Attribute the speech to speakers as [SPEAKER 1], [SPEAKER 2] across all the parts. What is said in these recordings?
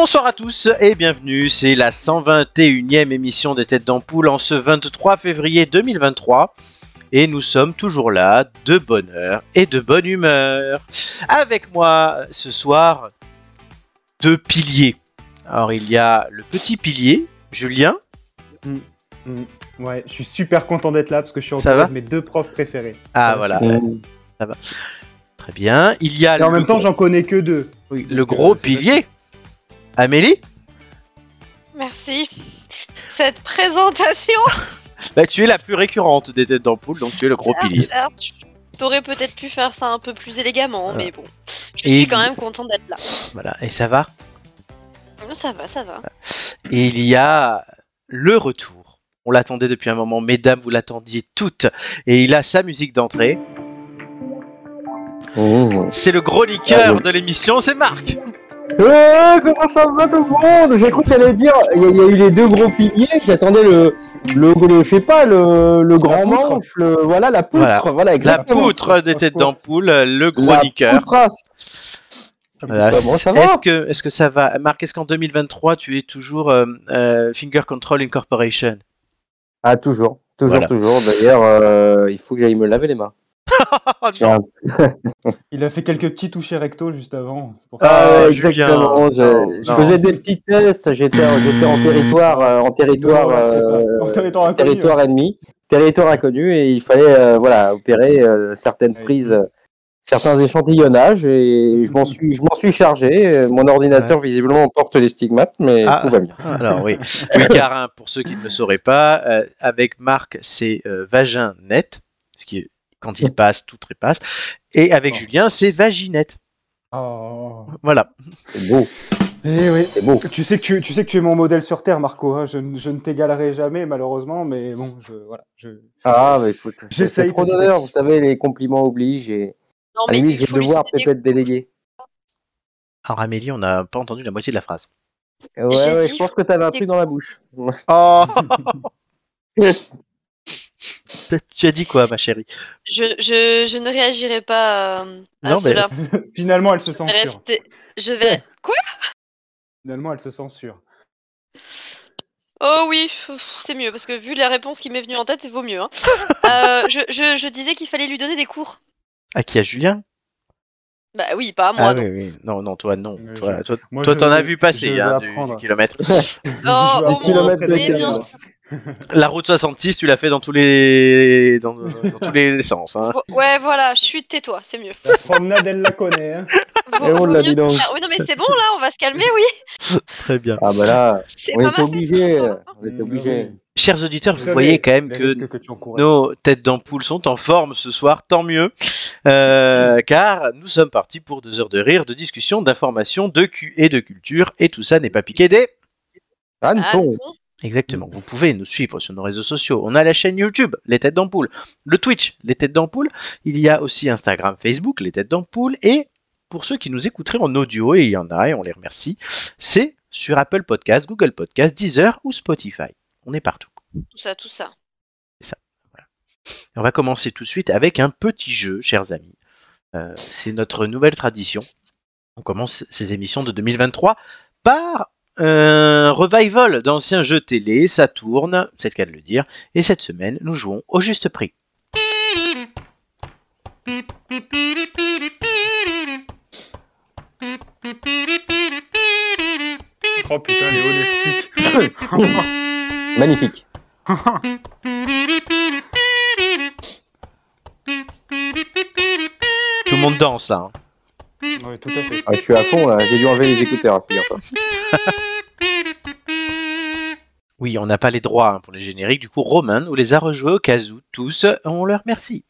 [SPEAKER 1] Bonsoir à tous et bienvenue, c'est la 121e émission des Têtes d'Ampoule en ce 23 février 2023. Et nous sommes toujours là, de bonne heure et de bonne humeur. Avec moi ce soir, deux piliers. Alors il y a le petit pilier, Julien.
[SPEAKER 2] Mm. Ouais, je suis super content d'être là parce que je suis
[SPEAKER 1] Ça
[SPEAKER 2] entouré
[SPEAKER 1] va
[SPEAKER 2] de mes deux profs préférés.
[SPEAKER 1] Ah
[SPEAKER 2] Ouais,
[SPEAKER 1] voilà,
[SPEAKER 2] je suis-
[SPEAKER 1] très bien. Il y a
[SPEAKER 2] Et en
[SPEAKER 1] le
[SPEAKER 2] même temps,
[SPEAKER 1] gros-
[SPEAKER 2] j'en connais que deux.
[SPEAKER 1] oui, le gros pilier, Amélie.
[SPEAKER 3] Merci. Cette présentation.
[SPEAKER 1] Bah, tu es la plus récurrente des têtes d'ampoule, donc tu es le gros pilier.
[SPEAKER 3] Alors, tu- T'aurais peut-être pu faire ça un peu plus élégamment,
[SPEAKER 1] Voilà.
[SPEAKER 3] mais bon. Je
[SPEAKER 1] Et
[SPEAKER 3] suis quand
[SPEAKER 1] il-
[SPEAKER 3] même content d'être là.
[SPEAKER 1] Voilà, et ça va.
[SPEAKER 3] Ça va, ça va.
[SPEAKER 1] Et il y a le retour. On l'attendait depuis un moment, mesdames, vous l'attendiez toutes. Et il a sa musique d'entrée.
[SPEAKER 4] Mmh.
[SPEAKER 1] C'est le gros
[SPEAKER 4] Ah
[SPEAKER 1] liqueur
[SPEAKER 4] oui.
[SPEAKER 1] de l'émission, c'est Marc.
[SPEAKER 4] Ouais, Euh, comment ça va tout le monde J'ai cru que t'allais dire, il y, a- il y a eu les deux gros piliers, j'attendais le, le, le- je sais pas, le, le grand
[SPEAKER 2] poutre.
[SPEAKER 4] manche, le, voilà, la poutre,
[SPEAKER 1] Voilà.
[SPEAKER 4] voilà,
[SPEAKER 1] La
[SPEAKER 4] exactement.
[SPEAKER 1] poutre des têtes d'ampoule, le gros
[SPEAKER 4] La
[SPEAKER 1] liqueur.
[SPEAKER 4] poutrasse.
[SPEAKER 1] Voilà,
[SPEAKER 4] Bah, bon, ça va.
[SPEAKER 1] Est-ce que, est que ça va Marc, est-ce qu'en 2023, tu es toujours euh, euh, Finger Control Incorporation
[SPEAKER 4] Ah, toujours, toujours,
[SPEAKER 1] Voilà.
[SPEAKER 4] toujours. D'ailleurs, euh, il faut que j'aille me laver les mains.
[SPEAKER 1] Oh
[SPEAKER 4] Tiens.
[SPEAKER 2] Il a fait quelques petits touchés recto juste avant. c'est pour ça.
[SPEAKER 1] Ah,
[SPEAKER 4] Ah,
[SPEAKER 1] Julien,
[SPEAKER 4] exactement. je-
[SPEAKER 1] non,
[SPEAKER 4] je
[SPEAKER 1] non.
[SPEAKER 4] faisais des petits tests, j'étais en, j'étais en territoire, euh, en territoire,
[SPEAKER 2] Non, non, c'est
[SPEAKER 4] euh,
[SPEAKER 2] pas- en territoire inconnu,
[SPEAKER 4] territoire ennemi, territoire inconnu, et il fallait euh, voilà opérer euh, certaines
[SPEAKER 2] Ouais.
[SPEAKER 4] prises, euh, certains échantillonnages, et je m'en suis, je m'en suis chargé. euh, Mon ordinateur visiblement porte les stigmates, mais
[SPEAKER 1] Ah.
[SPEAKER 4] tout va bien.
[SPEAKER 1] Alors oui, oui car hein, pour ceux qui ne le sauraient pas, euh, avec Marc c'est euh, vagin net, ce qui est quand il passe, tout trépasse, et avec
[SPEAKER 2] Oh.
[SPEAKER 1] Julien c'est vaginette.
[SPEAKER 2] Oh.
[SPEAKER 1] Voilà.
[SPEAKER 4] C'est beau,
[SPEAKER 2] Eh oui.
[SPEAKER 4] c'est beau.
[SPEAKER 2] Tu sais, que tu, tu sais que tu es mon modèle sur Terre, Marco. hein. Je, ne- je ne t'égalerai jamais, malheureusement, mais bon, je, voilà. Je...
[SPEAKER 4] Ah, mais écoute, c'est-
[SPEAKER 2] J'essaye
[SPEAKER 4] c'est trop
[SPEAKER 2] petit à
[SPEAKER 4] d'honneur,
[SPEAKER 2] petit.
[SPEAKER 4] vous savez, les compliments obligent, et
[SPEAKER 3] Non,
[SPEAKER 4] à la limite, je
[SPEAKER 3] il
[SPEAKER 4] vais
[SPEAKER 3] faut lui
[SPEAKER 4] devoir
[SPEAKER 3] donner-
[SPEAKER 4] peut-être déléguer.
[SPEAKER 1] Alors Amélie, on n'a pas entendu la moitié de la phrase.
[SPEAKER 4] Ouais,
[SPEAKER 3] J'ai
[SPEAKER 4] ouais,
[SPEAKER 3] dit-
[SPEAKER 4] je pense que t'avais un truc dans la bouche.
[SPEAKER 1] Oh Tu as dit quoi, ma chérie
[SPEAKER 3] Je, je, je ne réagirai pas euh, à
[SPEAKER 1] Non, mais-
[SPEAKER 3] cela.
[SPEAKER 2] Finalement, elle se
[SPEAKER 3] Je vais
[SPEAKER 2] censure.
[SPEAKER 3] rester- Je vais. Quoi
[SPEAKER 2] Finalement, elle se censure.
[SPEAKER 3] Oh oui, pff, c'est mieux, parce que vu la réponse qui m'est venue en tête, vaut mieux. hein. Euh, je, je, je disais qu'il fallait lui donner des cours.
[SPEAKER 1] À qui À Julien
[SPEAKER 3] Bah oui, pas à
[SPEAKER 4] Ah
[SPEAKER 3] moi. non.
[SPEAKER 1] Ah oui, oui. Non, non, toi, non.
[SPEAKER 2] Mais
[SPEAKER 1] Toi,
[SPEAKER 2] je-
[SPEAKER 1] toi,
[SPEAKER 2] Moi,
[SPEAKER 1] toi,
[SPEAKER 2] je
[SPEAKER 1] t'en as
[SPEAKER 2] vais-
[SPEAKER 1] vu
[SPEAKER 2] je
[SPEAKER 1] passer
[SPEAKER 2] vais
[SPEAKER 1] hein, du,
[SPEAKER 2] apprendre.
[SPEAKER 1] du kilomètre.
[SPEAKER 3] Oh,
[SPEAKER 2] Je vais
[SPEAKER 3] au moins,
[SPEAKER 4] kilomètre de
[SPEAKER 3] mais bien
[SPEAKER 4] kilomètre.
[SPEAKER 3] sûr.
[SPEAKER 1] La route 66, tu l'as fait dans tous les dans, dans tous les sens. Hein.
[SPEAKER 3] Ouais, voilà, chute, tais-toi, c'est mieux.
[SPEAKER 2] La promenade, elle la connaît. hein.
[SPEAKER 3] Vaut-
[SPEAKER 4] Et on
[SPEAKER 3] vaut
[SPEAKER 4] l'a
[SPEAKER 3] mieux
[SPEAKER 4] mis dans-
[SPEAKER 3] que ça. Oui, non, mais c'est bon, là, on va se calmer, oui.
[SPEAKER 1] Très bien.
[SPEAKER 4] Ah bah là,
[SPEAKER 3] C'est
[SPEAKER 4] on
[SPEAKER 3] pas
[SPEAKER 4] était
[SPEAKER 3] mal.
[SPEAKER 4] obligé, on
[SPEAKER 1] Ah
[SPEAKER 4] était
[SPEAKER 2] Mm,
[SPEAKER 4] obligé.
[SPEAKER 2] oui.
[SPEAKER 1] Chers auditeurs, vous
[SPEAKER 2] savez,
[SPEAKER 1] voyez quand même
[SPEAKER 2] les
[SPEAKER 1] que
[SPEAKER 2] risques tu encours.
[SPEAKER 1] Nos têtes d'ampoule sont en forme ce soir, tant mieux, euh, car nous sommes partis pour deux heures de rire, de discussion, d'information, de cul et de culture, et tout ça n'est pas piqué des...
[SPEAKER 4] Ah
[SPEAKER 3] Ah,
[SPEAKER 4] non,
[SPEAKER 3] non.
[SPEAKER 1] Exactement, vous pouvez nous suivre sur nos réseaux sociaux. On a la chaîne YouTube, Les Têtes d'Ampoule, le Twitch, Les Têtes d'Ampoule, il y a aussi Instagram, Facebook, Les Têtes d'Ampoule, et pour ceux qui nous écouteraient en audio, et il y en a, et on les remercie, c'est sur Apple Podcast, Google Podcast, Deezer ou Spotify. On est partout.
[SPEAKER 3] Tout ça, tout ça.
[SPEAKER 1] Et On va commencer tout de suite avec un petit jeu, chers amis. Euh, c'est notre nouvelle tradition. On commence ces émissions de 2023 par un revival d'anciens jeux télé. Ça tourne, c'est le cas de le dire. Et cette semaine, nous jouons au juste prix.
[SPEAKER 2] Oh putain, les honnêtes.
[SPEAKER 4] magnifique.
[SPEAKER 1] Tout le monde danse là. hein.
[SPEAKER 2] Ouais, tout à fait.
[SPEAKER 4] Ah, je suis à fond là, j'ai dû enlever les
[SPEAKER 3] Ah,
[SPEAKER 4] écouteurs. figure-toi.
[SPEAKER 1] Oui, on n'a pas les droits hein, pour les génériques. Du coup, Romain nous les a rejoués au cas où tous. euh, On leur remercie.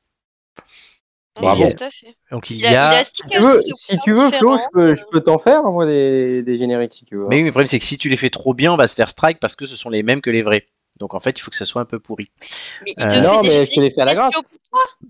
[SPEAKER 3] Oui,
[SPEAKER 4] Bravo.
[SPEAKER 3] tout à fait.
[SPEAKER 1] Donc il
[SPEAKER 3] Il
[SPEAKER 1] y
[SPEAKER 3] a, il a
[SPEAKER 1] a.
[SPEAKER 3] six
[SPEAKER 4] Si tu veux,
[SPEAKER 3] cartes de
[SPEAKER 4] si
[SPEAKER 3] couleurs
[SPEAKER 4] tu veux Flo, je peux, je
[SPEAKER 3] différentes.
[SPEAKER 4] peux t'en faire moi des, des génériques si tu veux.
[SPEAKER 1] Mais oui, mais le problème c'est que si tu les fais trop bien, on va se faire strike parce que ce sont les mêmes que les vrais. Donc en fait, il faut que ça soit un peu pourri.
[SPEAKER 3] Mais
[SPEAKER 1] Euh,
[SPEAKER 3] il te fait
[SPEAKER 4] non,
[SPEAKER 3] des
[SPEAKER 4] mais je te les fais à la gratte.
[SPEAKER 3] spéciaux.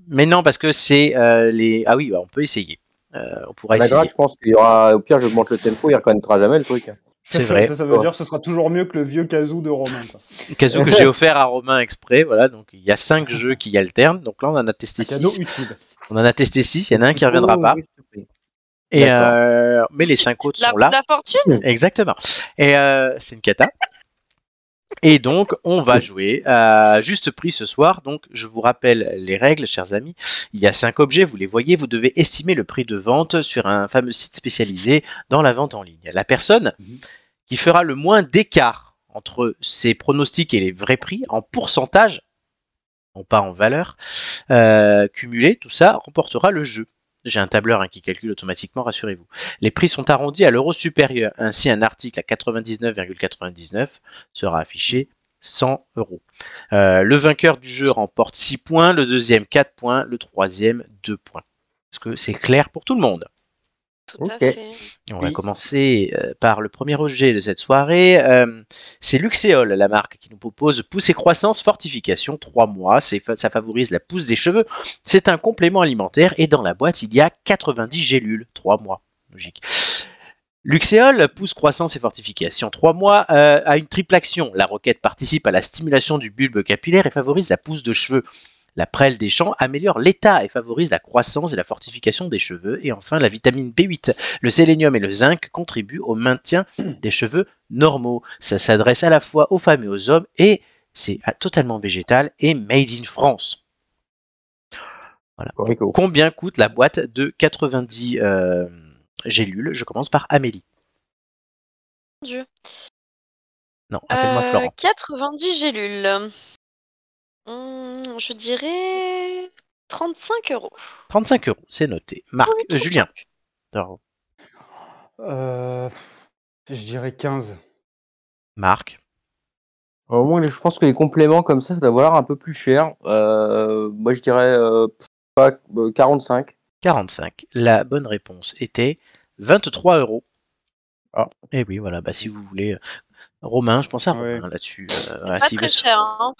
[SPEAKER 1] Mais non, parce que c'est euh, les. Ah oui, bah, on peut essayer. Euh, on pourra
[SPEAKER 4] À la
[SPEAKER 1] essayer.
[SPEAKER 4] gratte, je pense qu'il y aura, au pire, j'augmente le tempo, il reconnaîtra jamais le truc.
[SPEAKER 2] Ça,
[SPEAKER 1] C'est
[SPEAKER 2] ça-
[SPEAKER 1] vrai.
[SPEAKER 2] Ça, ça
[SPEAKER 4] Oh.
[SPEAKER 2] veut dire que ce sera toujours mieux que le vieux casou de Romain. quoi.
[SPEAKER 1] Casou que j'ai offert à Romain exprès. Voilà, donc il y a cinq jeux qui alternent. Donc là, on en a testé
[SPEAKER 2] Cadeau
[SPEAKER 1] six.
[SPEAKER 2] utile.
[SPEAKER 1] On en a testé six. Il y en a un qui reviendra
[SPEAKER 4] Oh,
[SPEAKER 1] pas.
[SPEAKER 4] oui, s'il te plaît.
[SPEAKER 1] Et
[SPEAKER 4] D'accord.
[SPEAKER 1] euh, mais les cinq autres
[SPEAKER 3] La,
[SPEAKER 1] sont là.
[SPEAKER 3] la fortune
[SPEAKER 1] Exactement. Et euh, c'est une cata. Et donc, on va jouer à juste prix ce soir. Donc, je vous rappelle les règles, chers amis. Il y a cinq objets, vous les voyez. Vous devez estimer le prix de vente sur un fameux site spécialisé dans la vente en ligne. La personne qui fera le moins d'écart entre ses pronostics et les vrais prix en pourcentage, non pas en valeur, euh, cumulé, tout ça remportera le jeu. J'ai un tableur hein, qui calcule automatiquement, rassurez-vous. Les prix sont arrondis à l'euro supérieur. Ainsi, un article à 99,99 sera affiché 100 euros. Euh, le vainqueur du jeu remporte 6 points, le deuxième 4 points, le troisième 2 points. Est-ce que c'est clair pour tout le monde
[SPEAKER 3] Tout à
[SPEAKER 4] Ok.
[SPEAKER 3] fait.
[SPEAKER 1] Et On va
[SPEAKER 2] Oui.
[SPEAKER 1] commencer euh, par le premier objet de cette soirée. Euh, c'est Luxéol, la marque qui nous propose pousse et croissance fortification 3 mois. C'est fa- ça favorise la pousse des cheveux. C'est un complément alimentaire et dans la boîte, il y a 90 gélules. 3 mois. Logique. Luxéol, pousse croissance et fortification 3 mois, euh, a une triple action. La roquette participe à la stimulation du bulbe capillaire et favorise la pousse de cheveux. La prêle des champs améliore l'état et favorise la croissance et la fortification des cheveux. Et enfin, la vitamine B8 le sélénium et le zinc contribuent au maintien des cheveux normaux. Ça s'adresse à la fois aux femmes et aux hommes et c'est ah, totalement végétal et made in France.
[SPEAKER 4] Corico.
[SPEAKER 1] Combien coûte la boîte de 90 euh, gélules Je commence par Amélie.
[SPEAKER 3] Dieu.
[SPEAKER 1] Non, appelle-moi
[SPEAKER 3] Euh,
[SPEAKER 1] Florent.
[SPEAKER 3] 90 gélules. Hum, je dirais 35 euros.
[SPEAKER 1] 35 euros, c'est noté. Marc,
[SPEAKER 3] Oui,
[SPEAKER 1] euh, Julien.
[SPEAKER 2] Euh, je dirais 15.
[SPEAKER 1] Marc,
[SPEAKER 4] Au moins, je pense que les compléments comme ça, ça doit valoir un peu plus cher. Euh, moi, je dirais euh, pas euh, 45.
[SPEAKER 1] 45. La bonne réponse était 23 euros.
[SPEAKER 4] Ah.
[SPEAKER 1] Et oui, voilà, bah, si vous voulez. euh, Romain, je pense à
[SPEAKER 2] Ouais.
[SPEAKER 1] Romain là-dessus. euh, voilà,
[SPEAKER 4] Bah,
[SPEAKER 3] Pas
[SPEAKER 1] s'il
[SPEAKER 3] très
[SPEAKER 1] veut se-
[SPEAKER 3] cher. hein.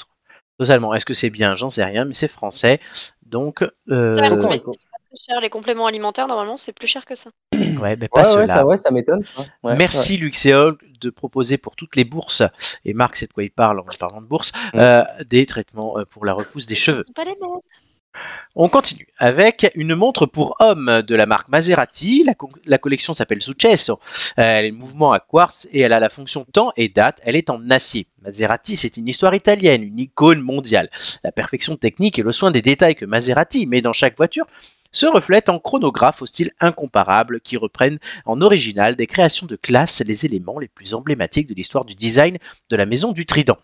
[SPEAKER 1] Totalement. Est-ce que c'est bien J'en sais rien, mais c'est français. Donc, euh,
[SPEAKER 3] C'est vrai que
[SPEAKER 1] ouais,
[SPEAKER 3] c'est pas très cher. Les compléments alimentaires, normalement, c'est plus cher que ça.
[SPEAKER 1] ben, pas
[SPEAKER 4] Ouais, ouais,
[SPEAKER 1] cela.
[SPEAKER 4] ça, ouais, ça m'étonne. ça. Ouais,
[SPEAKER 1] Merci Luxéol de proposer pour toutes les bourses, et Marc, c'est de quoi il parle en parlant de bourse,
[SPEAKER 4] Mm.
[SPEAKER 1] euh, des traitements euh, pour la repousse des cheveux.
[SPEAKER 3] C'est Pas les mêmes.
[SPEAKER 1] On continue avec une montre pour homme de la marque Maserati. La, co- la collection s'appelle Successo. Euh, elle est mouvement à quartz et elle a la fonction temps et date. Elle est en acier. Maserati, c'est une histoire italienne, une icône mondiale. La perfection technique et le soin des détails que Maserati met dans chaque voiture se reflètent en chronographes au style incomparable qui reprennent en original des créations de classe les éléments les plus emblématiques de l'histoire du design de la maison du Trident.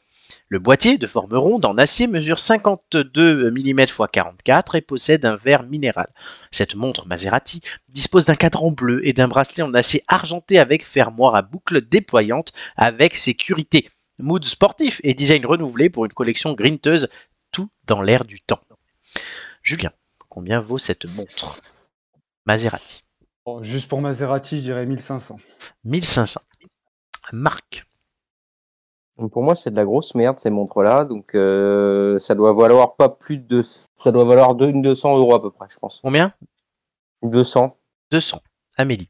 [SPEAKER 1] Le boîtier, de forme ronde en acier, mesure 52 mm x 44 et possède un verre minéral. Cette montre Maserati dispose d'un cadran bleu et d'un bracelet en acier argenté avec fermoir à boucle déployante avec sécurité. Mood sportif et design renouvelé pour une collection grinteuse, tout dans l'air du temps. Julien, combien vaut cette montre Maserati
[SPEAKER 2] Bon, Oh, juste pour Maserati, je dirais 1500.
[SPEAKER 1] 1500. Marc,
[SPEAKER 4] Donc, Pour moi, c'est de la grosse merde ces montres-là. Donc, euh, ça doit valoir pas plus de. Ça doit valoir deux- une 200 euros à peu près, je pense.
[SPEAKER 1] combien
[SPEAKER 4] 200.
[SPEAKER 1] 200. Amélie,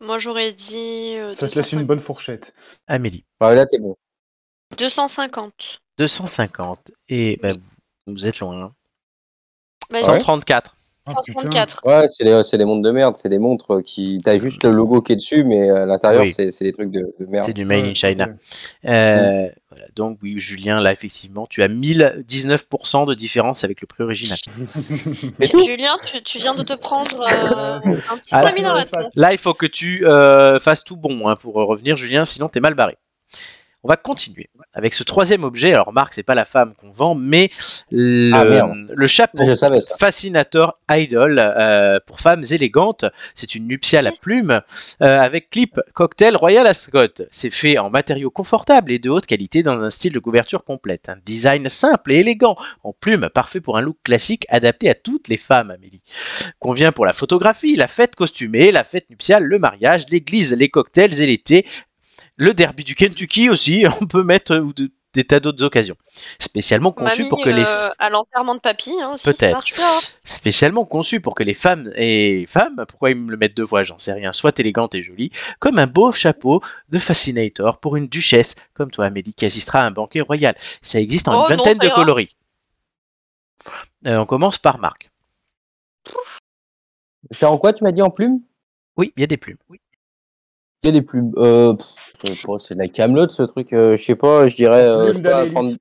[SPEAKER 3] Moi, j'aurais dit euh,
[SPEAKER 2] Ça te laisse une
[SPEAKER 3] 250.
[SPEAKER 2] bonne fourchette.
[SPEAKER 1] Amélie.
[SPEAKER 4] Ouais, là, t'es bon.
[SPEAKER 3] 250.
[SPEAKER 1] 250. Et bah, vous, vous êtes loin. hein.
[SPEAKER 3] Vas-y,
[SPEAKER 4] Ah ouais
[SPEAKER 1] 134.
[SPEAKER 2] Ah,
[SPEAKER 3] 134.
[SPEAKER 4] Ouais, c'est des, c'est des montres de merde. C'est des montres qui. T'as juste le logo qui est dessus, mais euh, à l'intérieur,
[SPEAKER 1] Oui.
[SPEAKER 4] c'est c'est des trucs de, de merde.
[SPEAKER 1] C'est du Made in
[SPEAKER 2] Ouais,
[SPEAKER 1] China.
[SPEAKER 2] ouais.
[SPEAKER 1] Euh, voilà. Donc oui, Julien, là, effectivement, tu as 1019% de différence avec le prix original.
[SPEAKER 4] Mais
[SPEAKER 3] Ju-
[SPEAKER 4] tout.
[SPEAKER 3] Julien, tu, tu viens de te prendre euh,
[SPEAKER 2] Euh,
[SPEAKER 3] un petit
[SPEAKER 1] Ah,
[SPEAKER 3] ami dans la tête.
[SPEAKER 1] Là, il faut que tu euh, fasses tout bon hein, pour euh, revenir, Julien, sinon t'es mal barré. On va continuer avec ce troisième objet. Alors, Marc, c'est pas la femme qu'on vend, mais le,
[SPEAKER 4] Ah, merde.
[SPEAKER 1] le chapeau.
[SPEAKER 4] Je savais ça.
[SPEAKER 1] Fascinator Idol euh, pour femmes élégantes. C'est une nuptiale à
[SPEAKER 3] Yes.
[SPEAKER 1] plumes euh, avec clip cocktail Royal Ascot. C'est fait en matériaux confortables et de haute qualité dans un style de couverture complète. Un design simple et élégant en plumes, parfait pour un look classique adapté à toutes les femmes, Amélie. Convient pour la photographie, la fête costumée, la fête nuptiale, le mariage, l'église, les cocktails et l'été. Le derby du Kentucky aussi, on peut mettre euh, ou de- des tas d'autres occasions. Spécialement conçu
[SPEAKER 3] Mamie,
[SPEAKER 1] pour que les
[SPEAKER 3] euh, à l'enterrement de papy, hein, aussi, ça
[SPEAKER 1] Peut-être.
[SPEAKER 3] marche pas.
[SPEAKER 1] spécialement conçu pour que les femmes et femmes, pourquoi ils me le mettent deux fois, j'en sais rien, soient élégantes et jolies, comme un beau chapeau de fascinator pour une duchesse comme toi, Amélie, qui assistera à un banquet royal. Ça existe en
[SPEAKER 3] Oh
[SPEAKER 1] une
[SPEAKER 3] non,
[SPEAKER 1] vingtaine
[SPEAKER 3] ça
[SPEAKER 1] de
[SPEAKER 3] ira.
[SPEAKER 1] coloris. Euh, on commence par Marc.
[SPEAKER 4] C'est en quoi tu m'as dit en plume
[SPEAKER 1] Oui, il y a des plumes.
[SPEAKER 4] Il y a des plumes. Euh, pff, je sais pas, c'est de la camelote ce truc. euh, je sais pas, je dirais. euh, je sais pas,
[SPEAKER 2] Plume
[SPEAKER 4] 30.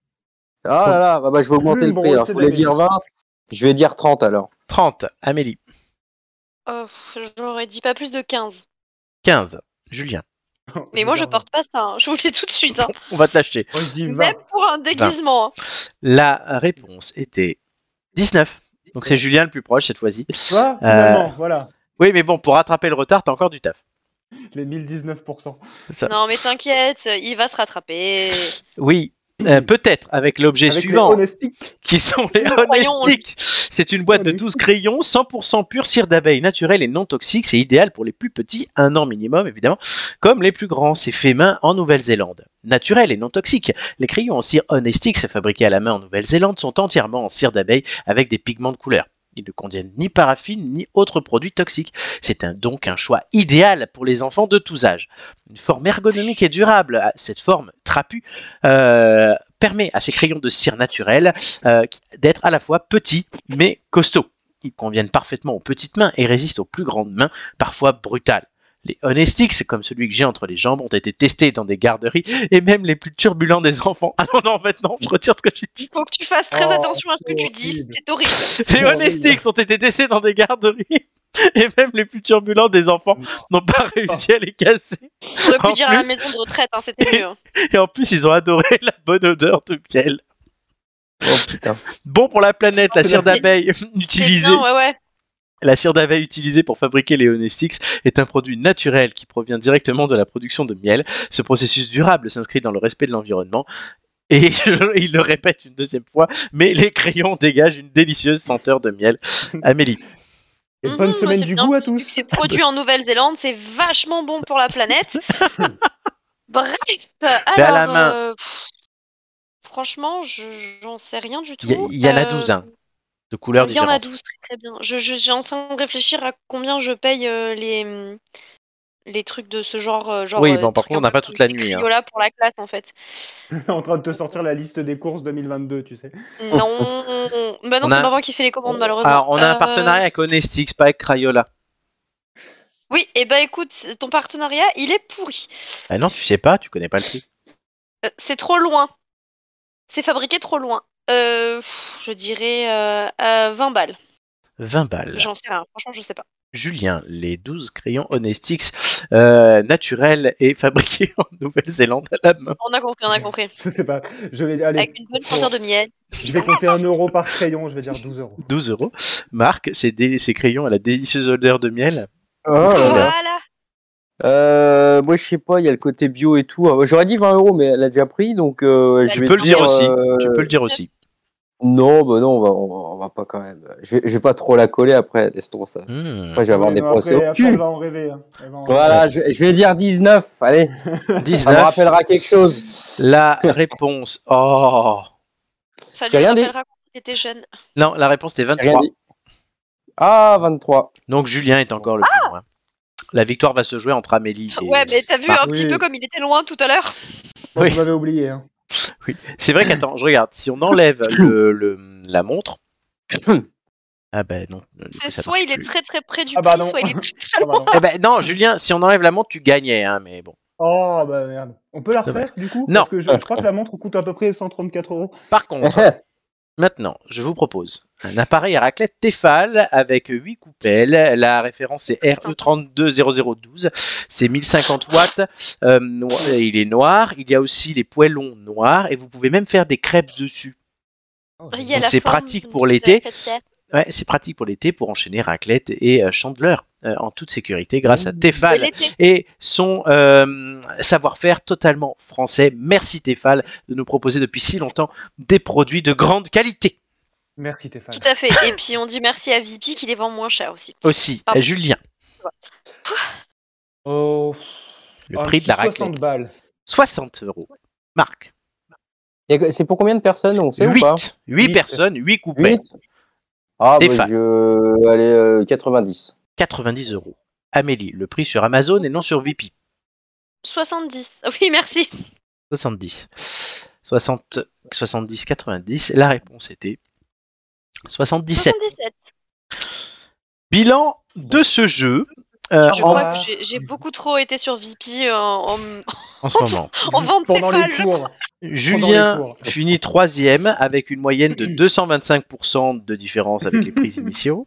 [SPEAKER 4] Ah là là, bah, bah, je vais augmenter le
[SPEAKER 2] Plume
[SPEAKER 4] prix. Alors, je
[SPEAKER 2] brossée
[SPEAKER 4] voulais
[SPEAKER 2] d'Amélie.
[SPEAKER 4] dire 20. Je vais dire 30 alors.
[SPEAKER 1] 30, Amélie.
[SPEAKER 5] Oh, pff, J'aurais dit pas plus de 15.
[SPEAKER 1] 15, Julien.
[SPEAKER 5] Mais moi, je porte pas ça. hein. Je vous le dis tout de suite. hein.
[SPEAKER 1] On va te l'acheter.
[SPEAKER 2] Moi, je dis 20.
[SPEAKER 5] Même pour un déguisement. hein.
[SPEAKER 1] La réponse était 19. Donc c'est Julien le plus proche cette fois-ci.
[SPEAKER 2] Tu
[SPEAKER 4] Euh,
[SPEAKER 2] vois, finalement, voilà,
[SPEAKER 1] Oui, mais bon, pour rattraper le retard, t'as encore du taf.
[SPEAKER 2] les 1019%.
[SPEAKER 1] Ça-
[SPEAKER 5] Non, mais t'inquiète, il va se rattraper.
[SPEAKER 1] Oui, euh, peut-être avec l'objet
[SPEAKER 2] Avec
[SPEAKER 1] suivant,
[SPEAKER 2] les honestiques.
[SPEAKER 1] qui sont les
[SPEAKER 5] croyons-
[SPEAKER 1] honestiques. C'est une boîte de 12 crayons, 100% pur cire d'abeille naturelle et non toxique. C'est idéal pour les plus petits, un an minimum évidemment, comme les plus grands. C'est fait main en Nouvelle-Zélande. Naturel et non toxique. Les crayons en cire honestique, c'est fabriqué à la main en Nouvelle-Zélande, sont entièrement en cire d'abeille avec des pigments de couleur. Ils ne contiennent ni paraffine ni autres produits toxiques. C'est un- donc un choix idéal pour les enfants de tous âges. Une forme ergonomique et durable. Ah, Cette forme trapue euh, permet à ces crayons de cire naturelle euh, qui- d'être à la fois petits mais costauds. Ils conviennent parfaitement aux petites mains et résistent aux plus grandes mains, parfois brutales. Les Honestix, comme celui que j'ai entre les jambes, ont été testés dans des garderies et même les plus turbulents des enfants. Ah non, non, en fait, non, je retire ce que j'ai dit.
[SPEAKER 5] Il faut que tu fasses très
[SPEAKER 2] Oh,
[SPEAKER 5] attention à ce que tu dis.
[SPEAKER 2] horrible.
[SPEAKER 5] C'est horrible.
[SPEAKER 1] Les
[SPEAKER 2] Oh, oui.
[SPEAKER 1] Honestix ont été testés dans des garderies et même les plus turbulents des enfants n'ont
[SPEAKER 2] Oh.
[SPEAKER 1] pas réussi à les casser.
[SPEAKER 5] On aurait
[SPEAKER 1] En
[SPEAKER 5] pu dire à la
[SPEAKER 1] plus-
[SPEAKER 5] maison de retraite, hein, c'était mieux.
[SPEAKER 1] Et en plus, ils ont adoré la bonne odeur de miel.
[SPEAKER 4] Oh putain.
[SPEAKER 1] Bon pour la planète, la cire d'abeille
[SPEAKER 5] C'est
[SPEAKER 1] utilisée
[SPEAKER 5] bien, ouais, ouais.
[SPEAKER 1] La cire d'abeille utilisée pour fabriquer les Honestix est un produit naturel qui provient directement de la production de miel. Ce processus durable s'inscrit dans le respect de l'environnement. Et je- il le répète une deuxième fois, mais les crayons dégagent une délicieuse senteur de miel. Amélie,
[SPEAKER 2] Et
[SPEAKER 5] Mhm,
[SPEAKER 2] bonne
[SPEAKER 5] moi,
[SPEAKER 2] semaine
[SPEAKER 5] j'ai
[SPEAKER 2] du
[SPEAKER 5] bien
[SPEAKER 2] goût à
[SPEAKER 5] entendu que
[SPEAKER 2] tous.
[SPEAKER 5] C'est produit en Nouvelle-Zélande, c'est vachement bon pour la planète. Bref, alors,
[SPEAKER 1] Bah, à la main.
[SPEAKER 5] euh, pff, franchement, je- j'en sais rien du tout.
[SPEAKER 1] il y, a- il y en a
[SPEAKER 5] Euh,
[SPEAKER 1] 12, hein, de couleurs
[SPEAKER 5] Il y en a
[SPEAKER 1] différentes.
[SPEAKER 5] 12, très très bien. Je, je- j'ai en train de réfléchir à combien je paye euh, les, hum, les trucs de ce genre. euh, genre
[SPEAKER 1] Oui,
[SPEAKER 5] euh,
[SPEAKER 1] bon, par
[SPEAKER 5] trucs
[SPEAKER 1] contre, on
[SPEAKER 5] un
[SPEAKER 1] n'a
[SPEAKER 5] peu
[SPEAKER 1] pas
[SPEAKER 5] comme
[SPEAKER 1] toute la
[SPEAKER 5] ces
[SPEAKER 1] nuit, hein.
[SPEAKER 5] criolas pour la classe, en fait.
[SPEAKER 2] en train de te sortir la liste des courses 2022, tu sais.
[SPEAKER 4] Oh.
[SPEAKER 5] Non, bah non
[SPEAKER 1] On a- Oh.
[SPEAKER 5] c'est maman qui fait les commandes, malheureusement.
[SPEAKER 1] Alors, on a un
[SPEAKER 5] Euh,
[SPEAKER 1] partenariat avec Honestix, pas avec Crayola.
[SPEAKER 5] Oui, et bah écoute, ton partenariat, il est pourri.
[SPEAKER 1] Ah non, tu sais pas, tu connais pas le prix.
[SPEAKER 5] Euh, C'est trop loin. C'est fabriqué trop loin. Euh, pff, je dirais euh, à 20 balles.
[SPEAKER 1] 20 balles.
[SPEAKER 5] J'en sais rien. Franchement, je sais pas.
[SPEAKER 1] Julien, les 12 crayons Honestix euh, naturels et fabriqués en Nouvelle-Zélande à la main.
[SPEAKER 5] On a compris, on a compris.
[SPEAKER 2] Je sais pas. Je vais, allez,
[SPEAKER 5] Avec une bonne senteur de miel.
[SPEAKER 2] je vais compter un euro par crayon, je vais dire 12 euros.
[SPEAKER 1] 12 euros. Marc, ses, dé- ses crayons à la délicieuse odeur de miel.
[SPEAKER 4] Oh là là.
[SPEAKER 5] Voilà.
[SPEAKER 4] Euh, moi, je sais pas, il y a le côté bio et tout. Euh, J'aurais dit 20 euros, mais elle a déjà pris, donc euh, je
[SPEAKER 1] Tu
[SPEAKER 4] vais
[SPEAKER 1] peux le dire aussi.
[SPEAKER 4] euh,
[SPEAKER 1] Tu peux le dire aussi.
[SPEAKER 4] Non, bah non, on va, on va, on va pas quand même. Je vais, je vais pas trop la coller après, laissons ça.
[SPEAKER 1] Hmm.
[SPEAKER 4] Après, Euh, je vais avoir
[SPEAKER 2] Ouais,
[SPEAKER 4] des
[SPEAKER 2] non,
[SPEAKER 4] procès
[SPEAKER 2] après,
[SPEAKER 4] au
[SPEAKER 2] après, elle
[SPEAKER 4] cul.
[SPEAKER 2] va en rêver. hein. Elle va en rêver.
[SPEAKER 4] Voilà, je, je vais dire 19, allez, ça me
[SPEAKER 1] 19.
[SPEAKER 4] rappellera quelque chose.
[SPEAKER 1] La réponse. Oh
[SPEAKER 5] Ça lui
[SPEAKER 4] J'ai rien dit.
[SPEAKER 5] rappellera quand il était jeune.
[SPEAKER 1] Non, la réponse était
[SPEAKER 4] J'ai rien
[SPEAKER 1] 23.
[SPEAKER 4] dit. Ah, 23.
[SPEAKER 1] Donc Julien est encore le plus loin. La victoire va se jouer entre Amélie et.
[SPEAKER 5] Ah Ouais, mais t'as vu
[SPEAKER 1] Ah,
[SPEAKER 5] un petit
[SPEAKER 2] oui.
[SPEAKER 5] peu comme il était loin tout à l'heure.
[SPEAKER 2] Moi,
[SPEAKER 1] Oui.
[SPEAKER 2] Vous m'avez oublié. hein.
[SPEAKER 1] Oui. C'est vrai qu'attends, je regarde. Si on enlève le, le- la montre. Ah ben non. du coup,
[SPEAKER 5] C'est
[SPEAKER 1] ça
[SPEAKER 5] soit
[SPEAKER 1] marche
[SPEAKER 5] il est
[SPEAKER 1] plus.
[SPEAKER 5] très très près du
[SPEAKER 2] Ah bah
[SPEAKER 5] prix,
[SPEAKER 2] non.
[SPEAKER 5] soit il est très très
[SPEAKER 2] Ah, bah
[SPEAKER 5] loin.
[SPEAKER 2] non.
[SPEAKER 1] Eh ben non, Julien, si on enlève la montre, tu gagnais, hein, mais bon.
[SPEAKER 2] Oh bah merde. On peut la
[SPEAKER 1] Dommage.
[SPEAKER 2] refaire du coup
[SPEAKER 1] Non.
[SPEAKER 2] Parce que je, je crois que la montre coûte à peu près 134 euros.
[SPEAKER 1] Par contre, Maintenant, je vous propose un appareil à raclette Tefal avec 8 coupelles. La référence E est RE320012. C'est 1050 watts. Euh, no- il est noir. Il y a aussi les poêlons noirs et vous pouvez même faire des crêpes dessus.
[SPEAKER 5] Il y a
[SPEAKER 1] Donc
[SPEAKER 5] la
[SPEAKER 1] c'est
[SPEAKER 5] forme
[SPEAKER 1] pratique
[SPEAKER 5] d'une
[SPEAKER 1] pour l'été.
[SPEAKER 5] petite tête.
[SPEAKER 1] Ouais, c'est pratique pour l'été pour enchaîner raclette et euh, chandeleur euh, en toute sécurité grâce à
[SPEAKER 5] Et
[SPEAKER 1] Tefal
[SPEAKER 5] l'été.
[SPEAKER 1] et son euh, savoir-faire totalement français. Merci Tefal de nous proposer depuis si longtemps des produits de grande qualité
[SPEAKER 2] Merci Téphane.
[SPEAKER 5] Tout à fait. Et puis on dit merci à VP qui les vend moins cher aussi.
[SPEAKER 1] aussi. Eh,
[SPEAKER 5] Ah.
[SPEAKER 1] Julien,
[SPEAKER 2] Oh,
[SPEAKER 1] le
[SPEAKER 2] un
[SPEAKER 1] prix de
[SPEAKER 2] petit
[SPEAKER 1] la raclette.
[SPEAKER 2] 60 balles.
[SPEAKER 1] 60 euros. Marc,
[SPEAKER 4] Y a- C'est pour combien de personnes, on sait ou
[SPEAKER 1] 8,
[SPEAKER 4] pas
[SPEAKER 1] 8
[SPEAKER 2] Huit.
[SPEAKER 1] personnes, 8 coupés,
[SPEAKER 4] 8 Ah,
[SPEAKER 1] Des
[SPEAKER 4] bah,
[SPEAKER 1] fans.
[SPEAKER 4] je... Allez, euh, 90.
[SPEAKER 1] 90 euros. Amélie, le prix sur Amazon et non sur VP,
[SPEAKER 5] 70. Oui, merci.
[SPEAKER 1] 70. 60, 70, 90, la réponse était 77.
[SPEAKER 5] 77.
[SPEAKER 1] Bilan de ce jeu euh,
[SPEAKER 3] Je
[SPEAKER 1] en,
[SPEAKER 3] crois que j'ai- j'ai beaucoup trop été sur VP
[SPEAKER 5] euh,
[SPEAKER 3] en, en,
[SPEAKER 1] en ce moment.
[SPEAKER 3] en vente
[SPEAKER 2] pendant
[SPEAKER 3] des
[SPEAKER 2] les
[SPEAKER 3] pages.
[SPEAKER 2] cours.
[SPEAKER 1] Julien
[SPEAKER 2] Pendant les cours.
[SPEAKER 1] finit troisième avec une moyenne de 225% de différence avec les prises initiaux.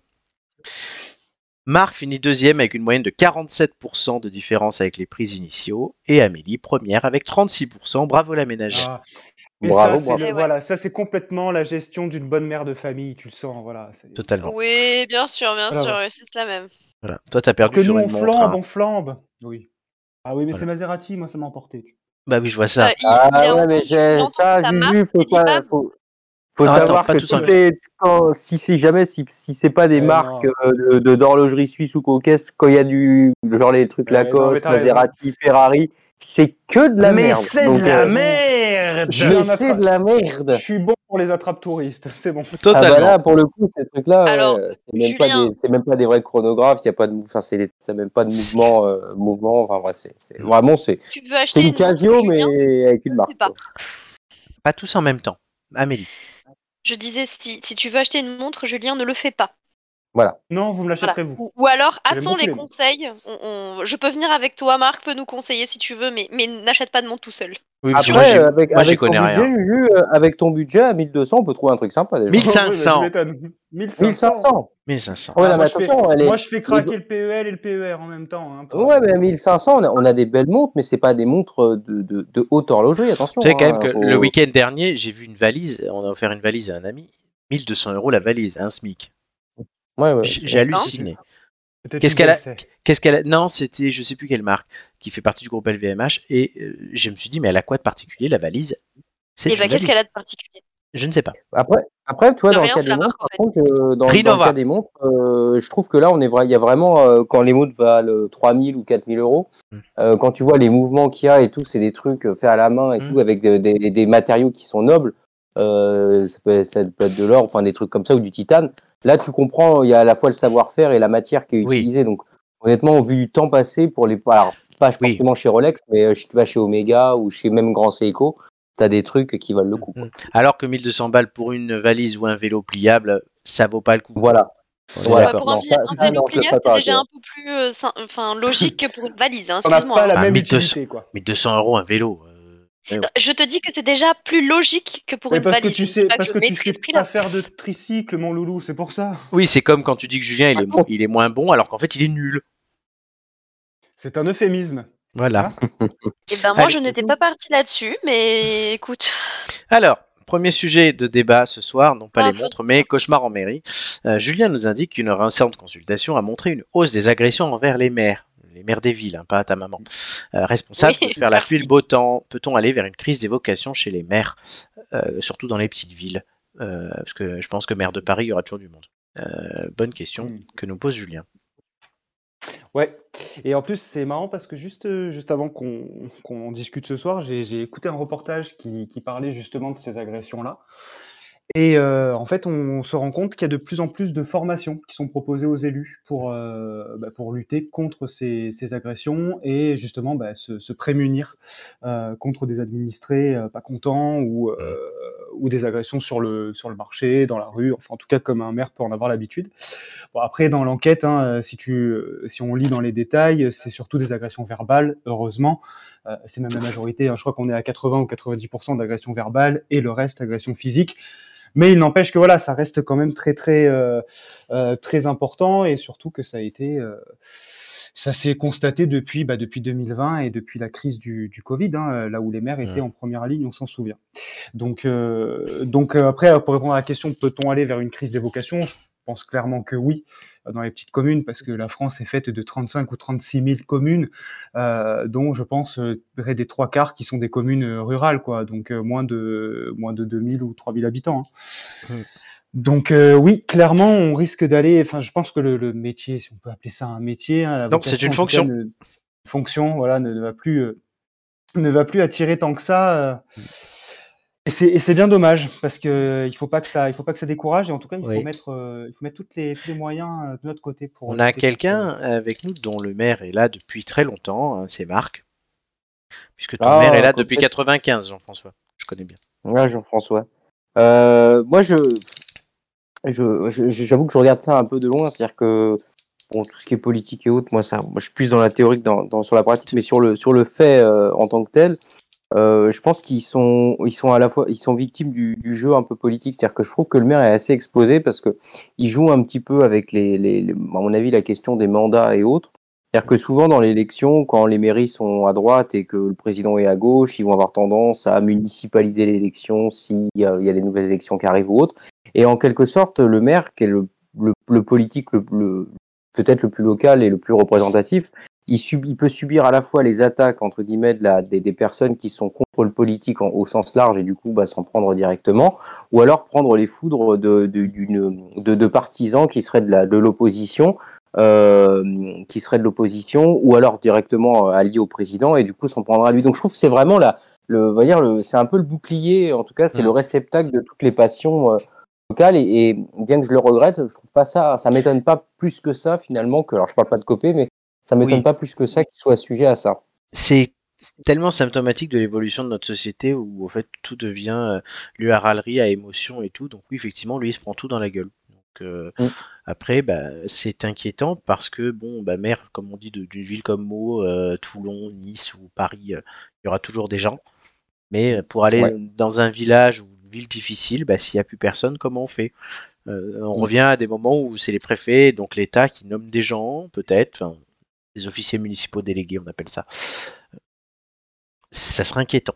[SPEAKER 1] Marc finit deuxième avec une moyenne de 47% de différence avec les prises initiaux. Et Amélie, première avec 36%. Bravo la ménagère.
[SPEAKER 2] Ah. Mais
[SPEAKER 4] Bravo,
[SPEAKER 2] ça, c'est
[SPEAKER 4] bravo.
[SPEAKER 2] le-
[SPEAKER 3] Ouais.
[SPEAKER 2] voilà, ça c'est complètement la gestion d'une bonne mère de famille, tu le sens, voilà. c'est-
[SPEAKER 4] Ah.
[SPEAKER 1] Totalement.
[SPEAKER 3] Oui, bien sûr, bien
[SPEAKER 2] Voilà,
[SPEAKER 3] sûr,
[SPEAKER 2] voilà.
[SPEAKER 3] oui, c'est cela même.
[SPEAKER 1] Voilà. Toi, t'as
[SPEAKER 2] Alors que
[SPEAKER 1] perdu sur
[SPEAKER 2] nous
[SPEAKER 1] une
[SPEAKER 2] on
[SPEAKER 1] montre.
[SPEAKER 2] flambe,
[SPEAKER 1] hein.
[SPEAKER 2] on flambe. Oui. Ah oui, mais
[SPEAKER 1] Voilà.
[SPEAKER 2] c'est Maserati, moi ça m'a emporté.
[SPEAKER 1] Bah oui, je vois ça.
[SPEAKER 3] Euh, il- il y a
[SPEAKER 4] Ah ouais,
[SPEAKER 3] un
[SPEAKER 4] mais
[SPEAKER 3] truc,
[SPEAKER 4] j'ai-
[SPEAKER 3] l'entends,
[SPEAKER 4] ça,
[SPEAKER 3] ça marche,
[SPEAKER 4] Juju, faut
[SPEAKER 3] c'est
[SPEAKER 4] pas,
[SPEAKER 3] bam.
[SPEAKER 4] faut, faut
[SPEAKER 1] Ah, attends,
[SPEAKER 4] savoir
[SPEAKER 1] pas
[SPEAKER 4] que
[SPEAKER 1] tout ça.
[SPEAKER 4] toutes les- quand- si c'est jamais, si, si c'est pas des
[SPEAKER 2] Euh,
[SPEAKER 4] marques
[SPEAKER 2] non.
[SPEAKER 4] euh, de- de- d'horlogerie suisse ou coquesse, quand il y a du, genre les trucs
[SPEAKER 2] Euh, non, mais
[SPEAKER 4] Lacoste,
[SPEAKER 2] t'as raison.
[SPEAKER 4] Maserati, Ferrari, c'est que de la
[SPEAKER 6] Mais
[SPEAKER 4] merde.
[SPEAKER 6] c'est
[SPEAKER 4] Donc,
[SPEAKER 6] de la
[SPEAKER 4] euh,
[SPEAKER 6] merde
[SPEAKER 2] je-
[SPEAKER 4] Mais
[SPEAKER 2] On a
[SPEAKER 4] c'est
[SPEAKER 2] pas-
[SPEAKER 4] de la merde.
[SPEAKER 2] Je suis bon pour les attrapes touristes, c'est bon.
[SPEAKER 4] Ah
[SPEAKER 1] Totalement.
[SPEAKER 4] bah là, pour le coup, ces trucs-là,
[SPEAKER 3] Alors,
[SPEAKER 4] ouais, c'est même, pas
[SPEAKER 3] Julien.
[SPEAKER 4] des- c'est même pas des vrais chronographes, il y a pas de, mou- enfin, c'est des- c'est même pas de
[SPEAKER 1] C'est-
[SPEAKER 4] mouvement, euh, mouvement, enfin, ouais, c'est, c'est- vraiment, c'est,
[SPEAKER 3] Tu veux acheter
[SPEAKER 4] c'est une
[SPEAKER 3] montre,
[SPEAKER 4] Casio,
[SPEAKER 3] Julien
[SPEAKER 4] mais avec une
[SPEAKER 3] Je sais
[SPEAKER 4] marque.
[SPEAKER 3] pas.
[SPEAKER 4] quoi.
[SPEAKER 1] Pas tous en même temps. Amélie.
[SPEAKER 3] Je disais, si, si tu veux acheter une montre, Julien, ne le fais pas.
[SPEAKER 4] Voilà.
[SPEAKER 2] Non, vous
[SPEAKER 3] Voilà.
[SPEAKER 2] me l'achèterez vous.
[SPEAKER 3] Ou, ou alors,
[SPEAKER 2] J'aime
[SPEAKER 3] attends
[SPEAKER 2] beaucoup
[SPEAKER 3] les
[SPEAKER 2] les montres.
[SPEAKER 3] conseils. On- on- Je peux venir avec toi, Marc peut nous conseiller si tu veux, mais, mais n'achète pas de montre tout seul.
[SPEAKER 1] Oui, parce que moi,
[SPEAKER 4] Après,
[SPEAKER 1] j'ai-
[SPEAKER 4] euh, avec,
[SPEAKER 1] moi, j'y
[SPEAKER 4] avec ton
[SPEAKER 1] connais rien.
[SPEAKER 4] budget, Juju, euh, avec ton budget, à 1200, on peut trouver un truc sympa, déjà.
[SPEAKER 1] Mille- 1500.
[SPEAKER 2] Oui, mais tu m'étonnes. 1500.
[SPEAKER 4] 1500
[SPEAKER 1] 1500.
[SPEAKER 4] Ouais,
[SPEAKER 2] Ah,
[SPEAKER 4] non, mais
[SPEAKER 2] moi, je fais-
[SPEAKER 4] attention, elle est-
[SPEAKER 2] Moi, je fais craquer le PEL et le PER en même temps. hein, pour-
[SPEAKER 4] Ouais, mais à 1500, on a, on a des belles montres, mais c'est pas des montres euh, de, de, de haute horlogerie, attention.
[SPEAKER 1] Tu sais quand
[SPEAKER 4] hein,
[SPEAKER 1] même que
[SPEAKER 4] faut-
[SPEAKER 1] le week-end dernier, j'ai vu une valise. On a offert une valise à un ami. 1200 euros la valise, un SMIC.
[SPEAKER 4] Ouais, ouais.
[SPEAKER 1] J- J'ai halluciné.
[SPEAKER 2] C'était
[SPEAKER 1] Qu'est-ce
[SPEAKER 2] une
[SPEAKER 1] qu'elle a-
[SPEAKER 2] DLC.
[SPEAKER 1] Qu'est-ce qu'elle a- Non, c'était, je sais plus quelle marque, qui fait partie du groupe LVMH. Et euh, je me suis dit, mais elle a quoi de particulier la valise C'est
[SPEAKER 3] Et
[SPEAKER 1] une
[SPEAKER 3] bah, qu'est-ce
[SPEAKER 1] valise.
[SPEAKER 3] qu'elle a de particulier
[SPEAKER 1] Je ne sais pas.
[SPEAKER 4] Après, après, tu vois,
[SPEAKER 3] De
[SPEAKER 4] dans le
[SPEAKER 3] rien,
[SPEAKER 4] cas
[SPEAKER 3] c'est
[SPEAKER 4] des
[SPEAKER 3] la
[SPEAKER 4] montres,
[SPEAKER 3] marque, en
[SPEAKER 4] par contre, je- dans, dans le
[SPEAKER 1] Rinova.
[SPEAKER 4] cas des montres, euh, je trouve que là, on est vrai, il y a vraiment, euh, quand les montres valent 3000 ou 4000 euros,
[SPEAKER 1] Mm.
[SPEAKER 4] euh, quand tu vois les mouvements qu'il y a et tout, c'est des trucs euh, faits à la main et
[SPEAKER 1] Mm.
[SPEAKER 4] tout, avec de- des, des matériaux qui sont nobles, euh, ça, peut, ça peut être de l'or, enfin des trucs comme ça, ou du titane. Là, tu comprends, il y a à la fois le savoir-faire et la matière qui est
[SPEAKER 1] Oui.
[SPEAKER 4] utilisée. Donc, honnêtement, au vu du temps passé pour les. Alors, pas
[SPEAKER 1] Oui.
[SPEAKER 4] forcément chez Rolex, mais euh, si tu vas chez Omega ou chez même Grand Seiko, t'as des trucs qui
[SPEAKER 1] Mm.
[SPEAKER 4] valent le coup. quoi.
[SPEAKER 1] Alors que 1200 balles pour une valise ou un vélo pliable, ça vaut pas le coup.
[SPEAKER 4] Voilà.
[SPEAKER 1] On est
[SPEAKER 4] Voilà.
[SPEAKER 3] Ouais,
[SPEAKER 1] d'accord.
[SPEAKER 3] Bah, Pour un
[SPEAKER 4] Non,
[SPEAKER 3] pi-
[SPEAKER 4] ça-
[SPEAKER 3] un
[SPEAKER 4] ça,
[SPEAKER 3] vélo
[SPEAKER 4] non, je le
[SPEAKER 3] pliable,
[SPEAKER 4] ferai
[SPEAKER 3] c'est
[SPEAKER 4] pas,
[SPEAKER 3] déjà
[SPEAKER 4] tu
[SPEAKER 3] un peu plus euh, sy- enfin, logique que pour une valise, hein,
[SPEAKER 2] On n'a
[SPEAKER 3] excuse-moi.
[SPEAKER 2] pas la
[SPEAKER 1] Bah,
[SPEAKER 2] même
[SPEAKER 1] 1200.
[SPEAKER 2] utilité, quoi.
[SPEAKER 1] 1200 euros un vélo. euh,
[SPEAKER 3] hein. Je te dis que c'est déjà plus logique que pour
[SPEAKER 2] Mais
[SPEAKER 3] une
[SPEAKER 2] parce que
[SPEAKER 3] valise.
[SPEAKER 2] tu
[SPEAKER 3] Je dis
[SPEAKER 2] sais,
[SPEAKER 3] pas
[SPEAKER 2] parce
[SPEAKER 3] je
[SPEAKER 2] que tu sais
[SPEAKER 3] maîtrise
[SPEAKER 2] pas
[SPEAKER 3] Prila.
[SPEAKER 2] faire de tricycle, mon loulou, c'est pour ça.
[SPEAKER 1] Oui, c'est comme quand tu dis que Julien
[SPEAKER 4] Ah,
[SPEAKER 1] il est, mo- il est moins bon alors qu'en fait il est nul.
[SPEAKER 2] C'est un euphémisme.
[SPEAKER 1] Voilà.
[SPEAKER 3] Et ben moi,
[SPEAKER 1] Allez.
[SPEAKER 3] je n'étais pas partie là-dessus, mais écoute,
[SPEAKER 1] Alors, premier sujet de débat ce soir, non pas
[SPEAKER 3] Ah,
[SPEAKER 1] les
[SPEAKER 3] je
[SPEAKER 1] montres,
[SPEAKER 3] sais.
[SPEAKER 1] mais cauchemar en mairie. Euh, Julien nous indique qu'une récente consultation a montré une hausse des agressions envers les maires, les maires des villes, hein, pas ta maman, euh, responsable
[SPEAKER 3] Oui,
[SPEAKER 1] de faire la pluie le beau temps. Peut-on aller vers une crise des vocations chez les maires, euh, surtout dans les petites villes Euh, Parce que je pense que maire de Paris, il y aura toujours du monde. Euh, bonne question
[SPEAKER 2] Mm.
[SPEAKER 1] que nous pose Julien.
[SPEAKER 2] Ouais. Et en plus, c'est marrant parce que juste, euh, juste avant qu'on qu'on en discute ce soir, j'ai j'ai écouté un reportage qui, qui parlait justement de ces agressions-là. Et euh, en fait, on se rend compte qu'il y a de plus en plus de formations qui sont proposées aux élus pour, euh, bah, pour lutter contre ces, ces agressions et justement bah, se, se prémunir euh, contre des administrés euh, pas contents ou, euh, ou des agressions sur le, sur le marché, dans la rue, enfin en tout cas comme un maire peut en avoir l'habitude. Bon, après, dans l'enquête, hein, euh, si, tu, euh, si on lit dans les détails, euh, c'est surtout des agressions verbales, heureusement. Euh, c'est même la majorité. hein. Je crois qu'on est à 80 ou 90% d'agressions verbales et le reste, agressions physiques. Mais il n'empêche que voilà, ça reste quand même très très euh, euh, très important et surtout que ça a été euh, ça s'est constaté depuis bah, depuis 2020 et depuis la crise du, du Covid, hein, euh, là où les maires étaient
[SPEAKER 1] Ouais.
[SPEAKER 2] en première ligne, on s'en souvient. Donc euh, donc euh, après euh, pour répondre à la question, peut-on aller vers une crise des vocations Je pense clairement que oui euh, dans les petites communes parce que la France est faite de 35 ou 36 000 communes euh, dont je pense euh, près des trois quarts qui sont des communes euh, rurales quoi donc euh, moins de moins de 2000 ou 3000 habitants hein.
[SPEAKER 1] Mm.
[SPEAKER 2] donc euh, oui clairement on risque d'aller enfin je pense que le, le métier si on peut appeler ça un métier hein, la
[SPEAKER 1] Non, c'est une
[SPEAKER 2] vocation, en tout cas,
[SPEAKER 1] fonction.
[SPEAKER 2] ne- une fonction voilà ne, ne va plus euh, ne va plus attirer tant que ça euh, et c'est et c'est bien dommage parce que euh, il faut pas que ça il faut pas que ça décourage et en tout cas il faut
[SPEAKER 1] Oui.
[SPEAKER 2] mettre euh, il faut mettre toutes les, tous les moyens euh, de notre côté pour
[SPEAKER 1] On a
[SPEAKER 2] lutter contre-
[SPEAKER 1] quelqu'un avec nous dont le maire est là depuis très longtemps, hein, c'est Marc. Puisque ton
[SPEAKER 4] Ah,
[SPEAKER 1] maire est là depuis
[SPEAKER 4] complètement.
[SPEAKER 1] 95, Jean-François. Je connais bien.
[SPEAKER 4] Ouais, Jean-François. Euh, moi, je, je, je- j'avoue que je regarde ça un peu de loin, c'est-à-dire que bon, tout ce qui est politique et autres, moi, ça, moi, je suis plus dans la théorie que dans, dans- sur la pratique, mais sur le, sur le fait euh, en tant que tel, euh, je pense qu'ils sont, ils sont à la fois, ils sont victimes du, du jeu un peu politique. C'est-à-dire que je trouve que le maire est assez exposé parce que il joue un petit peu avec les, les, les- à mon avis, la question des mandats et autres. C'est-à-dire que souvent dans l'élection, quand les mairies sont à droite et que le président est à gauche, ils vont avoir tendance à municipaliser l'élection s'il y a il y a des nouvelles élections qui arrivent ou autres. Et en quelque sorte, le maire, qui est le, le, le politique le, le- peut-être le plus local et le plus représentatif, il, sub- il peut subir à la fois les attaques entre guillemets de la, des, des personnes qui sont contre le politique en- au sens large et du coup bah, s'en prendre directement, ou alors prendre les foudres de, de, d'une- de- de partisans qui seraient de la- de l'opposition. euh, qui seraient de l'opposition ou alors directement euh, alliés au président et du coup s'en prendre à lui. Donc je trouve que c'est vraiment la, le, on va dire le, c'est un peu le bouclier en tout cas, c'est
[SPEAKER 1] Mm.
[SPEAKER 4] le réceptacle de toutes les passions euh, locales et, et bien que je le regrette, je trouve pas ça, ça m'étonne pas plus que ça finalement que, alors je parle pas de Copé, mais ça m'étonne
[SPEAKER 1] Oui.
[SPEAKER 4] pas plus que ça qu'il soit sujet à ça.
[SPEAKER 1] c'est tellement symptomatique de l'évolution de notre société où en fait tout devient euh, lui à râlerie, à émotion et tout. Donc oui, effectivement, lui il se prend tout dans la gueule. Donc euh,
[SPEAKER 4] Mm.
[SPEAKER 1] après, bah, c'est inquiétant parce que bon, bah maire, comme on dit, de- d'une ville comme Meaux, euh, Toulon, Nice ou Paris, euh, il y aura toujours des gens. Mais euh, pour aller
[SPEAKER 4] Ouais.
[SPEAKER 1] dans un village ou une ville difficile, bah, s'il n'y a plus personne, comment on fait Euh, On
[SPEAKER 4] Mm.
[SPEAKER 1] revient à des moments où c'est les préfets, donc l'État, qui nomment des gens, peut-être, enfin, des officiers municipaux délégués, on appelle ça ça serait inquiétant.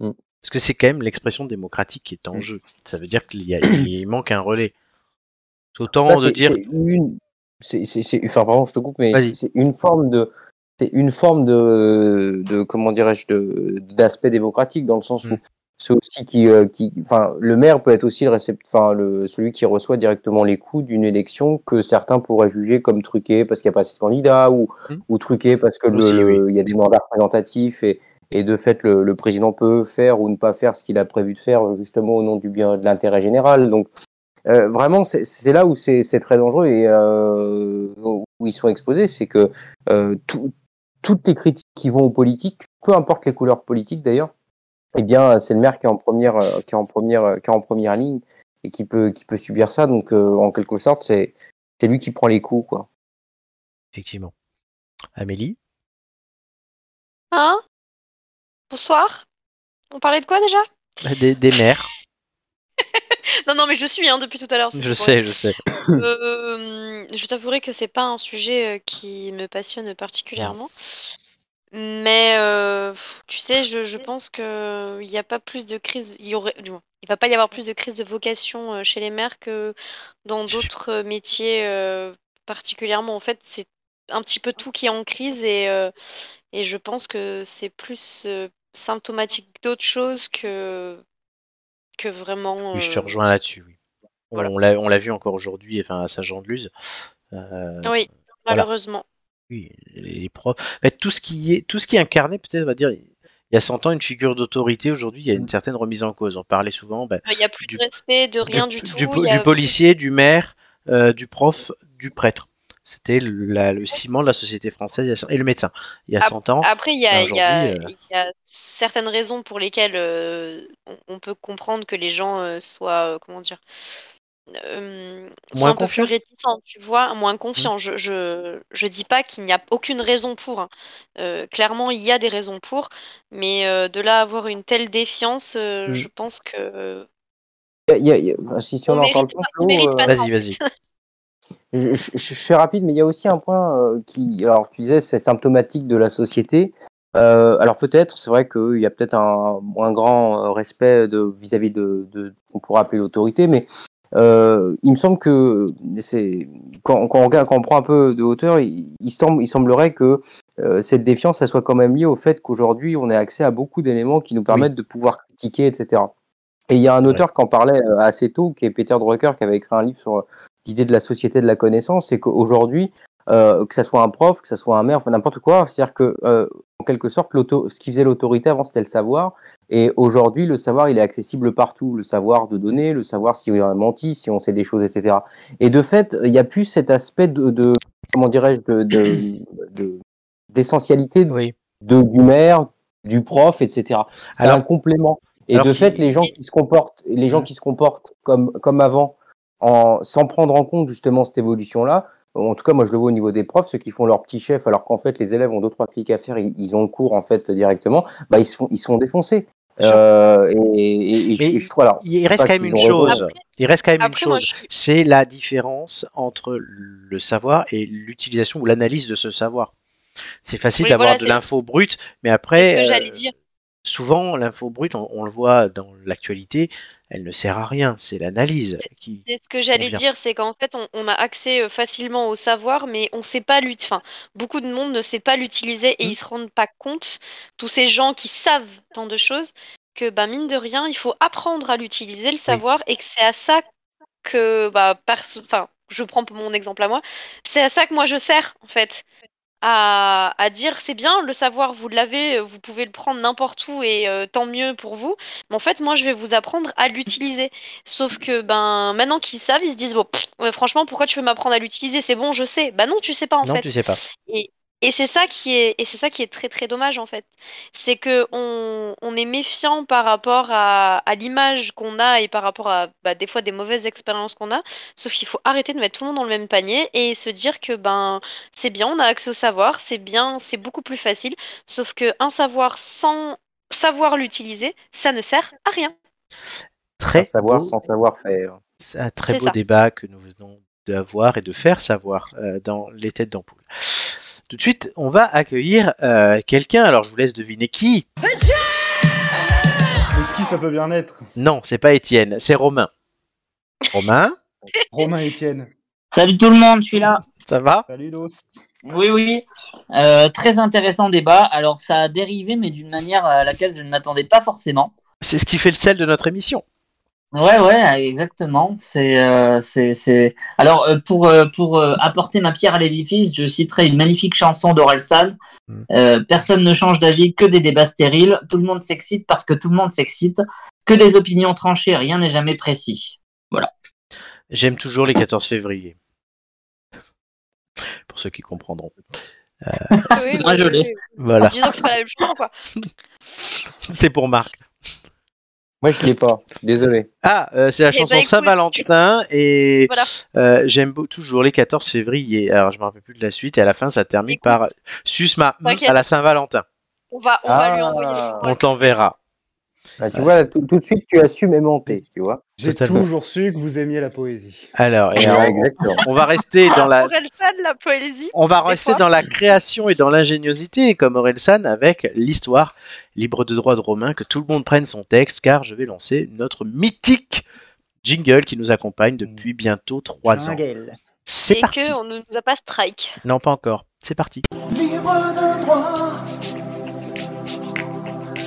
[SPEAKER 4] Mm.
[SPEAKER 1] Parce que c'est quand même l'expression démocratique qui est en jeu. Ça veut dire qu'il y a- il manque un relais. C'est Autant
[SPEAKER 4] Ça,
[SPEAKER 1] de
[SPEAKER 4] Bah, c'est-
[SPEAKER 1] dire
[SPEAKER 4] c'est une, c'est, c'est, c'est- enfin pardon, je te coupe, mais
[SPEAKER 1] Vas-y.
[SPEAKER 4] c'est, c'est une forme de, c'est une forme de, de comment dirais-je, de, d'aspect démocratique dans le sens où
[SPEAKER 1] Mm.
[SPEAKER 4] c'est aussi qui, euh, qui, enfin le maire peut être aussi le récept, enfin le celui qui reçoit directement les coups d'une élection que certains pourraient juger comme truqué parce qu'il n'y a pas assez de candidats ou
[SPEAKER 1] Mm.
[SPEAKER 4] ou truqué parce que le-
[SPEAKER 1] Aussi,
[SPEAKER 4] le- il y a des mandats représentatifs et et de fait, le, le président peut faire ou ne pas faire ce qu'il a prévu de faire, justement au nom du bien de l'intérêt général. Donc, euh, vraiment, c'est- c'est là où c'est c'est très dangereux et euh, où ils sont exposés, c'est que euh, tout- toutes les critiques qui vont aux politiques, peu importe les couleurs politiques d'ailleurs, eh bien, c'est le maire qui est en première, euh, qui est en première, euh, qui est en première ligne et qui peut, qui peut subir ça. Donc, euh, en quelque sorte, c'est c'est lui qui prend les coups, quoi.
[SPEAKER 1] effectivement. Amélie,
[SPEAKER 5] Hein Bonsoir On parlait de quoi déjà
[SPEAKER 1] des, des maires.
[SPEAKER 5] Non, non, mais je suis hein, depuis tout à l'heure. c'est
[SPEAKER 1] Je
[SPEAKER 5] pour-
[SPEAKER 1] sais, je sais.
[SPEAKER 5] Euh, je t'avouerai que c'est pas un sujet euh, qui me passionne particulièrement. Mais euh, pff, tu sais, je, je pense que euh, il n'y a pas plus de crise. Il y aurait, du moins, il va pas y avoir plus de crise de vocation euh, chez les maires que dans d'autres euh, métiers euh, particulièrement. En fait, c'est un petit peu tout qui est en crise et, euh, et je pense que c'est plus euh, symptomatique d'autres choses que que vraiment.
[SPEAKER 1] Oui, je te
[SPEAKER 5] euh,
[SPEAKER 1] rejoins là-dessus. oui.
[SPEAKER 5] voilà.
[SPEAKER 1] On l'a- on l'a vu encore aujourd'hui, enfin à Saint-Jean-de-Luz. Euh,
[SPEAKER 5] Oui,
[SPEAKER 1] Voilà.
[SPEAKER 5] malheureusement.
[SPEAKER 1] Oui, les profs. Mais tout ce qui est, tout ce qui est incarné, peut-être, on va dire, il y a 100 ans, une figure d'autorité. Aujourd'hui, il y a
[SPEAKER 5] Mm.
[SPEAKER 1] une certaine remise en cause. On parlait souvent ben,
[SPEAKER 5] Il n'y a plus
[SPEAKER 1] Du-
[SPEAKER 5] de respect de rien du,
[SPEAKER 1] po-
[SPEAKER 5] tout.
[SPEAKER 1] po-
[SPEAKER 5] il y a-
[SPEAKER 1] du policier, du maire, euh, du prof, du prêtre. C'était la- le ciment de la société française il y a cent- et le médecin. Il y a
[SPEAKER 5] Ah,
[SPEAKER 1] 100 ans,
[SPEAKER 5] Après, il y, a- il y a-
[SPEAKER 1] Ben, Aujourd'hui, euh,
[SPEAKER 5] il y a certaines raisons pour lesquelles euh, on, on peut comprendre que les gens euh, soient, euh, comment dire, euh, soient
[SPEAKER 1] Moins
[SPEAKER 5] un peu plus
[SPEAKER 1] confiants. Mmh.
[SPEAKER 5] réticents, tu vois, moins confiants. Je, je, je dis pas qu'il n'y a aucune raison pour. hein. Euh, clairement, il y a des raisons pour, mais euh, de là à avoir une telle défiance, euh,
[SPEAKER 1] Mm.
[SPEAKER 5] je pense que euh,
[SPEAKER 4] Il y a- il y a- si, si on,
[SPEAKER 5] On
[SPEAKER 4] en
[SPEAKER 5] mérite
[SPEAKER 4] parle pas,
[SPEAKER 5] on
[SPEAKER 4] Flo,
[SPEAKER 5] mérite
[SPEAKER 4] euh,
[SPEAKER 5] pas ça,
[SPEAKER 1] vas-y,
[SPEAKER 5] en
[SPEAKER 1] vas-y.
[SPEAKER 5] fait.
[SPEAKER 4] je, je- je fais rapide, mais il y a aussi un point euh, qui, alors tu disais, c'est symptomatique de la société. Euh, alors peut-être, c'est vrai qu'il y a peut-être un, un grand euh, respect de vis-à-vis de, de ce qu'on pourrait appeler l'autorité, mais euh, il me semble que c'est quand, quand on regarde, quand on prend un peu de hauteur, il, il semble, il semblerait que euh, cette défiance, ça soit quand même liée au fait qu'aujourd'hui, on a accès à beaucoup d'éléments qui nous permettent de pouvoir critiquer, etc. Et il y a un auteur qui en parlait euh, assez tôt, qui est Peter Drucker, qui avait écrit un livre sur l'idée de la société de la connaissance, c'est qu'aujourd'hui, euh, que ça soit un prof, que ça soit un maire, enfin, n'importe quoi, c'est-à-dire que, euh, en quelque sorte, l'auto- ce qui faisait l'autorité avant, c'était le savoir. Et aujourd'hui, le savoir, il est accessible partout. Le savoir de donner, le savoir si on a menti, si on sait des choses, etc. Et de fait, il n'y a plus cet aspect de, de- comment dirais-je, de, de- de- d'essentialité
[SPEAKER 1] Oui.
[SPEAKER 4] de, du maire, du prof, etc. C'est
[SPEAKER 1] Alors-
[SPEAKER 4] un complément. Et
[SPEAKER 1] alors
[SPEAKER 4] de
[SPEAKER 1] qu'il-
[SPEAKER 4] fait, les gens qui se comportent, les gens qui se comportent comme, comme avant, en, sans prendre en compte justement cette évolution-là, en tout cas, moi, je le vois au niveau des profs, ceux qui font leur petit chef, alors qu'en fait, les élèves ont deux, trois clics à faire, ils, ils ont le cours, en fait, directement, bah, ils se font, ils sont défoncés. Euh, et, et- et je-
[SPEAKER 1] Mais
[SPEAKER 4] et je trouve, alors,
[SPEAKER 1] Il reste
[SPEAKER 4] pas
[SPEAKER 1] quand même
[SPEAKER 4] qu'ils
[SPEAKER 1] une
[SPEAKER 4] ont raison.
[SPEAKER 1] chose. Il reste quand même une
[SPEAKER 5] Après, moi,
[SPEAKER 1] chose.
[SPEAKER 5] je-
[SPEAKER 1] C'est la différence entre le savoir et l'utilisation ou l'analyse de ce savoir. C'est facile
[SPEAKER 5] Oui,
[SPEAKER 1] d'avoir
[SPEAKER 5] voilà,
[SPEAKER 1] de
[SPEAKER 5] c'est-
[SPEAKER 1] l'info brute, mais
[SPEAKER 5] c'est ce
[SPEAKER 1] après,
[SPEAKER 5] que
[SPEAKER 1] euh,
[SPEAKER 5] j'allais dire.
[SPEAKER 1] souvent, l'info brute, on, on le voit dans l'actualité, elle ne sert à rien. C'est l'analyse qui.
[SPEAKER 5] C'est ce que j'allais
[SPEAKER 1] vient.
[SPEAKER 5] dire, c'est qu'en fait, on, on a accès euh, facilement au savoir, mais on sait pas l'utiliser. Enfin, beaucoup de monde ne sait pas l'utiliser et
[SPEAKER 1] Mhm.
[SPEAKER 5] ils se rendent pas compte. Tous ces gens qui savent tant de choses que, bah, mine de rien, il faut apprendre à l'utiliser, le savoir, et que c'est à ça que, bah, perso- enfin, je prends mon exemple à moi, c'est à ça que moi je sers, en fait. À, à dire c'est bien le savoir vous l'avez euh, vous pouvez le prendre n'importe où et euh, tant mieux pour vous mais en fait moi je vais vous apprendre à l'utiliser Sauf que ben maintenant qu'ils savent, ils se disent bon pff, ouais, franchement pourquoi tu veux m'apprendre à l'utiliser C'est bon, je sais. Bah non, tu sais pas en
[SPEAKER 1] non,
[SPEAKER 5] fait.
[SPEAKER 1] tu sais pas.
[SPEAKER 5] Et c'est ça qui est et c'est ça qui est très très dommage en fait. C'est que on, on est méfiant par rapport à, à l'image qu'on a et par rapport à bah, des fois des mauvaises expériences qu'on a. Sauf qu'il faut arrêter de mettre tout le monde dans le même panier et se dire que ben c'est bien, on a accès au savoir, c'est bien, c'est beaucoup plus facile. Sauf que un savoir sans savoir l'utiliser, ça ne sert à rien.
[SPEAKER 4] Un
[SPEAKER 1] Très
[SPEAKER 4] savoir
[SPEAKER 1] beau
[SPEAKER 4] sans savoir faire.
[SPEAKER 1] C'est un très
[SPEAKER 5] C'est
[SPEAKER 1] beau
[SPEAKER 5] ça.
[SPEAKER 1] débat que nous venons d'avoir et de faire savoir euh, dans les têtes d'ampoule. Tout de suite, on va accueillir euh, quelqu'un. Alors, je vous laisse deviner qui.
[SPEAKER 2] Mais qui ça peut bien être
[SPEAKER 1] Non, c'est pas Étienne, c'est Romain. Romain,
[SPEAKER 2] Romain Etienne.
[SPEAKER 6] Salut tout le monde, je suis là.
[SPEAKER 1] ça va
[SPEAKER 2] Salut Dos.
[SPEAKER 6] Oui, oui. Euh, très intéressant débat. Alors, ça a dérivé, mais d'une manière à laquelle je ne m'attendais pas forcément.
[SPEAKER 1] C'est ce qui fait le sel de notre émission.
[SPEAKER 6] Ouais, ouais, exactement. C'est, euh, c'est, c'est. Alors, euh, pour, euh, pour euh, apporter ma pierre à l'édifice, je citerai une magnifique chanson d'Orelsan.
[SPEAKER 1] Mm.
[SPEAKER 6] Euh, personne ne change d'avis, que des débats stériles. Tout le monde s'excite parce que tout le monde s'excite. Que des opinions tranchées, rien n'est jamais précis.
[SPEAKER 1] J'aime toujours les 14 février. Pour ceux qui comprendront.
[SPEAKER 5] Ah Oui,
[SPEAKER 6] Moi, je l'ai.
[SPEAKER 1] Voilà,
[SPEAKER 5] Disons que c'est pas la même chose quoi.
[SPEAKER 1] c'est pour Marc.
[SPEAKER 4] Moi, je l'ai pas. Désolé.
[SPEAKER 1] Ah, euh, c'est la
[SPEAKER 5] Eh ben,
[SPEAKER 1] chanson
[SPEAKER 5] écoute.
[SPEAKER 1] Saint-Valentin et
[SPEAKER 5] Voilà.
[SPEAKER 1] euh, j'aime beau- toujours les 14 février. Alors, je me rappelle plus de la suite et à la fin, ça termine
[SPEAKER 5] Écoute.
[SPEAKER 1] par Suce ma mm
[SPEAKER 5] T'inquiète.
[SPEAKER 1] à la Saint-Valentin.
[SPEAKER 5] On va, on va lui envoyer
[SPEAKER 4] Ah.
[SPEAKER 5] les
[SPEAKER 1] On
[SPEAKER 5] paroles.
[SPEAKER 1] t'enverra.
[SPEAKER 4] Bah, tu
[SPEAKER 1] Ah,
[SPEAKER 4] vois, tout, tout de suite, tu as su m'aimanter, tu vois.
[SPEAKER 2] J'ai
[SPEAKER 1] Totalement.
[SPEAKER 2] toujours su que vous aimiez la poésie.
[SPEAKER 1] Alors, et
[SPEAKER 4] Ouais,
[SPEAKER 1] alors,
[SPEAKER 4] exactement.
[SPEAKER 1] on va rester dans la,
[SPEAKER 5] Orelsan, la poésie.
[SPEAKER 1] on va
[SPEAKER 5] Des
[SPEAKER 1] rester
[SPEAKER 5] fois.
[SPEAKER 1] dans la création et dans l'ingéniosité, comme Orelsan avec l'histoire libre de droit de Romain, que tout le monde prenne son texte, car je vais lancer notre mythique jingle qui nous accompagne depuis bientôt trois ans.
[SPEAKER 2] Jingle.
[SPEAKER 1] C'est
[SPEAKER 5] et
[SPEAKER 1] parti.
[SPEAKER 5] qu'on ne nous a pas strike.
[SPEAKER 1] Non, pas encore. C'est parti.
[SPEAKER 7] libre de droit.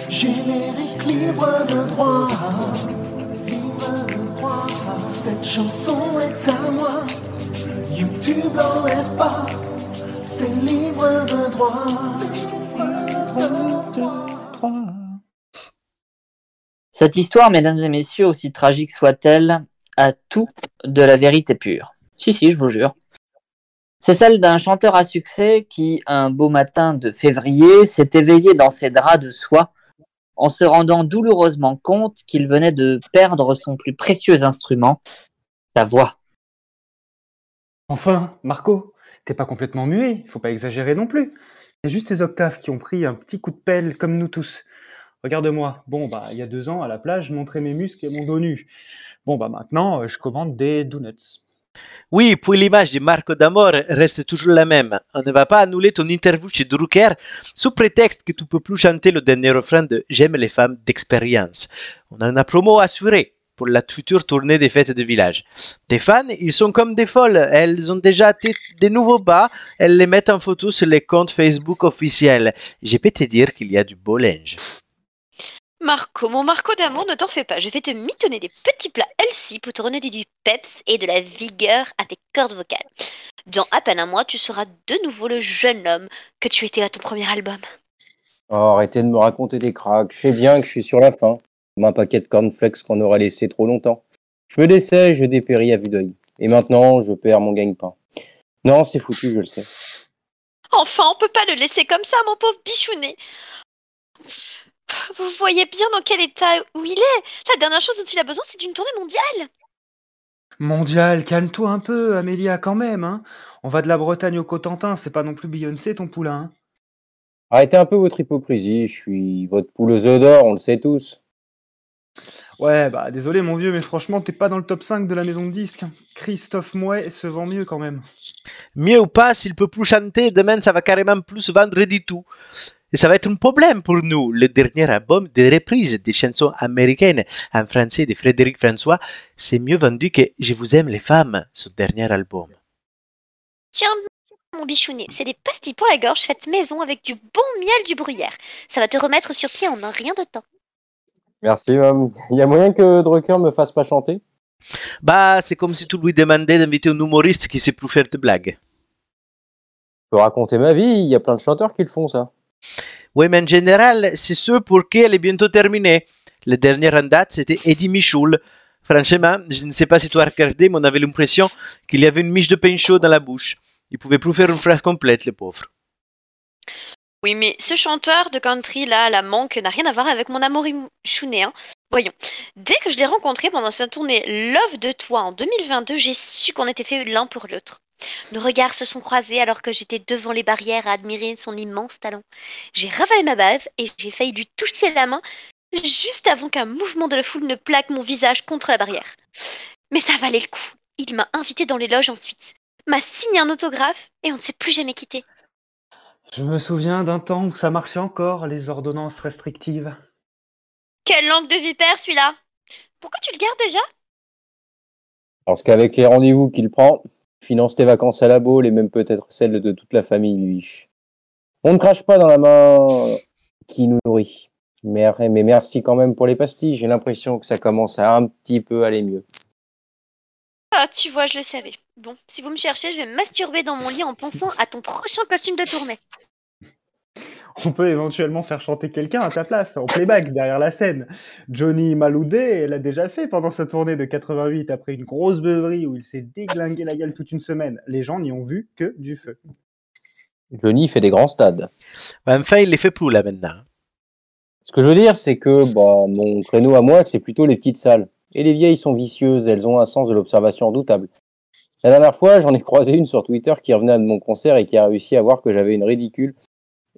[SPEAKER 7] Générique libre de droit. Libre de droit. Cette chanson est à moi. YouTube l'enlève pas. C'est libre de droit.
[SPEAKER 6] Cette histoire, mesdames et messieurs, aussi tragique soit-elle, a tout de la vérité pure. Si, si, je vous jure. C'est celle d'un chanteur à succès qui, un beau matin de février, s'est éveillé dans ses draps de soie en se rendant douloureusement compte qu'il venait de perdre son plus précieux instrument, sa voix.
[SPEAKER 2] Enfin, Marco, t'es pas complètement muet, faut pas exagérer non plus. Il y a juste tes octaves qui ont pris un petit coup de pelle comme nous tous. Regarde-moi, bon bah il y a deux ans à la plage, je montrais mes muscles et mon dos nu. Bon bah maintenant, euh, je commande des donuts.
[SPEAKER 1] Oui, puis l'image de Marco D'Amore reste toujours la même. On ne va pas annuler ton interview chez Drucker sous prétexte que tu peux plus chanter le dernier refrain de J'aime les femmes d'expérience. On a une promo assurée pour la future tournée des fêtes de village. Tes fans, ils sont comme des folles. Elles ont déjà acheté des nouveaux bas. Elles les mettent en photo sur les comptes Facebook officiels. J'ai peux te dire qu'il y a du beau linge.
[SPEAKER 5] Marco, mon Marco d'amour, ne t'en fais pas. Je vais te mitonner des petits plats healthy pour te redonner du peps et de la vigueur à tes cordes vocales. Dans à peine un mois, tu seras de nouveau le jeune homme que tu étais à ton premier album.
[SPEAKER 4] Oh, arrêtez de me raconter des cracks. Je sais bien que je suis sur la fin. Comme un paquet de cornflakes qu'on aurait laissé trop longtemps. Je me décèle, je dépéris à vue d'œil. Et maintenant, je perds mon gagne-pain. Non, c'est foutu, je le sais.
[SPEAKER 5] Enfin, on peut pas le laisser comme ça, mon pauvre bichounet. Vous voyez bien dans quel état où il est. La dernière chose dont il a besoin, c'est d'une tournée mondiale.
[SPEAKER 2] mondial, calme-toi un peu, Amélia, quand même. hein. On va de la Bretagne au Cotentin, c'est pas non plus Beyoncé ton poulain. hein.
[SPEAKER 4] Arrêtez un peu votre hypocrisie, je suis votre poule aux œufs d'or, on le sait tous.
[SPEAKER 2] Ouais, bah désolé mon vieux, mais franchement, t'es pas dans le top 5 de la maison de disques. hein. Christophe Mouet se vend mieux quand même.
[SPEAKER 1] Mieux ou pas, s'il peut plus chanter, demain ça va carrément plus vendre du tout. Et ça va être un problème pour nous. Le dernier album de reprise des chansons américaines en français de Frédéric François s'est mieux vendu que Je vous aime les femmes, ce dernier album.
[SPEAKER 5] Tiens, mon bichounet, c'est des pastilles pour la gorge faites maison avec du bon miel du bruyère. Ça va te remettre sur pied en un rien de temps.
[SPEAKER 4] Merci, maman. Il y a moyen que Drucker me fasse pas chanter
[SPEAKER 1] Bah, c'est comme si tu lui demandais d'inviter un humoriste qui sait plus faire de blagues.
[SPEAKER 4] Je peux raconter ma vie, il y a plein de chanteurs qui le font, ça.
[SPEAKER 1] Oui, mais en général, c'est ce pour qui elle est bientôt terminée. Le dernier en date, c'était Eddie Michoul. Franchement, je ne sais pas si tu as regardé, mais on avait l'impression qu'il y avait une miche de pain chaud dans la bouche. Il pouvait plus faire une phrase complète, le pauvre.
[SPEAKER 3] Oui, mais ce chanteur de country là, à la manque, n'a rien à voir avec mon amour chounet. hein. Voyons. Dès que je l'ai rencontré pendant sa tournée Love de toi en 2022, j'ai su qu'on était fait l'un pour l'autre. Nos regards se sont croisés alors que j'étais devant les barrières à admirer son immense talent. J'ai ravalé ma bave et j'ai failli lui toucher la main juste avant qu'un mouvement de la foule ne plaque mon visage contre la barrière. Mais ça valait le coup. Il m'a invité dans les loges ensuite, m'a signé un autographe et on ne s'est plus jamais quitté.
[SPEAKER 2] Je me souviens d'un temps où ça marchait encore, les ordonnances restrictives.
[SPEAKER 5] Quelle langue de vipère celui-là Pourquoi tu le gardes déjà
[SPEAKER 4] Parce qu'avec les rendez-vous qu'il prend, il finance tes vacances à la Baule et même peut-être celles de toute la famille Luiche. On ne crache pas dans la main euh, qui nous nourrit. Mais, mais merci quand même pour les pastilles, j'ai l'impression que ça commence à un petit peu aller mieux.
[SPEAKER 5] Ah, tu vois, je le savais. Bon, si vous me cherchez, je vais me masturber dans mon lit en pensant à ton prochain costume de tournée.
[SPEAKER 2] On peut éventuellement faire chanter quelqu'un à ta place, en playback, derrière la scène. Johnny Maloudé l'a déjà fait pendant sa tournée de 88 après une grosse beuverie où il s'est déglingué la gueule toute une semaine. Les gens n'y ont vu que du feu.
[SPEAKER 4] Johnny fait des grands stades.
[SPEAKER 1] Enfin, il les fait plus là maintenant.
[SPEAKER 4] Ce que je veux dire, c'est que bah, mon créneau à moi, c'est plutôt les petites salles. Et les vieilles sont vicieuses, elles ont un sens de l'observation redoutable. La dernière fois, j'en ai croisé une sur Twitter qui revenait de mon concert et qui a réussi à voir que j'avais une ridicule,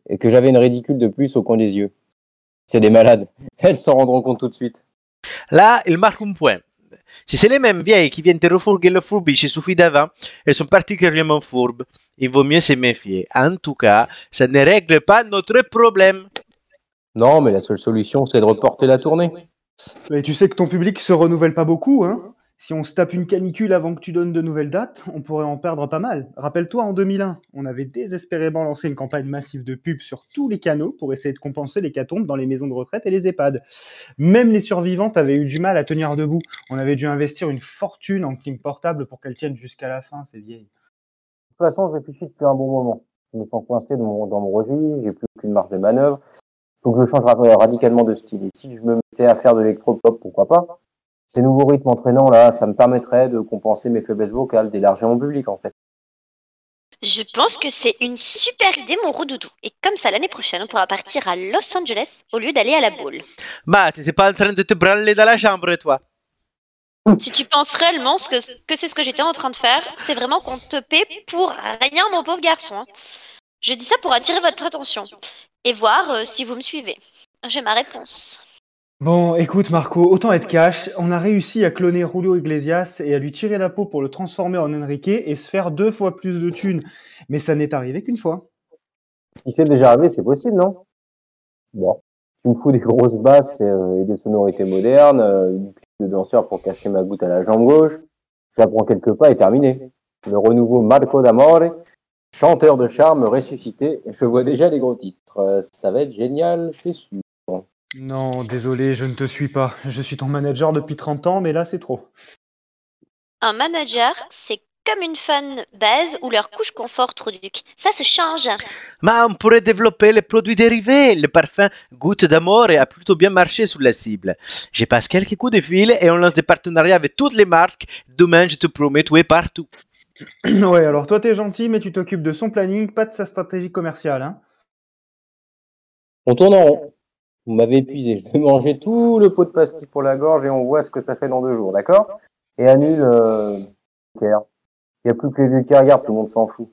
[SPEAKER 4] et que j'avais une ridicule de plus au coin des yeux. C'est des malades. Elles s'en rendront compte tout de suite.
[SPEAKER 1] Là, il marque un point. Si c'est les mêmes vieilles qui viennent te refourguer le fourbiche et suffit d'avant, elles sont particulièrement fourbes. Il vaut mieux se méfier. En tout cas, ça ne règle pas notre problème.
[SPEAKER 4] Non, mais la seule solution, c'est de reporter la tournée.
[SPEAKER 2] Mais tu sais que ton public se renouvelle pas beaucoup, hein Si on se tape une canicule avant que tu donnes de nouvelles dates, on pourrait en perdre pas mal. Rappelle-toi, en 2001, on avait désespérément lancé une campagne massive de pub sur tous les canaux pour essayer de compenser les l'hécatombe dans les maisons de retraite et les EHPAD. Même les survivantes avaient eu du mal à tenir debout. On avait dû investir une fortune en clim portable pour qu'elles tiennent jusqu'à la fin, ces vieilles.
[SPEAKER 4] De toute façon, je réfléchis depuis un bon moment. Je me sens coincé dans mon, dans mon registre, j'ai plus aucune marge de manœuvre. Faut que je change ra- radicalement de style. Et si je me mettais à faire de l'électropop, pourquoi pas Ces nouveaux rythmes entraînants, là, ça me permettrait de compenser mes faiblesses vocales, d'élargir mon public, en fait.
[SPEAKER 5] Je pense que c'est une super idée, mon rodoudou. Et comme ça, l'année prochaine, on pourra partir à Los Angeles au lieu d'aller à la boule.
[SPEAKER 1] Ma, t'étais pas en train de te branler dans la chambre, toi
[SPEAKER 5] Si tu penses réellement ce que, que c'est ce que j'étais en train de faire, c'est vraiment qu'on te paie pour rien, mon pauvre garçon. hein. Je dis ça pour attirer votre attention et voir euh, si vous me suivez. J'ai ma réponse.
[SPEAKER 2] Bon, écoute Marco, autant être cash, on a réussi à cloner Julio Iglesias et à lui tirer la peau pour le transformer en Enrique et se faire deux fois plus de thunes. Mais ça n'est arrivé qu'une fois.
[SPEAKER 4] Si c'est déjà arrivé, c'est possible, non Bon. Tu me fous des grosses basses et, euh, et des sonorités modernes, euh, une clique de danseur pour cacher ma goutte à la jambe gauche. J'apprends quelques pas et terminé. Le renouveau Marco d'Amore, chanteur de charme ressuscité, je vois déjà les gros titres. Euh, ça va être génial, c'est sûr.
[SPEAKER 2] Non, désolé, je ne te suis pas. Je suis ton manager depuis 30 ans, mais là c'est trop.
[SPEAKER 5] Un manager, c'est comme une fan base ou leur couche confort trop duc. Ça se change.
[SPEAKER 1] Ma on pourrait développer les produits dérivés. Le parfum Goutte d'amour a plutôt bien marché sur la cible. Je passe quelques coups de fil et on lance des partenariats avec toutes les marques. Demain, je te promets, tu es partout.
[SPEAKER 2] ouais, alors toi t'es gentil, mais tu t'occupes de son planning, pas de sa stratégie commerciale. Hein.
[SPEAKER 4] On tourne en rond. Vous m'avez épuisé. Je vais manger tout le pot de pastilles pour la gorge et on voit ce que ça fait dans deux jours, d'accord et annule euh, Joker. Il n'y a plus que les vieux qui regardent, tout le monde s'en fout.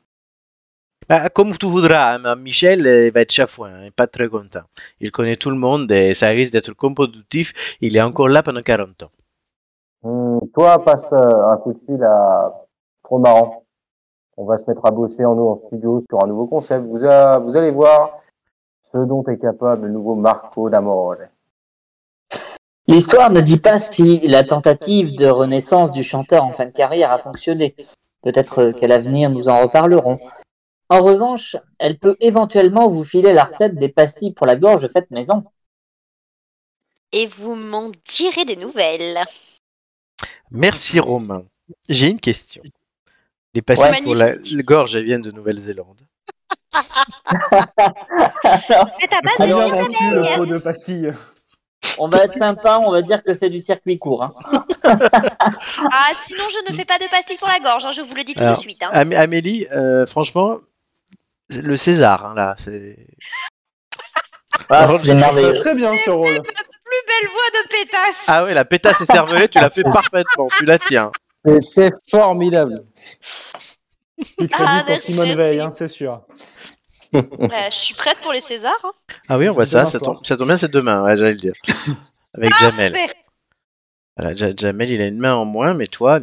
[SPEAKER 1] Ah, comme tu voudras, hein, mais Michel euh, va être chafouin, hein, pas très content. Il connaît tout le monde et ça risque d'être contre-productif. Il est encore là pendant 40 ans.
[SPEAKER 4] Hum, toi, passe euh, un coup de fil à trop marrant. On va se mettre à bosser en nous en studio sur un nouveau concept. Vous, a- vous allez voir ce dont est capable le nouveau Marco D'Amorole.
[SPEAKER 6] L'histoire ne dit pas si la tentative de renaissance du chanteur en fin de carrière a fonctionné. Peut-être qu'à l'avenir, nous en reparlerons. En revanche, elle peut éventuellement vous filer la recette des pastilles pour la gorge faites maison.
[SPEAKER 5] Et vous m'en direz des nouvelles.
[SPEAKER 1] Merci Romain. J'ai une question. Les pastilles
[SPEAKER 5] Ouais.
[SPEAKER 1] pour la la gorge, elles viennent de Nouvelle-Zélande.
[SPEAKER 5] Mais t'as pas de
[SPEAKER 2] Combien
[SPEAKER 5] dire de
[SPEAKER 2] vends-tu le pot de pastilles
[SPEAKER 6] On va être sympa, on va dire que c'est du circuit court. hein.
[SPEAKER 5] Ah, sinon je ne fais pas de pastilles pour la gorge, hein, je vous le dis tout
[SPEAKER 1] Alors,
[SPEAKER 5] de suite. hein.
[SPEAKER 1] Am- Amélie, euh, franchement, c'est le César, hein, là, c'est.
[SPEAKER 6] Ah,
[SPEAKER 1] Alors,
[SPEAKER 6] c'est merveilleux.
[SPEAKER 2] Très bien ce rôle.
[SPEAKER 5] Plus belle voix de pétasse
[SPEAKER 1] Ah ouais, la pétasse et cervelée, tu l'as fait parfaitement, tu la tiens.
[SPEAKER 4] C'était formidable.
[SPEAKER 2] Il crédit
[SPEAKER 5] Ah,
[SPEAKER 2] pour
[SPEAKER 5] merci,
[SPEAKER 2] Simone
[SPEAKER 5] merci.
[SPEAKER 2] Veil, hein, c'est sûr.
[SPEAKER 5] Euh, Je suis prête pour les Césars. hein.
[SPEAKER 1] Ah oui, on voit ça,
[SPEAKER 2] Demain
[SPEAKER 1] ça
[SPEAKER 2] soir.
[SPEAKER 1] tombe, ça tombe bien, c'est demain, ouais, j'allais le dire. Avec Jamel.
[SPEAKER 5] Parfait.
[SPEAKER 1] Voilà, Ja- Jamel, il a une main en moins, mais toi,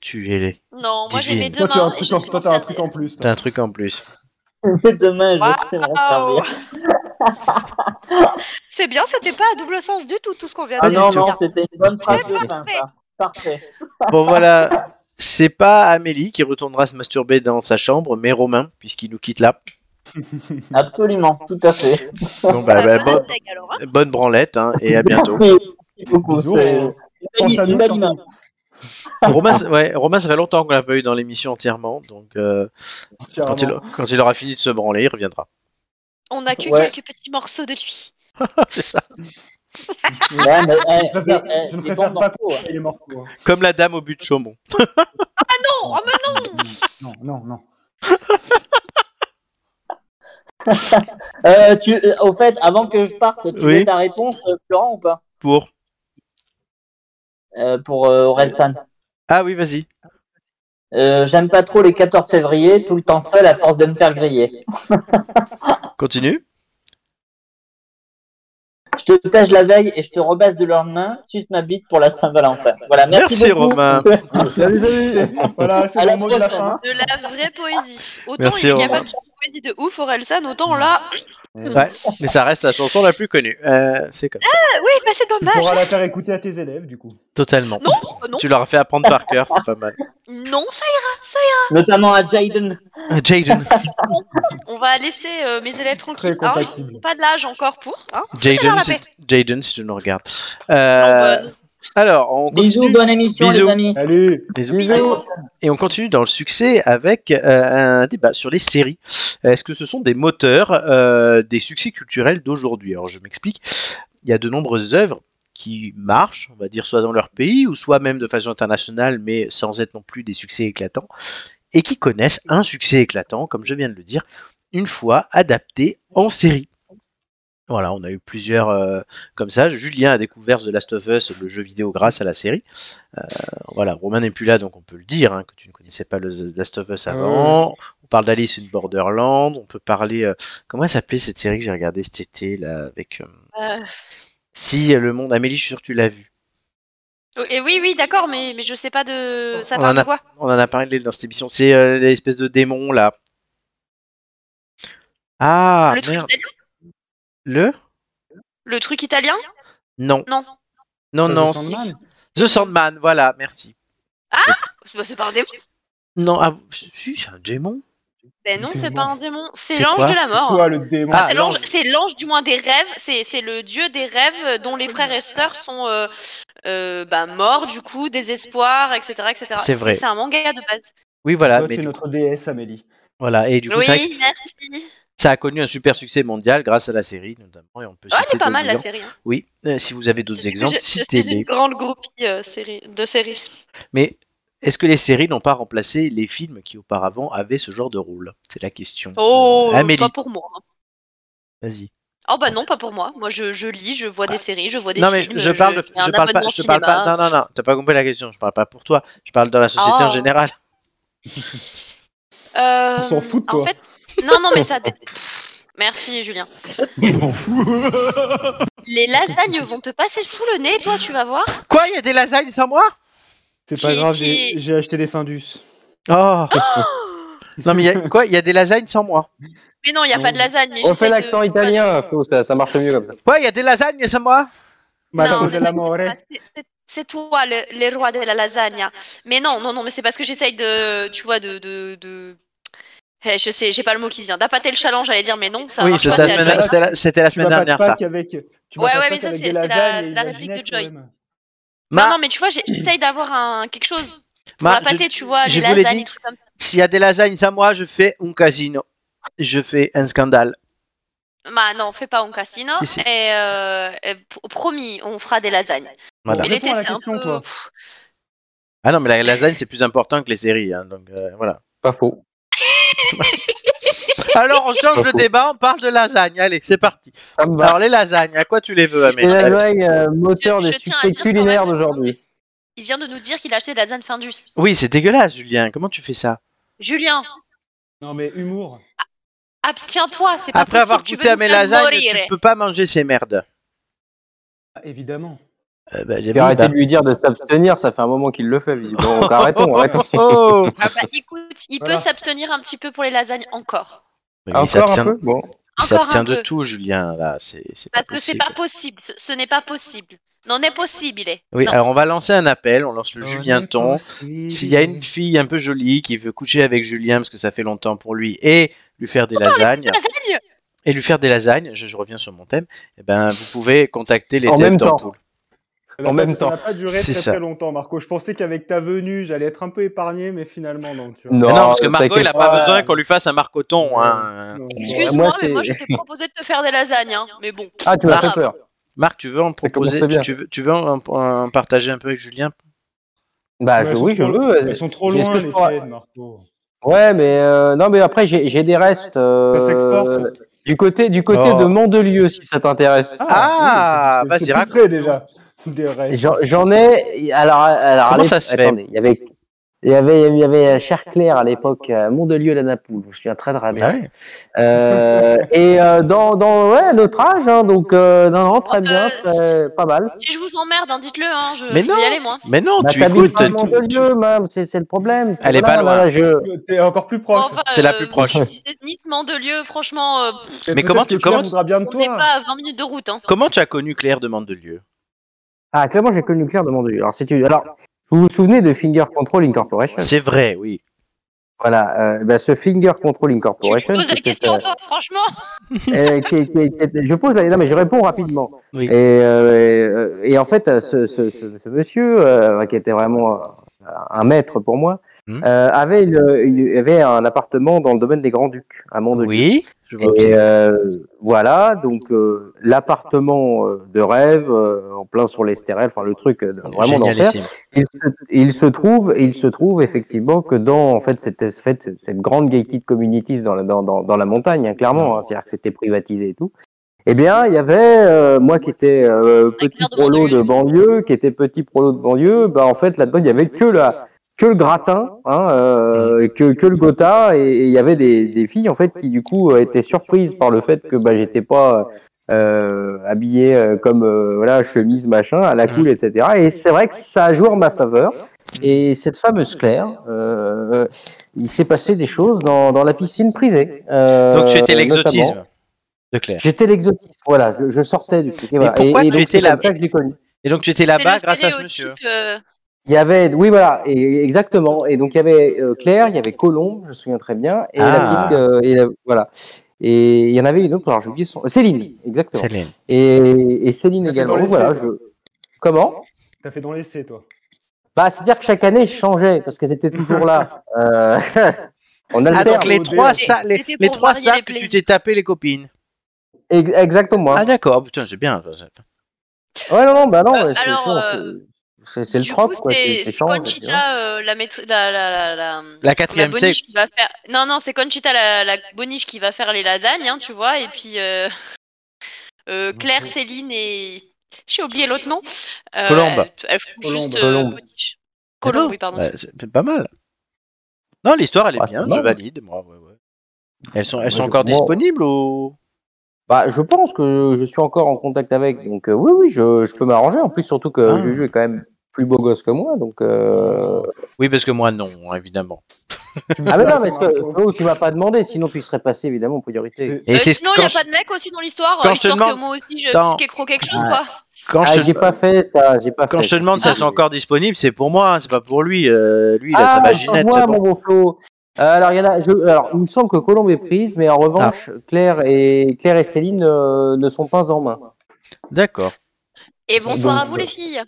[SPEAKER 1] tu es.
[SPEAKER 5] Non, moi j'ai
[SPEAKER 1] Divine.
[SPEAKER 5] mes deux
[SPEAKER 2] Toi, tu as un
[SPEAKER 5] mains. et
[SPEAKER 2] truc
[SPEAKER 5] je
[SPEAKER 2] en,
[SPEAKER 5] suis
[SPEAKER 2] toi, t'as un
[SPEAKER 5] conservée.
[SPEAKER 2] truc en plus. toi.
[SPEAKER 1] T'as un truc en plus.
[SPEAKER 6] Mais demain, je
[SPEAKER 5] Waouh.
[SPEAKER 6] sais m'en servir.
[SPEAKER 5] C'est bien, c'était pas à double sens du tout, tout ce qu'on vient de
[SPEAKER 6] Ah
[SPEAKER 5] dire.
[SPEAKER 6] non,
[SPEAKER 1] du tout.
[SPEAKER 6] non, c'était une bonne phrase de
[SPEAKER 5] C'est
[SPEAKER 6] fin,
[SPEAKER 5] parfait.
[SPEAKER 6] ça. Parfait.
[SPEAKER 1] Bon, voilà. C'est pas Amélie qui retournera se masturber dans sa chambre, mais Romain, puisqu'il nous quitte là.
[SPEAKER 6] Absolument, tout à fait.
[SPEAKER 1] Bon, bah, bah,
[SPEAKER 5] bonne
[SPEAKER 1] bon-
[SPEAKER 5] steak, alors. hein.
[SPEAKER 1] bonne branlette, hein, et à bientôt.
[SPEAKER 6] Merci beaucoup.
[SPEAKER 2] Bisous.
[SPEAKER 6] c'est-
[SPEAKER 2] Pense à nous,
[SPEAKER 6] Une belle
[SPEAKER 2] surtout.
[SPEAKER 6] image.
[SPEAKER 1] Romain, ça- ouais, Romain, ça fait longtemps qu'on l'a pas eu dans l'émission entièrement, donc euh,
[SPEAKER 2] Entièrement.
[SPEAKER 1] quand, il, quand il aura fini de se branler, il reviendra.
[SPEAKER 5] On a que
[SPEAKER 6] Ouais.
[SPEAKER 5] quelques petits morceaux de lui.
[SPEAKER 1] C'est ça.
[SPEAKER 6] Ouais, mais, eh,
[SPEAKER 2] Je préfère-
[SPEAKER 6] eh,
[SPEAKER 2] je ne
[SPEAKER 6] les
[SPEAKER 2] préfère
[SPEAKER 6] bons
[SPEAKER 2] pas
[SPEAKER 6] morceaux, hein.
[SPEAKER 2] Il est mort. quoi.
[SPEAKER 1] Comme la dame au but de Chaumont.
[SPEAKER 5] Non, oh, mais
[SPEAKER 2] Non, non, non.
[SPEAKER 6] Euh, tu, euh, au fait, avant que je parte, tu
[SPEAKER 1] Oui.
[SPEAKER 6] veux ta réponse, euh, Florent, ou pas
[SPEAKER 1] Pour.
[SPEAKER 6] Euh, Pour euh, Orelsan.
[SPEAKER 1] Ah oui, vas-y.
[SPEAKER 6] Euh, J'aime pas trop les 14 février, tout le temps seul à force de me faire griller.
[SPEAKER 1] Continue.
[SPEAKER 6] Je te tâche la veille et je te rebasse de lendemain, suce ma bite pour la Saint-Valentin. Voilà, merci,
[SPEAKER 1] Merci,
[SPEAKER 6] beaucoup.
[SPEAKER 1] Romain.
[SPEAKER 2] Salut, salut. Voilà, c'est
[SPEAKER 6] À la
[SPEAKER 2] le mot de la
[SPEAKER 6] prochaine,
[SPEAKER 2] fin.
[SPEAKER 6] hein.
[SPEAKER 5] de la vraie poésie. Autant
[SPEAKER 1] Merci,
[SPEAKER 5] il est
[SPEAKER 1] Romain.
[SPEAKER 5] capable de faire une poésie de ouf, Orelsan, autant là.
[SPEAKER 1] Ouais, mais ça reste la chanson la plus connue. Euh, c'est comme ça.
[SPEAKER 5] Ah oui, bah c'est
[SPEAKER 2] Tu
[SPEAKER 5] dommage.
[SPEAKER 2] pourras la faire écouter à tes élèves, du coup.
[SPEAKER 1] Totalement.
[SPEAKER 5] Non, euh, non,
[SPEAKER 1] Tu l'auras fait apprendre par cœur, c'est pas mal.
[SPEAKER 5] non, ça
[SPEAKER 6] Notamment à Jaden.
[SPEAKER 1] Euh, Jaden,
[SPEAKER 5] On va laisser euh, mes élèves tranquilles.
[SPEAKER 2] Très
[SPEAKER 5] hein, ils
[SPEAKER 2] compatible.
[SPEAKER 5] n'ont pas de l'âge encore pour. Hein.
[SPEAKER 1] Jaden,
[SPEAKER 5] la
[SPEAKER 1] si,
[SPEAKER 5] paix.
[SPEAKER 1] Jaden, si tu nous regardes. Euh,
[SPEAKER 5] Non, bah,
[SPEAKER 1] alors, on
[SPEAKER 6] Bisous,
[SPEAKER 1] continue.
[SPEAKER 6] bonne émission,
[SPEAKER 1] Bisous.
[SPEAKER 6] les amis.
[SPEAKER 2] Salut.
[SPEAKER 1] Bisous. Et on continue dans le succès avec euh, un débat sur les séries. Est-ce que ce sont des moteurs euh, des succès culturels d'aujourd'hui Alors je m'explique. Il y a de nombreuses œuvres qui marchent, on va dire, soit dans leur pays ou soit même de façon internationale, mais sans être non plus des succès éclatants, et qui connaissent un succès éclatant, comme je viens de le dire, une fois adapté en série. Voilà, on a eu plusieurs euh, comme ça. Julien a découvert The Last of Us, le jeu vidéo, grâce à la série Euh, voilà, Romain n'est plus là, donc on peut le dire, hein, que tu ne connaissais pas le The Last of
[SPEAKER 5] Ah
[SPEAKER 1] Us avant. On parle d'Alice in Borderland. On peut parler. euh, comment elle s'appelait cette série que j'ai regardée cet été là avec. euh,
[SPEAKER 5] Euh.
[SPEAKER 1] Si euh, le monde, Amélie, je suis sûr que tu l'as vu.
[SPEAKER 5] euh, Et oui, oui, d'accord, mais, mais je sais pas de. Ça
[SPEAKER 1] On
[SPEAKER 5] parle
[SPEAKER 1] en a-
[SPEAKER 5] de quoi
[SPEAKER 1] On en a parlé dans cette émission. C'est euh, l'espèce de démon là. Ah
[SPEAKER 5] Ah, le, truc
[SPEAKER 1] merde.
[SPEAKER 5] italien
[SPEAKER 1] Le
[SPEAKER 5] le truc italien
[SPEAKER 1] Non,
[SPEAKER 5] Non.
[SPEAKER 1] non,
[SPEAKER 2] Euh,
[SPEAKER 1] non.
[SPEAKER 2] The Sandman.
[SPEAKER 1] si- The Sandman. Voilà, merci.
[SPEAKER 5] C'est bah, c'est pas un démon.
[SPEAKER 1] Non, ah, si, c'est un démon.
[SPEAKER 5] Ben non, c'est
[SPEAKER 2] Démon.
[SPEAKER 5] pas un démon. C'est
[SPEAKER 1] C'est
[SPEAKER 5] l'ange
[SPEAKER 1] quoi
[SPEAKER 5] de la mort.
[SPEAKER 2] Toi, le démon.
[SPEAKER 1] Ah,
[SPEAKER 5] C'est l'ange-
[SPEAKER 1] l'ange.
[SPEAKER 5] c'est l'ange du moins des rêves, c'est c'est le dieu des rêves euh, dont les frères et sœurs sont euh, euh, bah, morts du coup, désespoir, etc. etc.
[SPEAKER 1] C'est vrai.
[SPEAKER 5] C'est un manga de base.
[SPEAKER 1] Oui, voilà.
[SPEAKER 2] Toi,
[SPEAKER 1] Mais
[SPEAKER 2] tu es
[SPEAKER 1] du
[SPEAKER 2] notre déesse, Amélie.
[SPEAKER 1] voilà. Et du coup,
[SPEAKER 5] oui,
[SPEAKER 1] c'est vrai que
[SPEAKER 5] merci.
[SPEAKER 1] Ça a connu un super succès mondial grâce à la série, notamment, et on peut
[SPEAKER 5] Ah, elle
[SPEAKER 1] citer
[SPEAKER 5] est pas
[SPEAKER 1] d'autres
[SPEAKER 5] mal la
[SPEAKER 1] exemples.
[SPEAKER 5] série. hein.
[SPEAKER 1] Oui, euh, si vous avez d'autres
[SPEAKER 5] Je-
[SPEAKER 1] exemples,
[SPEAKER 5] je, je suis une
[SPEAKER 1] citez-les.
[SPEAKER 5] grande groupie euh, série, de séries.
[SPEAKER 1] Mais est-ce que les séries n'ont pas remplacé les films qui auparavant avaient ce genre de rôle C'est la question.
[SPEAKER 5] Oh,
[SPEAKER 1] Amélie,
[SPEAKER 5] pas pour moi. hein.
[SPEAKER 1] vas-y.
[SPEAKER 5] Oh bah non, pas pour moi. Moi, je, je lis, je vois des séries, je vois des
[SPEAKER 1] Non mais
[SPEAKER 5] films.
[SPEAKER 1] je parle, de-
[SPEAKER 5] fais un
[SPEAKER 1] je parle pas,
[SPEAKER 5] abonnement
[SPEAKER 1] je parle pas.
[SPEAKER 5] cinéma.
[SPEAKER 1] Non non non, t'as pas compris la question. Je parle pas pour toi. Je parle dans la société en
[SPEAKER 5] Oh.
[SPEAKER 1] général.
[SPEAKER 5] Euh,
[SPEAKER 2] On s'en fout de
[SPEAKER 5] En
[SPEAKER 2] toi.
[SPEAKER 5] fait, non, non, mais ça. dé- Merci, Julien.
[SPEAKER 8] Je m'en fous.
[SPEAKER 5] Les lasagnes vont te passer sous le nez, toi, tu vas voir.
[SPEAKER 1] Quoi, il y a des lasagnes sans moi
[SPEAKER 2] C'est pas
[SPEAKER 5] Ti-
[SPEAKER 2] grave,
[SPEAKER 5] ti-
[SPEAKER 2] j'ai j'ai acheté des Findus.
[SPEAKER 1] Oh. non mais il y a, quoi, il y a des lasagnes sans moi
[SPEAKER 5] Mais non, il n'y a pas de lasagne. mais
[SPEAKER 4] On
[SPEAKER 5] j'essaie
[SPEAKER 4] fait
[SPEAKER 5] de-
[SPEAKER 4] l'accent italien, Flo, ça, ça marche mieux comme ça.
[SPEAKER 1] Ouais, il y a des lasagnes sans moi
[SPEAKER 2] Ma
[SPEAKER 5] Non,
[SPEAKER 2] de l'amore.
[SPEAKER 5] Ah, c'est- c'est- C'est toi le, le roi de la lasagne. Mais non, non, non, mais c'est parce que j'essaye de, tu vois, de, de, de- Eh, je sais, j'ai pas le mot qui vient. D'appâter le challenge, j'allais dire, mais non, ça
[SPEAKER 1] Oui,
[SPEAKER 5] marche
[SPEAKER 1] c'était
[SPEAKER 5] pas.
[SPEAKER 1] la
[SPEAKER 5] c'est
[SPEAKER 1] semaine,
[SPEAKER 5] algérien.
[SPEAKER 1] c'était la- c'était la
[SPEAKER 2] Tu vas
[SPEAKER 1] semaine
[SPEAKER 2] pas
[SPEAKER 1] dernière
[SPEAKER 2] de
[SPEAKER 1] ça.
[SPEAKER 2] Pâques avec. Tu vas
[SPEAKER 5] Ouais,
[SPEAKER 2] pas
[SPEAKER 5] ouais,
[SPEAKER 2] de
[SPEAKER 5] mais
[SPEAKER 2] Pâques
[SPEAKER 5] ça,
[SPEAKER 2] avec
[SPEAKER 5] c'est-
[SPEAKER 2] des
[SPEAKER 5] c'est la-
[SPEAKER 2] lasagnes et
[SPEAKER 5] la
[SPEAKER 2] de
[SPEAKER 5] réplique de
[SPEAKER 2] vinaigrette,
[SPEAKER 5] Joy.
[SPEAKER 2] quand même.
[SPEAKER 5] Non,
[SPEAKER 1] Ma-
[SPEAKER 5] non, mais tu vois, j'ai- j'essaye d'avoir un quelque chose pour
[SPEAKER 1] Ma,
[SPEAKER 5] la
[SPEAKER 1] je-
[SPEAKER 5] pâtée, tu vois,
[SPEAKER 1] je
[SPEAKER 5] les
[SPEAKER 1] vous l'ai
[SPEAKER 5] lasagnes,
[SPEAKER 1] dit.
[SPEAKER 5] les trucs comme
[SPEAKER 1] S'il y a des lasagnes sans moi, je fais un casino. Je fais un scandale.
[SPEAKER 5] ça. Bah non, fais pas un casino.
[SPEAKER 1] Si, si.
[SPEAKER 5] Et, euh, et pr- promis, on fera des lasagnes.
[SPEAKER 1] Voilà.
[SPEAKER 5] Mais
[SPEAKER 2] Réponds
[SPEAKER 5] l'été,
[SPEAKER 2] à la
[SPEAKER 5] c'est un
[SPEAKER 2] question,
[SPEAKER 5] peu.
[SPEAKER 2] toi.
[SPEAKER 1] Ah non, mais la lasagne, c'est plus important que les séries. hein, donc euh, voilà.
[SPEAKER 4] Pas faux.
[SPEAKER 1] Alors, on change le
[SPEAKER 4] Bravo.
[SPEAKER 1] débat, on parle de lasagne. Allez, c'est parti.
[SPEAKER 4] Ça me va.
[SPEAKER 1] Alors, les lasagnes, à quoi tu les veux,
[SPEAKER 4] Et
[SPEAKER 1] Amélie
[SPEAKER 4] la
[SPEAKER 1] Allez.
[SPEAKER 4] vague, euh, moteur
[SPEAKER 5] Je-
[SPEAKER 4] des
[SPEAKER 5] je tiens à
[SPEAKER 4] succès
[SPEAKER 5] dire quand même
[SPEAKER 4] culinaires
[SPEAKER 5] que-
[SPEAKER 4] d'aujourd'hui.
[SPEAKER 5] Il vient de nous dire qu'il a acheté des lasagnes Findus.
[SPEAKER 1] Oui, c'est dégueulasse, Julien. Comment tu fais ça
[SPEAKER 5] Julien,
[SPEAKER 2] Non, mais humour.
[SPEAKER 5] abstiens-toi, c'est pas
[SPEAKER 1] Après avoir
[SPEAKER 5] possible, tu
[SPEAKER 1] goûté
[SPEAKER 5] veux
[SPEAKER 1] à
[SPEAKER 5] nous
[SPEAKER 1] mes
[SPEAKER 5] faire
[SPEAKER 1] lasagnes,
[SPEAKER 5] mourir.
[SPEAKER 1] tu ne peux pas manger ces merdes.
[SPEAKER 2] Ah, Évidemment.
[SPEAKER 1] Euh, bah, j'ai
[SPEAKER 4] J'ai arrêté de lui dire de s'abstenir, ça fait un moment qu'il le fait. visiblement. Donc arrêtons, arrêtons.
[SPEAKER 1] Oh
[SPEAKER 5] Ah bah, écoute, il
[SPEAKER 2] Voilà.
[SPEAKER 5] peut s'abstenir un petit peu pour les lasagnes encore.
[SPEAKER 1] Mais il
[SPEAKER 4] Encore un
[SPEAKER 1] s'abstient-
[SPEAKER 4] peu Bon.
[SPEAKER 1] il
[SPEAKER 5] Encore un
[SPEAKER 1] s'abstient de
[SPEAKER 5] peu.
[SPEAKER 1] tout, Julien. Là, c'est c'est pas
[SPEAKER 5] Parce que c'est
[SPEAKER 1] possible.
[SPEAKER 5] pas possible. Ce, ce n'est pas possible. Non est possible. il est.
[SPEAKER 1] Oui, ah,
[SPEAKER 5] non.
[SPEAKER 1] alors on va lancer un appel. On lance le Julien Ton. S'il y a une fille un peu jolie qui veut coucher avec Julien parce que ça fait longtemps pour lui et lui faire
[SPEAKER 5] Oh,
[SPEAKER 1] des lasagnes
[SPEAKER 5] Lasagnes
[SPEAKER 1] et lui faire des lasagnes, je, je reviens sur mon thème. eh ben vous pouvez contacter les
[SPEAKER 4] En
[SPEAKER 1] têtes
[SPEAKER 4] même temps.
[SPEAKER 1] d'ampoule.
[SPEAKER 2] Ça n'a
[SPEAKER 4] en
[SPEAKER 2] pas-
[SPEAKER 4] même
[SPEAKER 2] ça n'a
[SPEAKER 4] temps.
[SPEAKER 2] pas duré
[SPEAKER 1] C'est
[SPEAKER 2] très,
[SPEAKER 1] ça.
[SPEAKER 2] très longtemps, Marco. Je pensais qu'avec ta venue, j'allais être un peu épargné, mais finalement, non. Tu vois.
[SPEAKER 1] Mais Non, parce que
[SPEAKER 4] euh,
[SPEAKER 1] Margot, il a
[SPEAKER 4] t'inquiète
[SPEAKER 1] pas
[SPEAKER 4] pas.
[SPEAKER 1] besoin qu'on lui fasse un marcoton. Hein.
[SPEAKER 2] Non,
[SPEAKER 4] Ouais,
[SPEAKER 5] Excuse-moi,
[SPEAKER 4] moi,
[SPEAKER 5] mais moi je
[SPEAKER 4] c'est-
[SPEAKER 5] t'ai proposé de te faire des lasagnes. hein. Mais bon.
[SPEAKER 4] Ah, tu m'as
[SPEAKER 5] Ah.
[SPEAKER 4] fait peur.
[SPEAKER 1] Marc, tu veux en proposer
[SPEAKER 4] commence
[SPEAKER 1] tu,
[SPEAKER 4] bien.
[SPEAKER 1] tu veux, tu veux en, en partager un peu avec Julien
[SPEAKER 4] Bah,
[SPEAKER 2] Mais
[SPEAKER 4] je,
[SPEAKER 2] elles sont
[SPEAKER 4] oui, je
[SPEAKER 2] trop-
[SPEAKER 4] veux.
[SPEAKER 2] Elles sont trop
[SPEAKER 4] Est-ce
[SPEAKER 2] loin,
[SPEAKER 4] que
[SPEAKER 2] les
[SPEAKER 4] je pourrais-
[SPEAKER 2] tiennes, Marco.
[SPEAKER 4] Ouais, mais euh, non, mais après j'ai j'ai des restes euh,
[SPEAKER 2] Ça s'exporte.
[SPEAKER 4] du côté du côté
[SPEAKER 1] Oh.
[SPEAKER 4] de Mandelieu si ça t'intéresse.
[SPEAKER 1] Ah,
[SPEAKER 2] oui, c'est- c'est-
[SPEAKER 1] vas-y,
[SPEAKER 2] c'est
[SPEAKER 1] raconte.
[SPEAKER 2] tout près, déjà. Des restes.
[SPEAKER 4] J'en j'en ai. Alors, alors
[SPEAKER 1] Comment
[SPEAKER 4] allez,
[SPEAKER 1] ça se fait
[SPEAKER 4] attendez, il y avait il y avait il y avait Cher Claire à l'époque à Mandelieu la Napoule. Je me souviens très très bien. Euh, et euh, dans dans ouais notre âge, hein, donc euh, non non très bien, très- pas mal.
[SPEAKER 5] Si je vous emmerde, hein, dites-le. hein, Je,
[SPEAKER 1] Mais
[SPEAKER 5] je vais
[SPEAKER 1] non.
[SPEAKER 5] y aller moi.
[SPEAKER 1] Mais non,
[SPEAKER 4] Bah,
[SPEAKER 1] Oh, tu
[SPEAKER 4] t'habites
[SPEAKER 1] écoutes.
[SPEAKER 4] pas à
[SPEAKER 1] tu- tu-
[SPEAKER 4] Mandelieu, même, c'est c'est le problème.
[SPEAKER 1] Elle est pas
[SPEAKER 4] Voilà,
[SPEAKER 1] loin.
[SPEAKER 4] voilà, je-
[SPEAKER 2] T'es encore plus proche.
[SPEAKER 5] Enfin,
[SPEAKER 1] C'est la plus proche.
[SPEAKER 5] Nice, Mandelieu, franchement, euh,
[SPEAKER 2] Mais,
[SPEAKER 1] Mais comment
[SPEAKER 2] peut-être
[SPEAKER 1] tu-
[SPEAKER 2] que Claire
[SPEAKER 1] comment tu-
[SPEAKER 2] voudra bien de
[SPEAKER 5] on n'est
[SPEAKER 2] toi.
[SPEAKER 5] pas à 20 minutes de route. hein.
[SPEAKER 1] Comment tu as connu Claire de Mandelieu
[SPEAKER 4] Ah, clairement, j'ai connu Claire de Mandelieu. Alors, c'est une... Alors, vous vous souvenez de Finger Control Incorporation
[SPEAKER 1] C'est vrai, oui.
[SPEAKER 4] Voilà, euh, bah, ce Finger Control
[SPEAKER 5] Tu me
[SPEAKER 4] Incorporation.
[SPEAKER 5] poses la
[SPEAKER 4] c'était,
[SPEAKER 5] question,
[SPEAKER 4] euh,
[SPEAKER 5] toi, franchement.
[SPEAKER 4] euh, qui- qui- qui- je pose la non, mais je réponds rapidement.
[SPEAKER 1] Oui.
[SPEAKER 4] Et, euh, et, euh, et en fait, euh, ce, ce, ce, ce monsieur, euh, qui était vraiment euh, un maître pour moi,
[SPEAKER 1] Mhm.
[SPEAKER 4] euh, avait, une, une- avait un appartement dans le domaine des Grands-Ducs, à Mandelieu.
[SPEAKER 1] Oui, je vois aussi.
[SPEAKER 4] Et euh, voilà, donc euh, l'appartement euh, de rêve, euh, en plein sur les stérelles, enfin le truc euh, vraiment d'enfer.
[SPEAKER 1] Génialissime.
[SPEAKER 4] Il se, il se trouve, il se trouve effectivement que dans en fait cette, cette, cette grande gated communities dans la, dans, dans, dans la montagne, hein, clairement, hein, c'est-à-dire que c'était privatisé et tout. Eh bien, il y avait euh, moi qui étais euh, petit prolo de banlieue, qui était petit prolo de banlieue, bah en fait là-dedans il y avait que la que le gratin, hein, euh, que, que le gotha, et et il y avait des, des filles en fait qui du coup euh, étaient surprises par le fait que bah j'étais pas euh, euh, habillé euh, comme euh, voilà chemise machin à la cool etc et c'est vrai que ça a joué en ma faveur et cette fameuse Claire euh, il s'est passé des choses dans, dans la piscine privée euh,
[SPEAKER 1] Donc tu étais
[SPEAKER 4] notamment.
[SPEAKER 1] l'exotisme de Claire.
[SPEAKER 4] j'étais l'exotisme voilà je, je sortais du truc et, voilà.
[SPEAKER 1] pourquoi
[SPEAKER 4] Et- et
[SPEAKER 1] tu
[SPEAKER 4] donc,
[SPEAKER 1] étais
[SPEAKER 4] c'est comme
[SPEAKER 1] là-
[SPEAKER 4] ça que je l'ai connu.
[SPEAKER 1] Et donc tu étais
[SPEAKER 5] C'est
[SPEAKER 1] là-bas
[SPEAKER 5] le
[SPEAKER 1] Ah bah, grâce à ce
[SPEAKER 5] stéréotype,
[SPEAKER 1] monsieur.
[SPEAKER 5] euh,
[SPEAKER 4] il y avait oui voilà et, exactement et donc il y avait euh, Claire il y avait Colombe je me souviens très bien et
[SPEAKER 1] Ah.
[SPEAKER 4] la petite euh, et la- voilà et il y en avait une autre alors j'ai oublié son Céline exactement
[SPEAKER 1] Céline.
[SPEAKER 4] et, et Céline
[SPEAKER 2] T'as fait
[SPEAKER 4] également.
[SPEAKER 2] dans les
[SPEAKER 4] Donc voilà,
[SPEAKER 2] sept, hein.
[SPEAKER 4] je... Comment
[SPEAKER 2] T'as fait dans l'essai, toi.
[SPEAKER 4] Bah, c'est-à-dire que chaque année, je changeais parce qu'elles étaient toujours là. Euh, On
[SPEAKER 1] Ah
[SPEAKER 4] alterne.
[SPEAKER 1] donc les
[SPEAKER 2] C'était-
[SPEAKER 1] trois, sa- les,
[SPEAKER 5] c'était pour
[SPEAKER 1] les trois
[SPEAKER 5] varier
[SPEAKER 1] savent
[SPEAKER 5] les
[SPEAKER 1] que tu
[SPEAKER 5] plaisirs.
[SPEAKER 1] t'es tapé les copines.
[SPEAKER 4] Ex- Exactement. hein.
[SPEAKER 1] Ah d'accord, Oh, putain, c'est bien. ça, ça.
[SPEAKER 4] Ouais, non, non, bah non.
[SPEAKER 5] Euh,
[SPEAKER 4] ouais, c'est-
[SPEAKER 5] alors,
[SPEAKER 4] c'est-
[SPEAKER 5] euh,
[SPEAKER 4] c'est c'est le
[SPEAKER 5] du
[SPEAKER 4] troc,
[SPEAKER 5] coup,
[SPEAKER 4] quoi.
[SPEAKER 5] c'est-
[SPEAKER 4] tu- tu
[SPEAKER 5] C'est
[SPEAKER 4] changes, tu vois.
[SPEAKER 5] Conchita, euh, la maîtrise. La, la, la,
[SPEAKER 1] La
[SPEAKER 5] la- la
[SPEAKER 1] quatrième, c'est
[SPEAKER 5] boniche qui va faire. Non, non, c'est Conchita, la, la boniche qui va faire les lasagnes, hein, tu vois. Et puis, euh, Euh, Claire, Céline et. J'ai oublié l'autre nom. Euh,
[SPEAKER 1] Colombe.
[SPEAKER 5] elles- elles font juste.
[SPEAKER 4] Colombe.
[SPEAKER 5] euh, Colombe, oui, pardon.
[SPEAKER 1] Ouais, c'est Bah, c'est pas mal. Non, l'histoire, elle est
[SPEAKER 4] Ah, c'est
[SPEAKER 1] bien,
[SPEAKER 4] pas
[SPEAKER 1] je
[SPEAKER 4] mal.
[SPEAKER 1] valide. Moi, ouais, ouais. Elles sont, elles sont
[SPEAKER 4] je-
[SPEAKER 1] encore
[SPEAKER 4] moi-
[SPEAKER 1] disponibles ou
[SPEAKER 4] Bah, je pense que je suis encore en contact avec, donc euh, oui, oui, je, je peux m'arranger. En plus, surtout que
[SPEAKER 1] Ah.
[SPEAKER 4] Juju est quand même plus beau gosse que moi, donc. Euh...
[SPEAKER 1] Oui, parce que moi, non, hein, évidemment.
[SPEAKER 4] Ah,
[SPEAKER 1] Bah,
[SPEAKER 4] mais non, parce que Flo, tu m'as pas demandé, sinon tu serais passé évidemment en priorité.
[SPEAKER 1] Et
[SPEAKER 5] Euh,
[SPEAKER 1] c'est
[SPEAKER 5] sinon, il
[SPEAKER 1] quand
[SPEAKER 5] n'y a
[SPEAKER 1] je-
[SPEAKER 5] pas de mec aussi dans l'histoire.
[SPEAKER 1] quand
[SPEAKER 5] euh,
[SPEAKER 1] je te
[SPEAKER 5] histoire que
[SPEAKER 1] demande-
[SPEAKER 5] moi aussi je
[SPEAKER 1] Attends.
[SPEAKER 5] pique quelque chose,
[SPEAKER 4] Ouais.
[SPEAKER 5] quoi.
[SPEAKER 1] quand
[SPEAKER 4] ah,
[SPEAKER 1] je
[SPEAKER 4] j'ai pas fait ça, j'ai pas
[SPEAKER 1] quand
[SPEAKER 4] fait.
[SPEAKER 1] je te demande si
[SPEAKER 4] ça
[SPEAKER 1] elles sont encore disponibles, c'est pour moi, hein, c'est pas pour lui. Euh, lui, il a
[SPEAKER 4] ah,
[SPEAKER 1] sa
[SPEAKER 4] bah,
[SPEAKER 1] vaginette.
[SPEAKER 4] moi,
[SPEAKER 1] c'est bon.
[SPEAKER 4] mon beau Flo. Euh, alors, il y en a, je- alors, il me semble que Colombe est prise, mais en
[SPEAKER 1] Ah.
[SPEAKER 4] revanche, Claire, et, Claire et Céline euh, ne sont pas en main.
[SPEAKER 1] D'accord.
[SPEAKER 5] Et bonsoir à vous,
[SPEAKER 4] Donc,
[SPEAKER 5] les filles.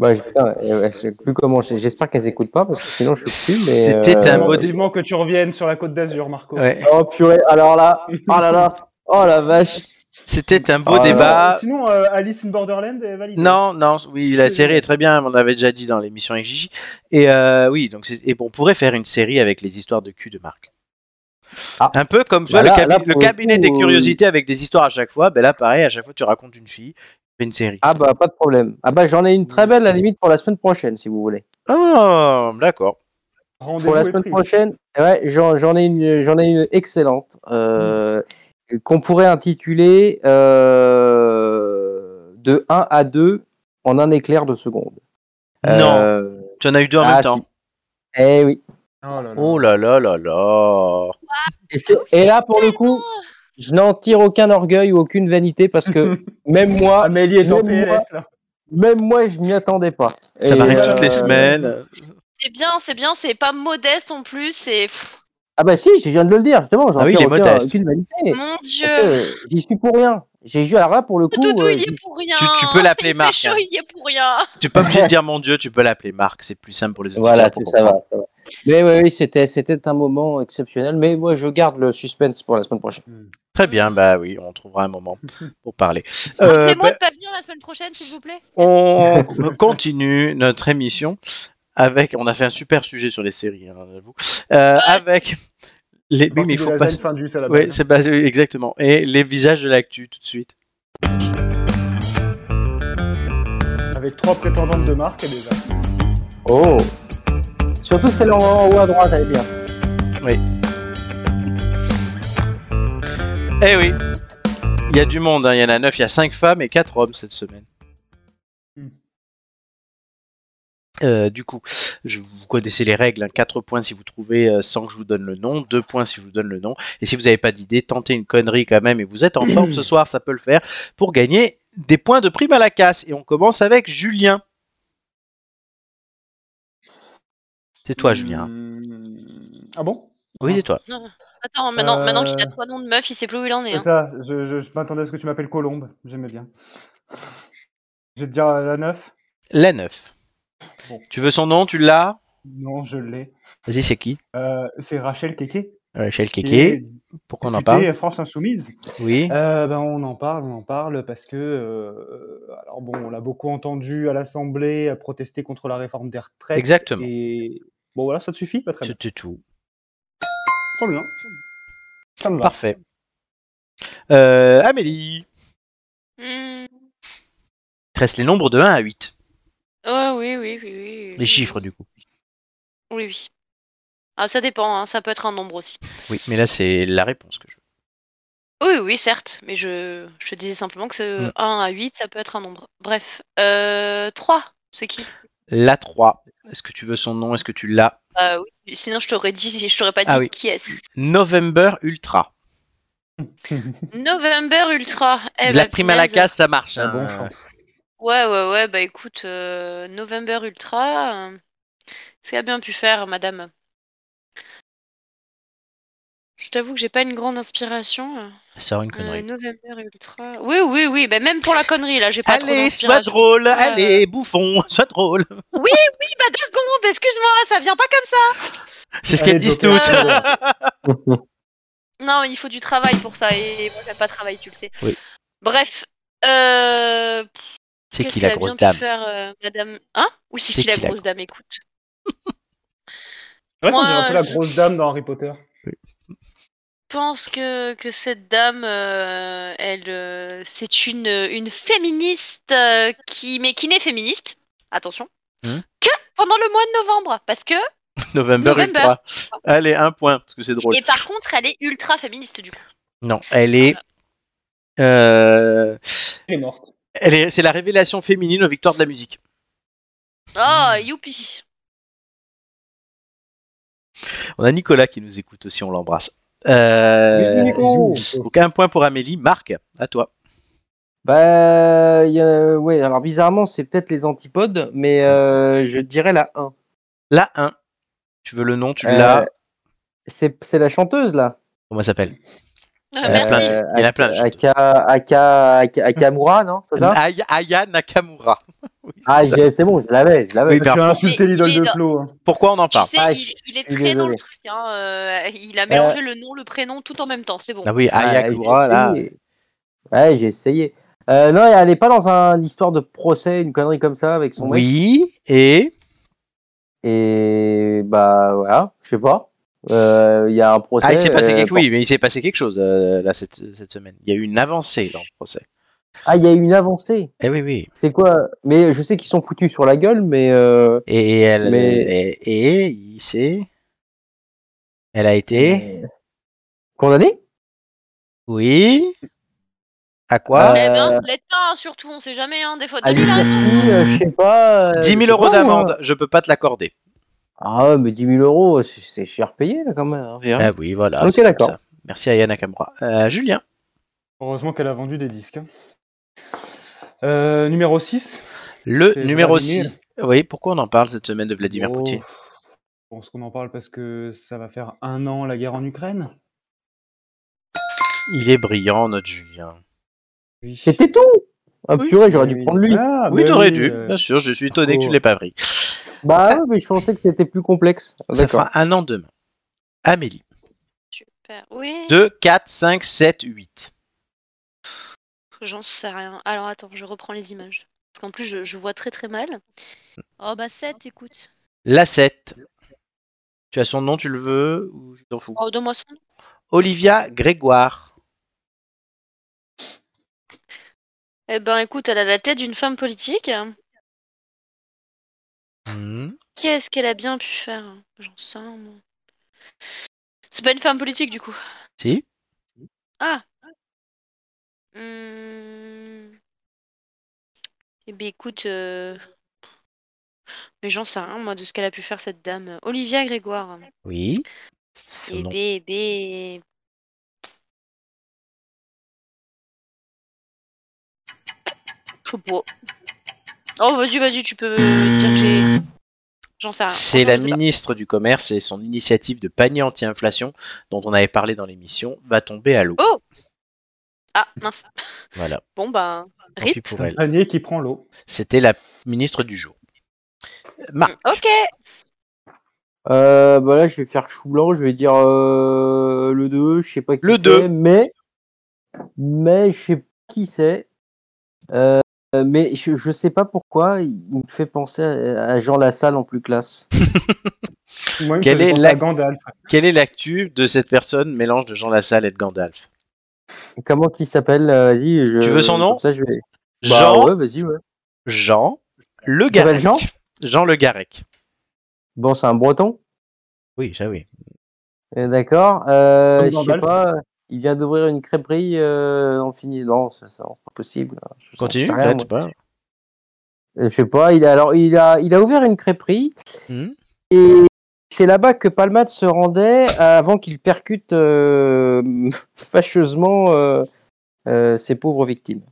[SPEAKER 4] Bah, je- putain, euh, ouais, je sais plus comment. j'ai- J'espère qu'elles écoutent pas, parce que sinon, je suis plus. mais,
[SPEAKER 1] C'était
[SPEAKER 4] euh,
[SPEAKER 1] un beau-
[SPEAKER 2] Vivement que tu reviennes sur la côte d'Azur, Marco.
[SPEAKER 1] Ouais.
[SPEAKER 4] Oh, purée, alors là, oh là là, oh la vache.
[SPEAKER 1] C'était un beau
[SPEAKER 4] Ah,
[SPEAKER 1] débat.
[SPEAKER 2] Sinon, euh, Alice in Borderland est validée.
[SPEAKER 1] Non, non, oui, la
[SPEAKER 2] C'est-
[SPEAKER 1] série est très bien, on l'avait déjà dit dans l'émission avec Gigi. Et euh, oui, donc c'est- et on pourrait faire une série avec les histoires de cul de Marc.
[SPEAKER 4] Ah.
[SPEAKER 1] Un peu comme
[SPEAKER 4] Bah
[SPEAKER 1] toi,
[SPEAKER 4] là-
[SPEAKER 1] le, cabi-
[SPEAKER 4] là, pour
[SPEAKER 1] le
[SPEAKER 4] le
[SPEAKER 1] cabinet
[SPEAKER 4] coup,
[SPEAKER 1] des
[SPEAKER 4] euh,
[SPEAKER 1] curiosités avec des histoires à chaque fois. Ben là, pareil, à chaque fois, tu racontes une fille, tu fais une série.
[SPEAKER 4] Ah bah pas de problème. Ah bah j'en ai une très belle à la limite pour la semaine prochaine si vous voulez.
[SPEAKER 1] Oh, d'accord.
[SPEAKER 2] Rendez-vous
[SPEAKER 4] Pour la
[SPEAKER 2] est
[SPEAKER 4] semaine
[SPEAKER 2] pris.
[SPEAKER 4] prochaine, ouais, j'en j'en ai une j'en ai une excellente euh, qu'on pourrait intituler euh, de 1 à 2 en un éclair de seconde.
[SPEAKER 1] Non, tu en as eu deux en
[SPEAKER 4] ah,
[SPEAKER 1] même temps.
[SPEAKER 4] si. Eh oui.
[SPEAKER 2] Oh là là.
[SPEAKER 1] Oh là là là là.
[SPEAKER 4] Et, c'est- et là pour le coup, je n'en tire aucun orgueil ou aucune vanité parce que même moi,
[SPEAKER 2] Amélie est en
[SPEAKER 4] Même moi.
[SPEAKER 2] PLS là.
[SPEAKER 4] même moi je m'y attendais pas.
[SPEAKER 1] Ça
[SPEAKER 4] Et,
[SPEAKER 1] m'arrive
[SPEAKER 4] euh,
[SPEAKER 1] toutes les semaines.
[SPEAKER 5] C'est bien, c'est bien, c'est pas modeste en plus. C'est. pff,
[SPEAKER 4] Ah bah si, je viens de le dire justement, j'en
[SPEAKER 1] Ah oui, il est
[SPEAKER 4] tire aucun-
[SPEAKER 1] modeste.
[SPEAKER 4] aucune euh, vanité.
[SPEAKER 5] Mon dieu.
[SPEAKER 4] Parce que euh, J'y suis pour rien. J'ai joué alors là pour le coup.
[SPEAKER 5] Doudou,
[SPEAKER 4] euh,
[SPEAKER 5] il y
[SPEAKER 4] j'y-
[SPEAKER 5] est pour rien.
[SPEAKER 1] Tu- tu peux l'appeler
[SPEAKER 5] Il fait
[SPEAKER 1] Marc,
[SPEAKER 5] chaud,
[SPEAKER 1] hein.
[SPEAKER 5] il y est pour rien.
[SPEAKER 1] Tu n'es pas obligé de dire mon Dieu, tu peux l'appeler Marc, c'est plus simple pour les auditeurs.
[SPEAKER 4] Voilà,
[SPEAKER 1] pour
[SPEAKER 4] c'est- ça va,
[SPEAKER 1] comprendre.
[SPEAKER 4] ça va. Mais oui, oui, c'était c'était un moment exceptionnel. Mais moi, je garde le suspense pour la semaine prochaine.
[SPEAKER 1] Très bien,
[SPEAKER 5] Mm.
[SPEAKER 1] bah oui, on trouvera un moment pour parler. Euh,
[SPEAKER 5] Rappelez-moi
[SPEAKER 1] bah-
[SPEAKER 5] de pas venir la semaine prochaine, s'il vous plaît.
[SPEAKER 1] On continue notre émission avec. On a fait un super sujet sur les séries, hein, j'avoue. Euh, avec les. Oui, mais il faut pas.
[SPEAKER 2] Fin du à la
[SPEAKER 1] Oui,
[SPEAKER 2] base.
[SPEAKER 1] c'est basé exactement. Et les visages de l'actu tout de suite.
[SPEAKER 2] Avec trois prétendantes de marque et déjà.
[SPEAKER 4] Oh Surtout celle en haut à droite, elle est bien.
[SPEAKER 1] Eh oui, il y a du monde. hein, Il y en a neuf. Il y a cinq femmes et quatre hommes cette semaine.
[SPEAKER 2] Hmm.
[SPEAKER 1] Euh, du coup, je, vous connaissez les règles. 4 points si vous trouvez euh, sans que je vous donne le nom, 2 points si je vous donne le nom. Et si vous n'avez pas d'idée, tentez une connerie quand même et vous êtes en forme ce soir, ça peut le faire, pour gagner des points de prime à la casse. Et on commence avec Julien. C'est toi, Julien.
[SPEAKER 2] Hmm. Ah bon
[SPEAKER 1] Oui, c'est toi.
[SPEAKER 5] Attends, maintenant, maintenant qu'il a
[SPEAKER 2] Euh.
[SPEAKER 5] trois noms de meufs, il sait plus où il en est.
[SPEAKER 2] C'est
[SPEAKER 5] hein.
[SPEAKER 2] ça, je, je, je m'attendais à ce que tu m'appelles Colombe, j'aimais bien. Je vais te dire euh, la 9
[SPEAKER 1] La 9.
[SPEAKER 2] Bon.
[SPEAKER 1] Tu veux son nom Tu l'as
[SPEAKER 2] Non, je l'ai.
[SPEAKER 1] Vas-y, c'est qui
[SPEAKER 2] Euh, c'est Rachel Keke.
[SPEAKER 1] Rachel
[SPEAKER 2] qui
[SPEAKER 1] Euh, Keke. euh,
[SPEAKER 2] est
[SPEAKER 1] Pour qu'on en
[SPEAKER 2] députée
[SPEAKER 1] parle. Mmh.
[SPEAKER 2] France Insoumise.
[SPEAKER 1] Oui.
[SPEAKER 2] Euh, ben, on en parle, on en parle parce que, euh, alors bon, on l'a beaucoup entendu à l'Assemblée euh, protester contre la réforme des retraites.
[SPEAKER 1] Exactement.
[SPEAKER 2] Et bon, voilà, ça te suffit Pas très bien.
[SPEAKER 1] C'était tout.
[SPEAKER 2] Très bien. Ça me va.
[SPEAKER 1] Parfait. Euh, Amélie.
[SPEAKER 5] Hmm.
[SPEAKER 1] Reste les nombres de 1 à 8.
[SPEAKER 5] Hmm. Ouais, oui, oui, oui, oui.
[SPEAKER 1] Les chiffres, du coup.
[SPEAKER 5] Oui, oui. Ah, ça dépend, hein, ça peut être un nombre aussi.
[SPEAKER 1] Oui, mais là, c'est la réponse que je veux.
[SPEAKER 5] Oui, oui, certes, mais je, je te disais simplement que ce
[SPEAKER 1] Mm.
[SPEAKER 5] 1 à 8, ça peut être un nombre. Bref, euh, 3, c'est qui
[SPEAKER 1] La 3. Est-ce que tu veux son nom Est-ce que tu l'as
[SPEAKER 5] Ah oui, Sinon, je t'aurais dit, je t'aurais pas dit
[SPEAKER 1] Ah oui.
[SPEAKER 5] qui est-ce.
[SPEAKER 1] November Ultra.
[SPEAKER 5] November Ultra. Eh
[SPEAKER 1] la
[SPEAKER 5] bah,
[SPEAKER 1] prime à la
[SPEAKER 5] punaise.
[SPEAKER 1] casse, ça marche.
[SPEAKER 2] Un Ben bon
[SPEAKER 1] hein.
[SPEAKER 2] champ.
[SPEAKER 5] Ouais, ouais, ouais, bah écoute, euh, November Ultra, euh, ce qu'elle a bien pu faire, madame. Je t'avoue que j'ai pas une grande inspiration. euh.
[SPEAKER 1] Sors une
[SPEAKER 5] Euh,
[SPEAKER 1] connerie.
[SPEAKER 5] November Ultra. Oui, oui, oui, bah même pour la connerie, là, j'ai pas trop
[SPEAKER 1] allez, sois
[SPEAKER 5] d'inspiration.
[SPEAKER 1] drôle.
[SPEAKER 5] Ah,
[SPEAKER 1] Allez, bouffon. Sois drôle.
[SPEAKER 5] Oui, bah deux secondes, excuse-moi, ça vient pas comme ça.
[SPEAKER 1] C'est ce
[SPEAKER 2] Allez,
[SPEAKER 1] qu'elles disent
[SPEAKER 2] Joker.
[SPEAKER 5] Euh,
[SPEAKER 1] toutes.
[SPEAKER 5] Non, il faut du travail pour ça, et moi j'aime pas travailler, tu le sais.
[SPEAKER 1] Oui.
[SPEAKER 5] Bref, euh,
[SPEAKER 1] C'est
[SPEAKER 5] qu'est-ce
[SPEAKER 1] qui
[SPEAKER 5] qu'elle
[SPEAKER 1] la
[SPEAKER 5] a
[SPEAKER 1] grosse
[SPEAKER 5] bien
[SPEAKER 1] dame
[SPEAKER 5] pu faire, euh, madame. Hein Ou c'est qui la grosse dame, écoute.
[SPEAKER 2] C'est vrai qu'on
[SPEAKER 5] Moi,
[SPEAKER 2] dirait un peu la
[SPEAKER 5] je-
[SPEAKER 2] grosse dame dans Harry Potter.
[SPEAKER 5] pense que, que cette dame, euh, elle, euh, c'est une, une féministe euh, qui, mais qui n'est féministe, attention,
[SPEAKER 1] Hmm.
[SPEAKER 5] que pendant le mois de novembre, parce que.
[SPEAKER 1] November,
[SPEAKER 5] November.
[SPEAKER 1] Ultra. Allez, un point, parce que c'est drôle.
[SPEAKER 5] Et par contre, elle est ultra féministe du coup.
[SPEAKER 1] Non, elle est. euh,
[SPEAKER 2] Elle est morte.
[SPEAKER 1] elle est- C'est la révélation féminine aux victoires de la musique.
[SPEAKER 5] Oh, youpi.
[SPEAKER 1] On a Nicolas qui nous écoute aussi, on l'embrasse. Euh,
[SPEAKER 2] Mais Nico
[SPEAKER 1] donc un point pour Amélie. Marc, à toi.
[SPEAKER 4] Bah, il y a- ouais, alors bizarrement, c'est peut-être les antipodes, mais euh, je dirais la 1.
[SPEAKER 1] La 1. Tu veux le nom, tu
[SPEAKER 4] Euh,
[SPEAKER 1] l'as.
[SPEAKER 4] C'est c'est la chanteuse, là.
[SPEAKER 1] Comment elle s'appelle
[SPEAKER 5] Euh,
[SPEAKER 1] Euh,
[SPEAKER 5] merci.
[SPEAKER 1] plein. Il y en a plein. de chanteuses.
[SPEAKER 4] Aka, Aka, Aka- Akamura, non C'est ça
[SPEAKER 1] Aya, Aya Nakamura. Oui, Ah, c'est
[SPEAKER 4] Ah,
[SPEAKER 1] ça.
[SPEAKER 4] j'ai- c'est bon, je l'avais, je l'avais.
[SPEAKER 1] Oui, mais
[SPEAKER 2] Tu as
[SPEAKER 1] alors,
[SPEAKER 2] insulté
[SPEAKER 5] Il est-
[SPEAKER 2] l'idole
[SPEAKER 5] il est
[SPEAKER 2] de
[SPEAKER 5] dans-
[SPEAKER 2] Flo. hein.
[SPEAKER 1] pourquoi on en
[SPEAKER 5] Tu
[SPEAKER 1] parle
[SPEAKER 5] sais,
[SPEAKER 4] Ah,
[SPEAKER 5] il, il est
[SPEAKER 4] je suis
[SPEAKER 5] très dans le
[SPEAKER 4] désolé.
[SPEAKER 5] truc. hein, euh, il a mélangé le nom, le prénom, tout en même temps. C'est bon.
[SPEAKER 1] Ah oui,
[SPEAKER 4] Ah,
[SPEAKER 1] Aya
[SPEAKER 4] j'ai
[SPEAKER 1] Kura, là.
[SPEAKER 4] essayé. Ouais, j'ai essayé. Euh, non, elle est pas dans un- une histoire de procès, une connerie comme ça avec son mec.
[SPEAKER 1] Oui, et
[SPEAKER 4] Et bah voilà, je sais pas. Euh, Il y a un procès.
[SPEAKER 1] ah, il s'est passé
[SPEAKER 4] euh,
[SPEAKER 1] quelque oui, mais il s'est passé quelque chose euh, là cette, cette semaine. Il y a eu une avancée dans le procès.
[SPEAKER 4] bon. Ah, il y a eu une avancée.
[SPEAKER 1] Eh oui, oui.
[SPEAKER 4] C'est quoi Mais je sais qu'ils sont foutus sur la gueule, mais euh,
[SPEAKER 1] Et elle,
[SPEAKER 4] Mais-
[SPEAKER 1] et, et il s'est, elle a été,
[SPEAKER 4] condamnés
[SPEAKER 1] oui. À quoi
[SPEAKER 4] Euh,
[SPEAKER 5] Eh ben, l'aide pas, hein, surtout, on sait jamais, hein, des fois.
[SPEAKER 4] à
[SPEAKER 5] Donne-lui la raison.
[SPEAKER 4] l'université, euh, je sais pas. euh,
[SPEAKER 1] 10 000
[SPEAKER 4] je sais
[SPEAKER 1] euros
[SPEAKER 4] pas, moi.
[SPEAKER 1] d'amende. Je peux pas te l'accorder.
[SPEAKER 4] Ah, ouais, mais 10 000 euros, c'est- c'est cher payé là, quand même. hein, je veux dire.
[SPEAKER 1] Ah oui, voilà.
[SPEAKER 4] Ok,
[SPEAKER 1] c'est comme
[SPEAKER 4] d'accord.
[SPEAKER 1] ça. Merci à Yann Nakamura. Euh, Julien.
[SPEAKER 2] Heureusement qu'elle a vendu des disques. hein. Euh, numéro 6.
[SPEAKER 1] Le
[SPEAKER 2] C'est
[SPEAKER 1] Euh, numéro
[SPEAKER 2] Vladimir.
[SPEAKER 1] 6. Oui, pourquoi on en parle cette semaine de Vladimir
[SPEAKER 2] Oh,
[SPEAKER 1] Poutine
[SPEAKER 2] Je pense qu'on en parle parce que ça va faire un an la guerre en Ukraine.
[SPEAKER 1] Il est brillant, notre Julien.
[SPEAKER 2] Oui.
[SPEAKER 4] C'était tout Ah
[SPEAKER 1] Oui.
[SPEAKER 4] purée, j'aurais dû
[SPEAKER 2] Oui.
[SPEAKER 4] prendre lui.
[SPEAKER 2] Ah,
[SPEAKER 1] oui,
[SPEAKER 2] bah
[SPEAKER 1] t'aurais dû,
[SPEAKER 2] euh,
[SPEAKER 1] bien sûr. Je suis étonné que tu
[SPEAKER 2] oh.
[SPEAKER 1] ne l'aies pas pris.
[SPEAKER 4] Bah ouais, mais je pensais que c'était plus complexe.
[SPEAKER 1] Ça
[SPEAKER 4] D'accord.
[SPEAKER 1] fera un an demain. Amélie.
[SPEAKER 5] Super. Oui.
[SPEAKER 1] 2, 4, 5, 7, 8.
[SPEAKER 5] J'en sais rien. Alors attends, je reprends les images. Parce qu'en plus, je, je vois très très mal. Oh bah 7, écoute.
[SPEAKER 1] La 7. Tu as son nom, tu le veux ou je t'en fous
[SPEAKER 5] Oh, donne-moi son nom.
[SPEAKER 1] Olivia Grégoire.
[SPEAKER 5] Eh ben écoute, elle a la tête d'une femme politique.
[SPEAKER 1] Hmm.
[SPEAKER 5] Qu'est-ce qu'elle a bien pu faire J'en sais rien. moi. C'est pas une femme politique du coup.
[SPEAKER 1] Si
[SPEAKER 5] Ah Hmm. Eh ben écoute. euh, Mais j'en sais rien moi de ce qu'elle a pu faire cette dame. Olivia Grégoire.
[SPEAKER 1] Oui. Son
[SPEAKER 5] Eh
[SPEAKER 1] nom.
[SPEAKER 5] bé, eh bé. Je sais pas. Oh, vas-y, vas-y, tu peux dire que j'ai. J'en sais rien.
[SPEAKER 1] C'est la
[SPEAKER 5] Franchement,
[SPEAKER 1] ministre du Commerce et son initiative de panier anti-inflation dont on avait parlé dans l'émission va tomber à l'eau.
[SPEAKER 5] Oh. je sais pas. Ah, mince.
[SPEAKER 1] Voilà,
[SPEAKER 5] Bon, bah.
[SPEAKER 1] tant pis
[SPEAKER 5] Rip.
[SPEAKER 1] pour
[SPEAKER 2] C'est un
[SPEAKER 1] elle.
[SPEAKER 2] panier qui prend l'eau.
[SPEAKER 1] C'était la ministre du jour. Marc,
[SPEAKER 5] Ok.
[SPEAKER 4] Euh, bah là, je vais faire chou blanc, je vais dire euh, le 2, je sais pas qui
[SPEAKER 1] Le
[SPEAKER 4] c'est,
[SPEAKER 1] 2.
[SPEAKER 4] mais mais je sais pas qui c'est. Euh, mais je, je sais pas pourquoi il me fait penser à, à Jean Lassalle en plus classe.
[SPEAKER 2] Moi, il me
[SPEAKER 1] Quelle
[SPEAKER 2] faisait
[SPEAKER 1] est
[SPEAKER 2] penser
[SPEAKER 1] la-
[SPEAKER 2] à Gandalf.
[SPEAKER 1] quelle est l'actu de cette personne mélange de Jean Lassalle et de Gandalf
[SPEAKER 4] Comment qu'il s'appelle euh, Vas-y. je-
[SPEAKER 1] Tu veux son nom
[SPEAKER 4] comme ça, je vais... Bah
[SPEAKER 1] Jean,
[SPEAKER 4] ouais, vas-y. Ouais.
[SPEAKER 1] Jean Le
[SPEAKER 4] Il s'appelle
[SPEAKER 1] Garec.
[SPEAKER 4] Jean
[SPEAKER 1] Jean Le Garec.
[SPEAKER 4] Bon, c'est un Breton.
[SPEAKER 1] Oui, ça oui.
[SPEAKER 4] Euh, D'accord. Euh,
[SPEAKER 2] Comme
[SPEAKER 4] je sais
[SPEAKER 2] Gandalf.
[SPEAKER 4] pas. Il vient d'ouvrir une crêperie. Euh, on finit. Non, ça, ça, c'est pas possible. Je- j'en
[SPEAKER 1] Continue,
[SPEAKER 4] sais rien,
[SPEAKER 1] là,
[SPEAKER 4] moi.
[SPEAKER 1] tu parles.
[SPEAKER 4] Euh, Je sais pas, il a, alors, il, a, il a ouvert une crêperie
[SPEAKER 1] Mhm.
[SPEAKER 4] et c'est là-bas que Palmade se rendait avant qu'il percute euh, fâcheusement euh, euh, ses pauvres victimes.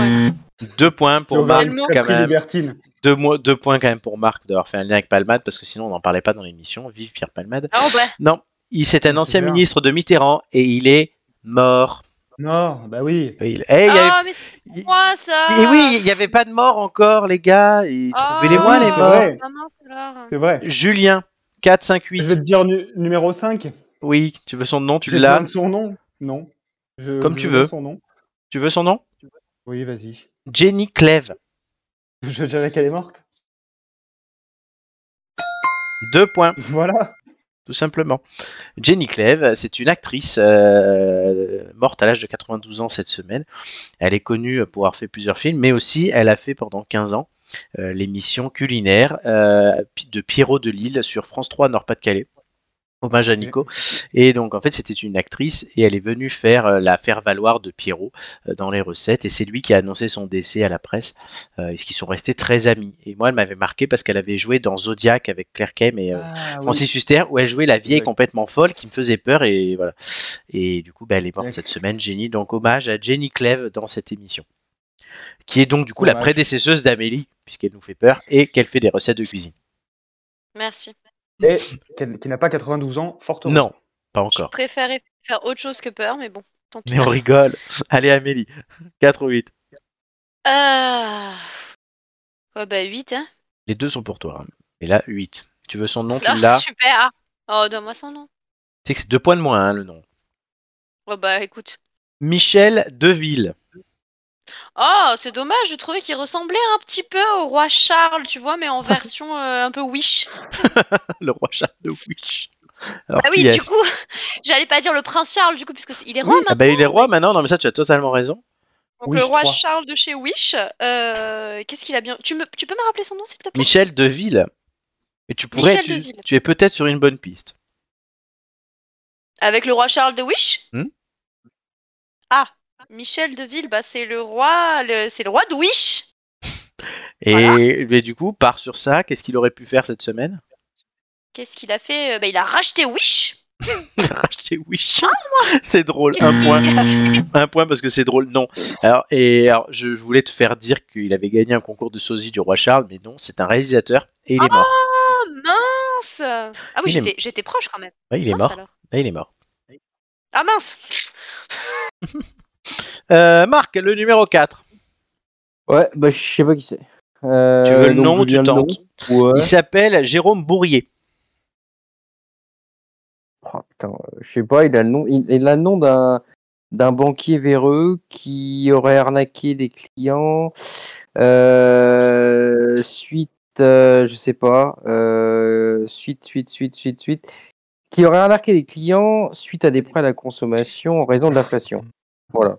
[SPEAKER 5] ouais.
[SPEAKER 1] Deux points pour Marc,
[SPEAKER 2] Tellement
[SPEAKER 1] quand
[SPEAKER 2] pris
[SPEAKER 1] même.
[SPEAKER 2] libertine.
[SPEAKER 1] Deux, mois- deux points quand même pour Marc d'avoir fait un lien avec Palmade, parce que sinon on n'en parlait pas dans l'émission. Vive Pierre Palmade.
[SPEAKER 5] Ah, ouais.
[SPEAKER 1] Non, il c'est un
[SPEAKER 2] Ah,
[SPEAKER 1] ancien
[SPEAKER 2] c'est bien.
[SPEAKER 1] ministre de Mitterrand et il est mort.
[SPEAKER 2] Non, bah oui.
[SPEAKER 1] Oui, il- Eh, il y avait-
[SPEAKER 5] Ah, mais c'est
[SPEAKER 1] il-
[SPEAKER 5] moi, ça. Oh,
[SPEAKER 1] Et oui, il n'y avait pas de mort encore, les gars. Et trouvez les moi
[SPEAKER 2] oui,
[SPEAKER 1] les
[SPEAKER 2] c'est
[SPEAKER 1] morts.
[SPEAKER 2] vrai.
[SPEAKER 5] Ah, mince, alors.
[SPEAKER 2] C'est vrai.
[SPEAKER 1] Julien, 4, 5,
[SPEAKER 2] Je vais
[SPEAKER 1] 8.
[SPEAKER 2] te dire nu- numéro 5.
[SPEAKER 1] Oui, tu veux son nom, tu
[SPEAKER 2] J'ai besoin
[SPEAKER 1] l'as.
[SPEAKER 2] de son nom Non. Je-
[SPEAKER 1] Comme
[SPEAKER 2] je
[SPEAKER 1] tu
[SPEAKER 2] veux
[SPEAKER 1] veux.
[SPEAKER 2] Son nom.
[SPEAKER 1] Tu veux son nom
[SPEAKER 2] Oui, vas-y.
[SPEAKER 1] Jenny Clève.
[SPEAKER 2] Je dirais qu'elle est morte.
[SPEAKER 1] Deux points.
[SPEAKER 2] Voilà.
[SPEAKER 1] tout simplement. Jenny Cleve, c'est une actrice euh, morte à l'âge de 92 ans cette semaine. Elle est connue pour avoir fait plusieurs films, mais aussi elle a fait pendant 15 ans euh, l'émission culinaire euh, de Pierrot de Lille sur France 3 Nord-Pas-de-Calais. Hommage à Nico. Et donc, en fait, c'était une actrice et elle est venue faire euh, la faire-valoir de Pierrot euh, dans les recettes. Et c'est lui qui a annoncé son décès à la presse. Euh, et qui sont restés très amis. Et moi, elle m'avait marqué parce qu'elle avait joué dans Zodiac avec Claire Kem et euh,
[SPEAKER 2] Ah, oui.
[SPEAKER 1] Francis Huster, où elle jouait la vieille
[SPEAKER 2] Oui.
[SPEAKER 1] complètement folle qui me faisait peur. Et voilà. Et du coup, bah, elle est morte
[SPEAKER 2] D'accord.
[SPEAKER 1] cette semaine, Jenny. Donc, hommage à Jenny Clève dans cette émission. Qui est donc, du coup, la
[SPEAKER 2] Hommage.
[SPEAKER 1] prédécesseuse d'Amélie, puisqu'elle nous fait peur et qu'elle fait des recettes de cuisine.
[SPEAKER 5] Merci.
[SPEAKER 2] Et qu'elle- qui n'a pas 92 ans, fort heureusement.
[SPEAKER 1] Non, pas
[SPEAKER 5] Je
[SPEAKER 1] encore.
[SPEAKER 5] préférais faire autre chose que peur, mais bon, tant pis.
[SPEAKER 1] Mais on rigole. Allez, Amélie. 4 ou 8.
[SPEAKER 5] Ah. Oh bah 8, hein.
[SPEAKER 1] Les deux sont pour toi. hein. Et là, 8. Tu veux son nom, tu
[SPEAKER 5] Ah,
[SPEAKER 1] l'as. Tu
[SPEAKER 5] super. Oh, donne-moi son nom.
[SPEAKER 1] sais que c'est deux points de moins, hein, le nom.
[SPEAKER 5] Oh bah écoute.
[SPEAKER 1] Michel Deville.
[SPEAKER 5] Oh, c'est dommage, je trouvais qu'il ressemblait un petit peu au roi Charles, tu vois, mais en version euh, un peu Wish.
[SPEAKER 1] Le roi Charles de Witch. Alors,
[SPEAKER 5] Ah oui,
[SPEAKER 1] qui est-ce
[SPEAKER 5] du coup, j'allais pas dire le prince Charles, du coup, puisque c'est- il est roi
[SPEAKER 1] Oui, ah bah, il est roi maintenant. Non, mais ça, tu as totalement raison.
[SPEAKER 5] Donc
[SPEAKER 2] Oui,
[SPEAKER 5] le
[SPEAKER 2] je
[SPEAKER 5] roi
[SPEAKER 2] crois.
[SPEAKER 5] Charles de chez Wish, euh, qu'est-ce qu'il a bien... Tu, me... tu peux me rappeler son nom, s'il te plaît
[SPEAKER 1] Michel Deville. Et tu pourrais,
[SPEAKER 5] Michel
[SPEAKER 1] tu,
[SPEAKER 5] Deville.
[SPEAKER 1] tu es peut-être sur une bonne piste.
[SPEAKER 5] Avec le roi Charles de Wish
[SPEAKER 1] Hmm
[SPEAKER 5] Ah, Michel de Ville, bah c'est le roi, le... c'est le roi de Wish
[SPEAKER 1] Et
[SPEAKER 5] Voilà.
[SPEAKER 1] mais du coup, part sur ça, qu'est-ce qu'il aurait pu faire cette semaine
[SPEAKER 5] Qu'est-ce qu'il a fait Bah il a racheté Wish
[SPEAKER 1] Racheter Wish.
[SPEAKER 5] Ah,
[SPEAKER 1] C'est drôle,
[SPEAKER 5] Qu'est-ce
[SPEAKER 1] un
[SPEAKER 5] qu'il
[SPEAKER 1] point.
[SPEAKER 5] a fait
[SPEAKER 1] Un point parce que c'est drôle, non. Alors, et alors, je, je voulais te faire dire qu'il avait gagné un concours de sosie du roi Charles, mais non, c'est un réalisateur et il est mort.
[SPEAKER 5] Oh mince Ah oui,
[SPEAKER 1] Il est
[SPEAKER 5] j'étais- j'étais proche quand même.
[SPEAKER 1] Ouais, il est
[SPEAKER 5] Mince,
[SPEAKER 1] mort.
[SPEAKER 5] alors.
[SPEAKER 1] Ouais, il est mort.
[SPEAKER 5] Ah mince
[SPEAKER 1] Euh, Marc, le numéro 4.
[SPEAKER 4] Ouais, bah, je sais pas qui c'est. Euh,
[SPEAKER 1] Tu veux le
[SPEAKER 4] donc,
[SPEAKER 1] nom
[SPEAKER 4] je
[SPEAKER 1] ou tu
[SPEAKER 4] viens le nom
[SPEAKER 1] tentes
[SPEAKER 4] Ouais.
[SPEAKER 1] Il s'appelle Jérôme Bourrier.
[SPEAKER 4] Oh, putain, euh, je sais pas, il a le nom, il, il a le nom d'un d'un banquier véreux qui aurait arnaqué des clients euh, suite, euh, je sais pas, euh, suite, suite, suite, suite, suite, qui aurait arnaqué des clients suite à des prêts à la consommation en raison de l'inflation. Voilà.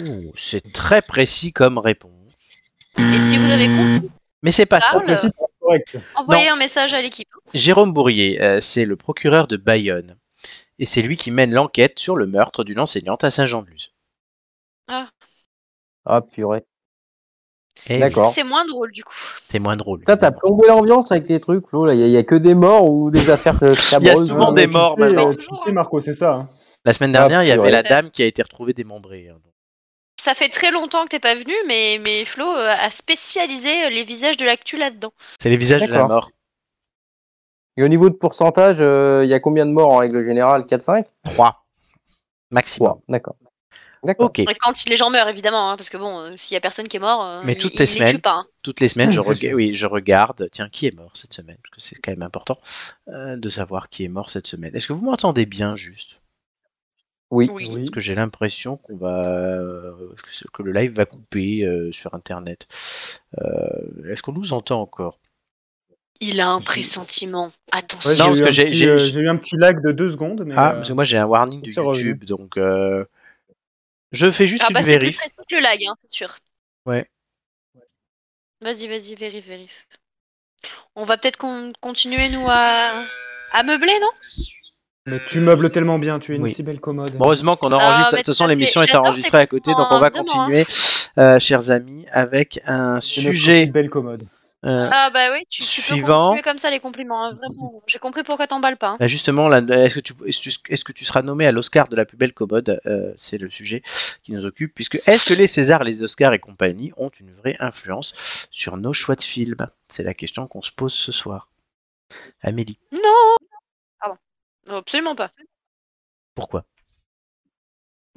[SPEAKER 1] Ouh, C'est très précis comme réponse.
[SPEAKER 5] Et si vous avez compris,
[SPEAKER 1] Mais c'est pas Ah, ça.
[SPEAKER 5] Parle.
[SPEAKER 2] Précis, c'est correct.
[SPEAKER 5] envoyez un message à l'équipe.
[SPEAKER 1] Jérôme Bourrier, euh, c'est le procureur de Bayonne. Et c'est lui qui mène l'enquête sur le meurtre d'une enseignante à Saint-Jean-de-Luz.
[SPEAKER 4] Ah purée.
[SPEAKER 1] Eh oui,
[SPEAKER 4] D'accord.
[SPEAKER 5] C'est moins drôle du coup.
[SPEAKER 1] C'est moins drôle.
[SPEAKER 4] Putain, t'as
[SPEAKER 1] évidemment.
[SPEAKER 4] plombé l'ambiance avec tes trucs, Flo. là. Il y, a- il y a que des morts ou des affaires que
[SPEAKER 1] Il y a
[SPEAKER 2] Ah,
[SPEAKER 1] souvent
[SPEAKER 2] mais
[SPEAKER 1] des
[SPEAKER 2] tu
[SPEAKER 1] morts,
[SPEAKER 2] sais, euh,
[SPEAKER 1] maintenant.
[SPEAKER 2] Tu sais, Marco, c'est ça. hein.
[SPEAKER 1] La semaine dernière, il y
[SPEAKER 4] purée.
[SPEAKER 1] avait la dame qui a été retrouvée démembrée. hein.
[SPEAKER 5] Ça fait très longtemps que t'es pas venu, mais, mais Flo euh, a spécialisé euh, les visages de l'actu là-dedans.
[SPEAKER 1] C'est les visages de la
[SPEAKER 4] D'accord.
[SPEAKER 1] mort.
[SPEAKER 4] Et au niveau de pourcentage, euh, il y a combien de morts en règle générale 4-5
[SPEAKER 1] 3 maximum.
[SPEAKER 4] Wow, D'accord. D'accord.
[SPEAKER 1] Ok,
[SPEAKER 5] Et Quand les gens meurent, évidemment, hein, parce que bon, euh, s'il y a personne qui est mort, euh,
[SPEAKER 1] Mais
[SPEAKER 5] il-
[SPEAKER 1] toutes
[SPEAKER 5] il
[SPEAKER 1] les
[SPEAKER 5] les
[SPEAKER 1] semaines.
[SPEAKER 5] tue pas. hein.
[SPEAKER 1] toutes les semaines, je,
[SPEAKER 2] Ah, C'est
[SPEAKER 1] rega-
[SPEAKER 2] sûr.
[SPEAKER 1] oui, je regarde, tiens, qui est mort cette semaine Parce que c'est quand même important euh, de savoir qui est mort cette semaine. Est-ce que vous m'entendez bien juste
[SPEAKER 4] Oui.
[SPEAKER 5] Oui.
[SPEAKER 1] Parce que j'ai l'impression qu'on va, euh, que ce- que le live va couper euh, sur Internet. Euh, Est-ce qu'on nous entend encore
[SPEAKER 5] Il a un pressentiment. Attention.
[SPEAKER 2] Ouais, j'ai
[SPEAKER 1] parce
[SPEAKER 2] eu
[SPEAKER 1] que
[SPEAKER 2] un
[SPEAKER 1] j'ai-
[SPEAKER 2] petit,
[SPEAKER 1] j'ai-
[SPEAKER 2] euh,
[SPEAKER 1] j'ai-
[SPEAKER 2] j'ai eu un petit lag de deux secondes. Mais,
[SPEAKER 1] Ah,
[SPEAKER 2] euh,
[SPEAKER 1] parce que moi j'ai un warning de
[SPEAKER 2] c'est revenu.
[SPEAKER 1] YouTube, donc euh, je fais juste
[SPEAKER 5] Ah bah
[SPEAKER 1] une
[SPEAKER 5] c'est plus
[SPEAKER 1] vérif.
[SPEAKER 5] précis que le lag, hein, c'est sûr.
[SPEAKER 1] Ouais.
[SPEAKER 5] Vas-y, vas-y, vérif, vérif. On va peut-être con- continuer, nous, à... à meubler, non
[SPEAKER 2] mais tu meubles tellement bien, tu es une
[SPEAKER 1] Oui.
[SPEAKER 2] si belle commode.
[SPEAKER 1] Bon, heureusement qu'on enregistre.
[SPEAKER 5] Ah, mais
[SPEAKER 1] de toute façon,
[SPEAKER 5] tout à fait.
[SPEAKER 1] l'émission est
[SPEAKER 5] J'adore hein,
[SPEAKER 1] enregistrée à côté, donc on va
[SPEAKER 5] vraiment, hein.
[SPEAKER 1] continuer, euh, chers amis, avec un
[SPEAKER 2] Tu es notre
[SPEAKER 1] sujet.
[SPEAKER 2] petite belle commode.
[SPEAKER 1] euh,
[SPEAKER 5] Ah bah oui, tu, tu peux
[SPEAKER 1] Suivant.
[SPEAKER 5] continuer comme ça les compliments, hein, vraiment. J'ai compris pourquoi t'emballes pas. hein.
[SPEAKER 1] Bah, justement, là, est-ce que, tu, est-ce que- est-ce que tu seras nommé à l'Oscar de la plus belle commode Euh, C'est le sujet qui nous occupe, puisque est-ce que les Césars, les Oscars et compagnie ont une vraie influence sur nos choix de films C'est la question qu'on se pose ce soir. Amélie,
[SPEAKER 5] Non, Absolument pas.
[SPEAKER 1] pourquoi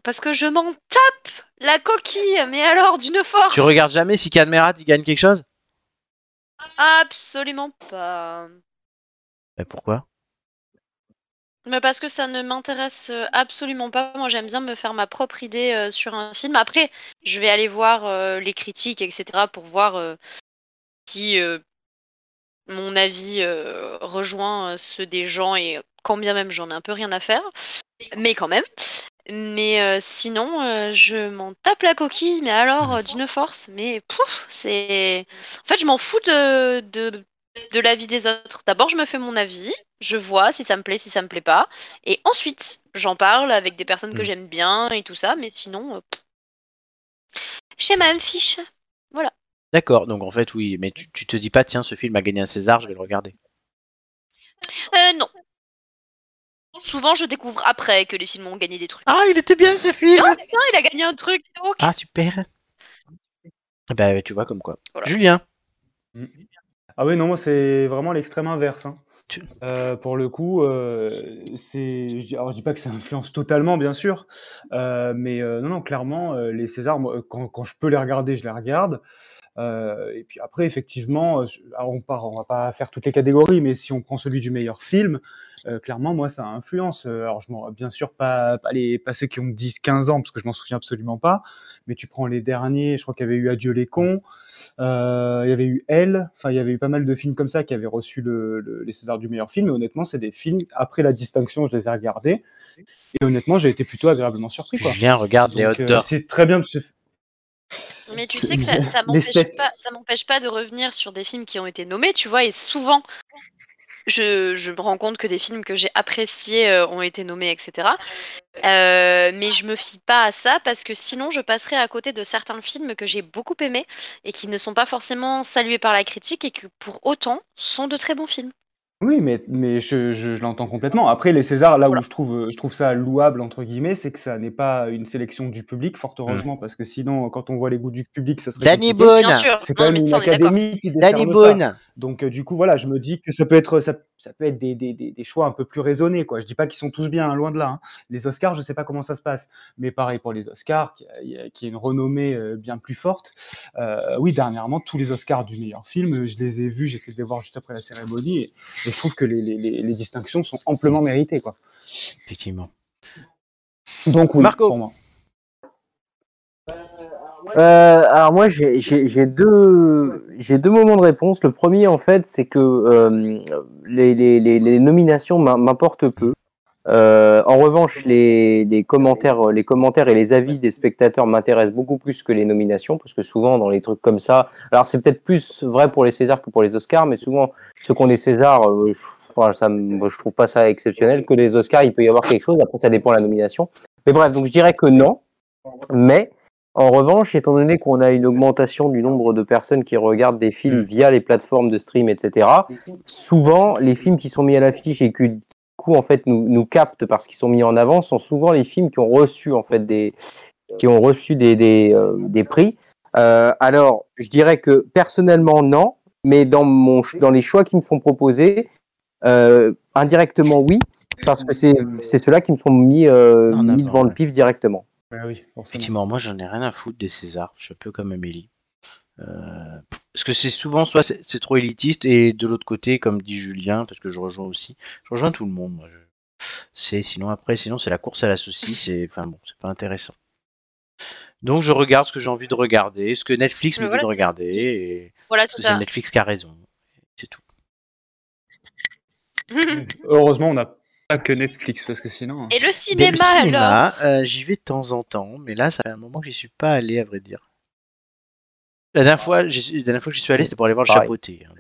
[SPEAKER 5] Parce que je m'en tape la coquille, mais alors d'une force
[SPEAKER 1] Tu regardes jamais si Cadmerat il gagne quelque chose
[SPEAKER 5] Absolument pas.
[SPEAKER 1] Bah, Pourquoi
[SPEAKER 5] Mais parce que ça ne m'intéresse euh, absolument pas. Moi, j'aime bien me faire ma propre idée euh, sur un film. Après, je vais aller voir euh, les critiques, etc., pour voir euh, si euh, mon avis euh, rejoint ceux des gens et quand bien même j'en ai un peu rien à faire, mais quand même. Mais euh, sinon, euh, je m'en tape la coquille, mais alors euh, d'une force. Mais pouf, c'est. En fait, je m'en fous de, de, de l'avis des autres. D'abord, je me fais mon avis, je vois si ça me plaît, si ça me plaît pas. Et ensuite, j'en parle avec des personnes que
[SPEAKER 1] Mm.
[SPEAKER 5] j'aime bien et tout ça. Mais sinon, euh, pff. chez ma fiche.
[SPEAKER 1] D'accord, donc en fait, oui, mais tu, tu te dis pas, tiens, ce film a gagné un César, je vais le regarder.
[SPEAKER 5] Euh, non. Souvent, je découvre après que les films ont gagné des trucs.
[SPEAKER 1] Ah, il était bien ce film
[SPEAKER 5] Oh, putain, il a gagné un truc. donc.
[SPEAKER 1] Ah, super Eh Ben, tu vois, comme quoi.
[SPEAKER 5] Voilà.
[SPEAKER 1] Julien
[SPEAKER 2] Ah oui, non, moi, c'est vraiment l'extrême inverse. hein.
[SPEAKER 1] Tu-
[SPEAKER 2] Euh, pour le coup, euh, c'est. Je dis, alors, je dis pas que ça influence totalement, bien sûr, euh, mais euh, non, non, clairement, euh, les Césars, moi, euh, quand, quand je peux les regarder, je les regarde. Euh, et puis après, effectivement, euh, je- alors, on part, on va pas faire toutes les catégories, mais si on prend celui du meilleur film, euh, clairement, moi, ça influence. Euh, Alors, je m'en, bien sûr, pas, pas les, pas ceux qui ont 10, 15 ans, parce que je m'en souviens absolument pas. Mais tu prends les derniers, je crois qu'il y avait eu Adieu les cons, euh, il y avait eu Elle, enfin il y avait eu pas mal de films comme ça qui avaient reçu le, le- les Césars du meilleur film. Et honnêtement, c'est des films après la distinction, je les ai regardés. Et honnêtement, j'ai été plutôt agréablement surpris. Quoi.
[SPEAKER 1] Julien regarde les
[SPEAKER 2] Donc,
[SPEAKER 1] hot
[SPEAKER 2] euh,
[SPEAKER 1] dogs.
[SPEAKER 2] c'est très bien de se.
[SPEAKER 5] Mais tu
[SPEAKER 2] C'est-
[SPEAKER 5] sais que ça, ça
[SPEAKER 2] les
[SPEAKER 5] m'empêche
[SPEAKER 2] sept.
[SPEAKER 5] pas, ça m'empêche pas de revenir sur des films qui ont été nommés, tu vois, et souvent, je, je me rends compte que des films que j'ai appréciés euh, ont été nommés, etc. Euh, mais je me fie pas à ça parce que sinon, je passerai à côté de certains films que j'ai beaucoup aimés et qui ne sont pas forcément salués par la critique et que pour autant sont de très bons films.
[SPEAKER 2] Oui, mais, mais je, je- je l'entends complètement. Après, les Césars, là où
[SPEAKER 5] Voilà.
[SPEAKER 2] je trouve, euh, je trouve ça louable, entre guillemets, c'est que ça n'est pas une sélection du public, fort
[SPEAKER 5] Mmh.
[SPEAKER 2] heureusement, parce que sinon, euh, quand on voit les goûts du public, ça serait.
[SPEAKER 1] Danny
[SPEAKER 2] compliqué.
[SPEAKER 1] Boone
[SPEAKER 5] Bien sûr,
[SPEAKER 2] C'est quand
[SPEAKER 5] non,
[SPEAKER 2] même
[SPEAKER 5] mais
[SPEAKER 2] une
[SPEAKER 5] ça, on est d'accord.
[SPEAKER 2] académie qui
[SPEAKER 1] Danny
[SPEAKER 2] décerne ça.
[SPEAKER 1] Boone
[SPEAKER 2] Donc euh, du coup voilà, je me dis que ça peut être ça, ça peut être des, des- des- des choix un peu plus raisonnés quoi. Je dis pas qu'ils sont tous bien, hein, loin de là. hein. Les Oscars, je sais pas comment ça se passe, mais pareil pour les Oscars, qui, il y a- qui est une renommée euh, bien plus forte. Euh, oui, dernièrement tous les Oscars du meilleur film, euh, je les ai vus, j'essaie de les voir juste après la cérémonie, et, et je trouve que les, les- les- les distinctions sont amplement méritées quoi.
[SPEAKER 1] Effectivement.
[SPEAKER 2] Donc oui,
[SPEAKER 1] Marco.
[SPEAKER 2] pour moi.
[SPEAKER 4] Euh, alors moi j'ai- j'ai j'ai deux j'ai deux moments de réponse. Le premier en fait c'est que euh, les, les, les, les nominations m'im- m'importent peu. Euh, en revanche les, les commentaires euh, les commentaires et les avis des spectateurs m'intéressent beaucoup plus que les nominations parce que souvent dans les trucs comme ça alors c'est peut-être plus vrai pour les Césars que pour les Oscars mais souvent ceux qu'on est Césars euh, je, enfin, ça me- moi, je trouve pas ça exceptionnel que les Oscars il peut y avoir quelque chose après ça dépend de la nomination. Mais bref donc je dirais que non mais en revanche, étant donné qu'on a une augmentation du nombre de personnes qui regardent des films
[SPEAKER 1] Mm.
[SPEAKER 4] via les plateformes de stream, etc., souvent les films qui sont mis à l'affiche et qui du coup en fait nous, nous captent parce qu'ils sont mis en avant sont souvent les films qui ont reçu en fait des qui ont reçu des des, euh, des prix. Euh, alors, je dirais que personnellement non, mais dans mon ch- dans les choix qui me sont proposés, euh, indirectement oui, parce que c'est c'est ceux-là qui me sont mis euh,
[SPEAKER 1] En
[SPEAKER 4] mis
[SPEAKER 1] avant,
[SPEAKER 4] devant
[SPEAKER 1] ouais.
[SPEAKER 4] le pif directement.
[SPEAKER 2] Ah oui, forcément.
[SPEAKER 1] Effectivement, moi j'en ai rien à foutre des Césars, je suis un peu comme Amélie. Euh, parce que c'est souvent soit c'est c'est trop élitiste et de l'autre côté, comme dit Julien, parce que je rejoins aussi, je rejoins tout le monde. moi, je- C'est sinon après, sinon c'est la course à la saucisse et enfin bon, c'est pas intéressant. Donc je regarde ce que j'ai envie de regarder, ce que Netflix me
[SPEAKER 5] Mais
[SPEAKER 1] dit de
[SPEAKER 5] voilà,
[SPEAKER 1] regarder, et
[SPEAKER 5] Voilà,
[SPEAKER 1] parce que
[SPEAKER 5] c'est
[SPEAKER 1] c'est
[SPEAKER 5] ça.
[SPEAKER 1] Netflix qui a raison. C'est tout.
[SPEAKER 2] Heureusement, on n'a pas que Netflix parce que sinon. hein.
[SPEAKER 5] Et le
[SPEAKER 1] Mais
[SPEAKER 5] cinéma,
[SPEAKER 1] le cinéma,
[SPEAKER 5] alors
[SPEAKER 1] euh, j'y vais de temps en temps, mais là, ça fait un moment que j'y suis pas allé, à vrai dire. La dernière fois, j'y suis- la dernière fois que j'y suis allé, c'était pour aller voir le
[SPEAKER 4] Pareil.
[SPEAKER 1] chapeauté. hein.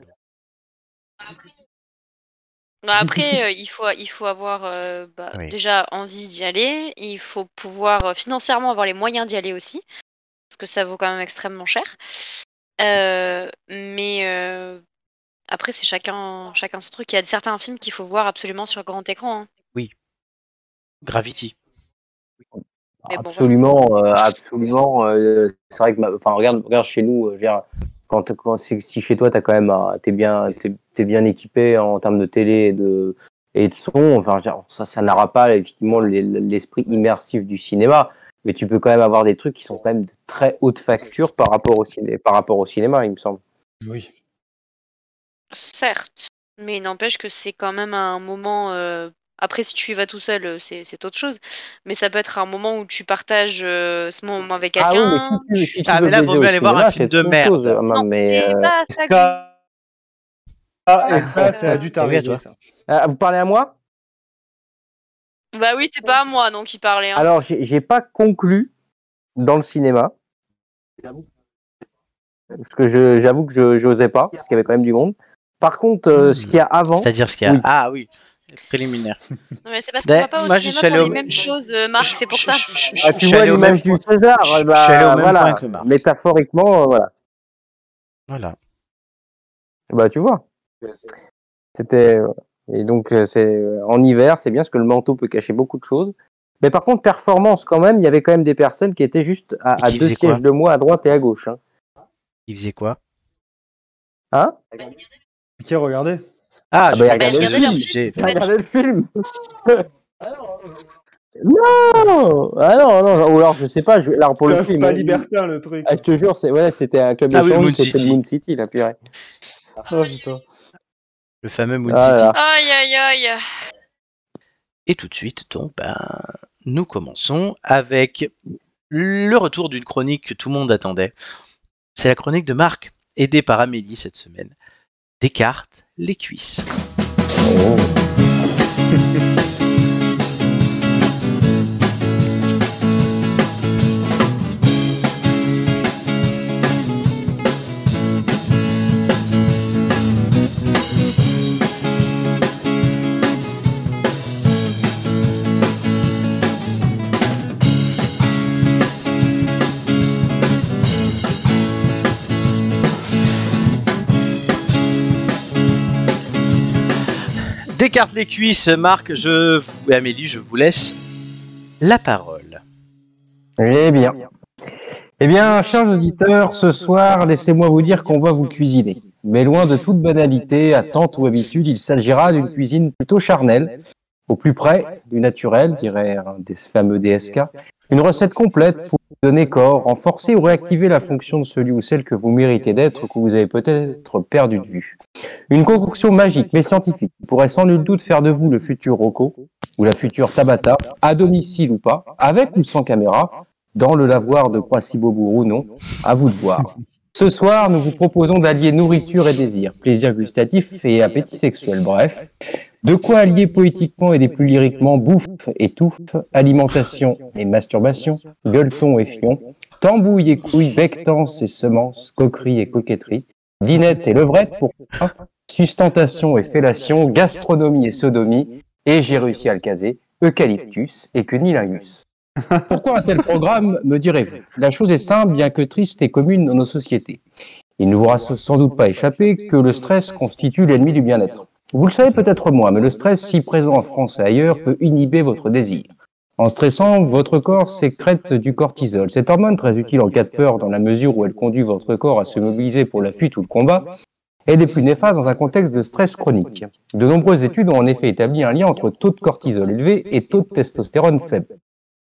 [SPEAKER 5] Bah, après, euh, il, faut, il faut avoir euh, bah,
[SPEAKER 1] Oui.
[SPEAKER 5] déjà envie d'y aller, il faut pouvoir euh, financièrement avoir les moyens d'y aller aussi, parce que ça vaut quand même extrêmement cher. Euh, mais euh, après, c'est chacun, chacun son truc. Il y a certains films qu'il faut voir absolument sur grand écran. hein.
[SPEAKER 1] Gravity.
[SPEAKER 5] Mais bon,
[SPEAKER 4] Absolument, euh, absolument. euh, c'est vrai que, ma- enfin, regarde, regarde chez nous. euh, je veux dire, quand, t'as- quand- si, si chez toi, t'as quand même, un- t'es bien, t'es, t'es bien équipé en termes de télé et de et de son. Enfin, je veux dire, ça, ça n'aura pas effectivement l'es- l'esprit immersif du cinéma, mais tu peux quand même avoir des trucs qui sont quand même de très haute facture par rapport au ciné, par rapport au cinéma, il me semble.
[SPEAKER 2] Oui.
[SPEAKER 5] Certes, mais n'empêche que c'est quand même un moment. euh, Après, si tu y vas tout seul, euh, c'est c'est autre chose. Mais ça peut être un moment où tu partages euh, ce moment avec
[SPEAKER 4] Ah
[SPEAKER 5] quelqu'un.
[SPEAKER 4] oui, mais si tu, si tu
[SPEAKER 1] Ah,
[SPEAKER 4] veux
[SPEAKER 1] mais là,
[SPEAKER 4] baiser
[SPEAKER 1] vaut mieux
[SPEAKER 4] au
[SPEAKER 1] aller voir un
[SPEAKER 4] cinéma,
[SPEAKER 1] film
[SPEAKER 4] c'est
[SPEAKER 1] de
[SPEAKER 4] autre
[SPEAKER 1] merde.
[SPEAKER 4] chose, euh,
[SPEAKER 5] Non,
[SPEAKER 4] mais
[SPEAKER 5] c'est
[SPEAKER 4] euh,
[SPEAKER 5] pas ça que je-
[SPEAKER 2] Ça, Ah, et ça, ça a dû
[SPEAKER 4] oui, à
[SPEAKER 2] t'arriver.
[SPEAKER 4] toi.
[SPEAKER 2] ça.
[SPEAKER 4] Ah, vous parlez à moi
[SPEAKER 5] Bah oui, c'est pas à moi donc il parlait. hein.
[SPEAKER 4] Alors, j'ai j'ai pas conclu dans le cinéma. Parce que je- j'avoue que je n'osais pas, parce qu'il y avait quand même du monde. Par contre, euh, ce qu'il y a avant,
[SPEAKER 1] C'est-à-dire ce qu'il y a.
[SPEAKER 4] Oui.
[SPEAKER 1] Ah oui, préliminaire.
[SPEAKER 5] Non, mais c'est parce qu'on
[SPEAKER 1] Ben,
[SPEAKER 5] va pas au
[SPEAKER 1] moi, je
[SPEAKER 5] cinéma
[SPEAKER 1] suis allé
[SPEAKER 5] pour
[SPEAKER 1] au-
[SPEAKER 5] les mêmes choses, euh, Marc, c'est pour ça.
[SPEAKER 4] ah, tu vois l'image du César,
[SPEAKER 1] Je-
[SPEAKER 4] eh
[SPEAKER 1] je
[SPEAKER 4] ben,
[SPEAKER 1] suis allé au même
[SPEAKER 4] voilà,
[SPEAKER 1] point que Marc.
[SPEAKER 4] métaphoriquement, euh, voilà.
[SPEAKER 1] Voilà.
[SPEAKER 4] Bah, tu vois. C'était et donc euh, c'est en hiver, c'est bien parce que le manteau peut cacher beaucoup de choses. Mais par contre, performance quand même, il y avait quand même des personnes qui étaient juste à,
[SPEAKER 1] Et
[SPEAKER 4] à
[SPEAKER 1] qui
[SPEAKER 4] deux
[SPEAKER 1] faisaient quoi
[SPEAKER 4] sièges de moi, à droite et à gauche. Hein,
[SPEAKER 1] Il faisait quoi
[SPEAKER 4] Hein
[SPEAKER 2] Qui regardez
[SPEAKER 1] Ah,
[SPEAKER 4] bah,
[SPEAKER 1] j'ai compris
[SPEAKER 4] il regardait
[SPEAKER 1] ce
[SPEAKER 4] le
[SPEAKER 1] que
[SPEAKER 4] film.
[SPEAKER 1] tu disais.
[SPEAKER 4] T'as regardé Ah, le film Non, ah non, non, ou alors je sais pas, je, alors pour le
[SPEAKER 2] C'est
[SPEAKER 4] film,
[SPEAKER 2] pas
[SPEAKER 4] hein,
[SPEAKER 2] libertin le truc.
[SPEAKER 4] ah, je te jure, c'est ouais, c'était un club
[SPEAKER 1] Ah
[SPEAKER 4] de
[SPEAKER 1] oui, Moon
[SPEAKER 4] sandwich, c'était
[SPEAKER 1] City.
[SPEAKER 4] le Moon City, la purée.
[SPEAKER 2] Oh, putain.
[SPEAKER 1] Le fameux Moon
[SPEAKER 4] Ah,
[SPEAKER 1] City.
[SPEAKER 4] là.
[SPEAKER 5] Aïe aïe aïe.
[SPEAKER 1] Et tout de suite, donc, ben, nous commençons avec le retour d'une chronique que tout le monde attendait. C'est la chronique de Marc, aidé par Amélie cette semaine. Décarte les cuisses. Décarte les cuisses, Marc, je vous, et Amélie, je vous laisse la parole.
[SPEAKER 4] Eh bien. Eh bien, chers auditeurs, ce soir, laissez-moi vous dire qu'on va vous cuisiner. Mais loin de toute banalité, attente ou habitude, il s'agira d'une cuisine plutôt charnelle, au plus près du naturel, dirait un des fameux DSK. Une recette complète pour vous donner corps, renforcer ou réactiver la fonction de celui ou celle que vous méritez d'être, que vous avez peut-être perdu de vue. Une concoction magique mais scientifique qui pourrait sans nul doute faire de vous le futur Rocco ou la future Tabata, à domicile ou pas, avec ou sans caméra, dans le lavoir de Croissy-Beaubourg ou non, à vous de voir. Ce soir, nous vous proposons d'allier nourriture et désir, plaisir gustatif et appétit sexuel, bref. De quoi allier poétiquement et des plus lyriquement bouffe et touffe, alimentation et masturbation, gueuleton et fion, tambouille et couille, bectance et semences, coquerie et coquetterie, dinette et levrette pour un, sustentation et fellation, gastronomie et sodomie, et j'ai réussi à le caser, eucalyptus et cunilingus. Pourquoi un tel programme, me direz-vous La chose est simple, bien que triste et commune dans nos sociétés. Il ne vous aura sans doute pas échappé que le stress constitue l'ennemi du bien-être. Vous le savez peut-être moins, mais le stress, si présent en France et ailleurs, peut inhiber votre désir. En stressant, votre corps sécrète du cortisol. Cette hormone, très utile en cas de peur dans la mesure où elle conduit votre corps à se mobiliser pour la fuite ou le combat, est des plus néfastes dans un contexte de stress chronique. De nombreuses études ont en effet établi un lien entre taux de cortisol élevé et taux de testostérone faible.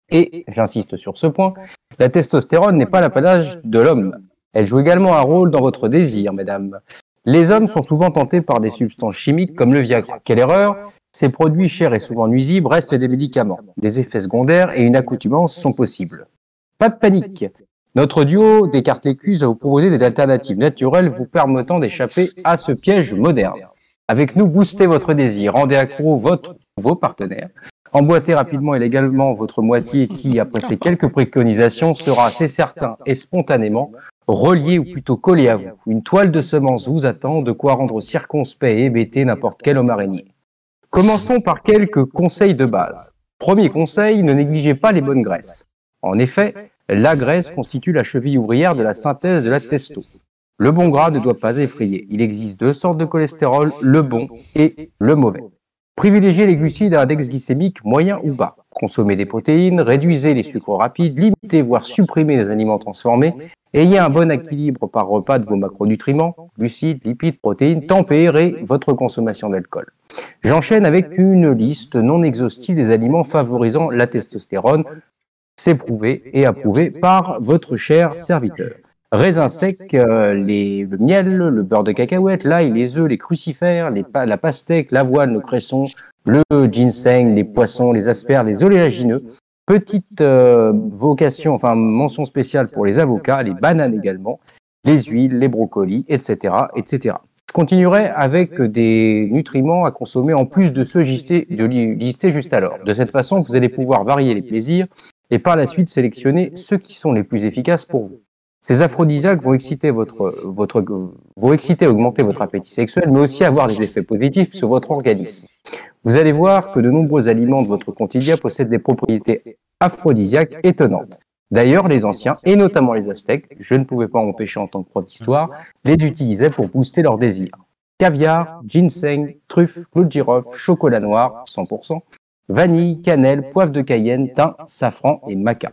[SPEAKER 4] Et, j'insiste sur ce point, la testostérone n'est pas l'apanage de l'homme. Elle joue également un rôle dans votre désir, mesdames. Les hommes sont souvent tentés par des substances chimiques comme le Viagra. Quelle erreur Ces produits chers et souvent nuisibles restent des médicaments. Des effets secondaires et une accoutumance sont possibles. Pas de panique Notre duo des cartes cuisses va vous proposer des alternatives naturelles vous permettant d'échapper à ce piège moderne. Avec nous, boostez votre désir, rendez accro votre ou vos partenaires. Emboîtez rapidement et légalement votre moitié qui, après ces quelques préconisations, sera assez certain et spontanément relié ou plutôt collé à vous. Une toile de semence vous attend, de quoi rendre circonspect et hébété n'importe quel homme araignée. Commençons par quelques conseils de base. Premier conseil, ne négligez pas les bonnes graisses. En effet, la graisse constitue la cheville ouvrière de la synthèse de la testo. Le bon gras ne doit pas effrayer. Il existe deux sortes de cholestérol, le bon et le mauvais. Privilégiez les glucides à index glycémique moyen ou bas. Consommez des protéines, réduisez les sucres rapides, limitez voire supprimez les aliments transformés. Ayez un bon équilibre par repas de vos macronutriments, glucides, lipides, protéines, tempérez votre consommation d'alcool. J'enchaîne avec une liste non exhaustive des aliments favorisant la testostérone. C'est prouvé et approuvé par votre cher serviteur. Raisins secs, euh, les, le miel, le beurre de cacahuète, l'ail, les œufs, les crucifères, les pa- la pastèque, l'avoine, le cresson, le ginseng, les poissons, les asperges, les oléagineux. Petite euh, vocation, enfin mention spéciale pour les avocats, les bananes également, les huiles, les brocolis, etc., etc. continuerai avec des nutriments à consommer en plus de ceux gistés- de li- listés juste alors. De cette façon, vous allez pouvoir varier les plaisirs et par la suite sélectionner ceux qui sont les plus efficaces pour vous. Ces aphrodisiaques vont exciter votre, votre, vont exciter et augmenter votre appétit sexuel, mais aussi avoir des effets positifs sur votre organisme. Vous allez voir que de nombreux aliments de votre quotidien possèdent des propriétés aphrodisiaques étonnantes. D'ailleurs, les anciens, et notamment les Aztèques, je ne pouvais pas m'empêcher en tant que prof d'histoire, les utilisaient pour booster leurs désirs. Caviar, ginseng, truffe, clou de girofle, chocolat noir, 100%, vanille, cannelle, poivre de cayenne, thym, safran et maca.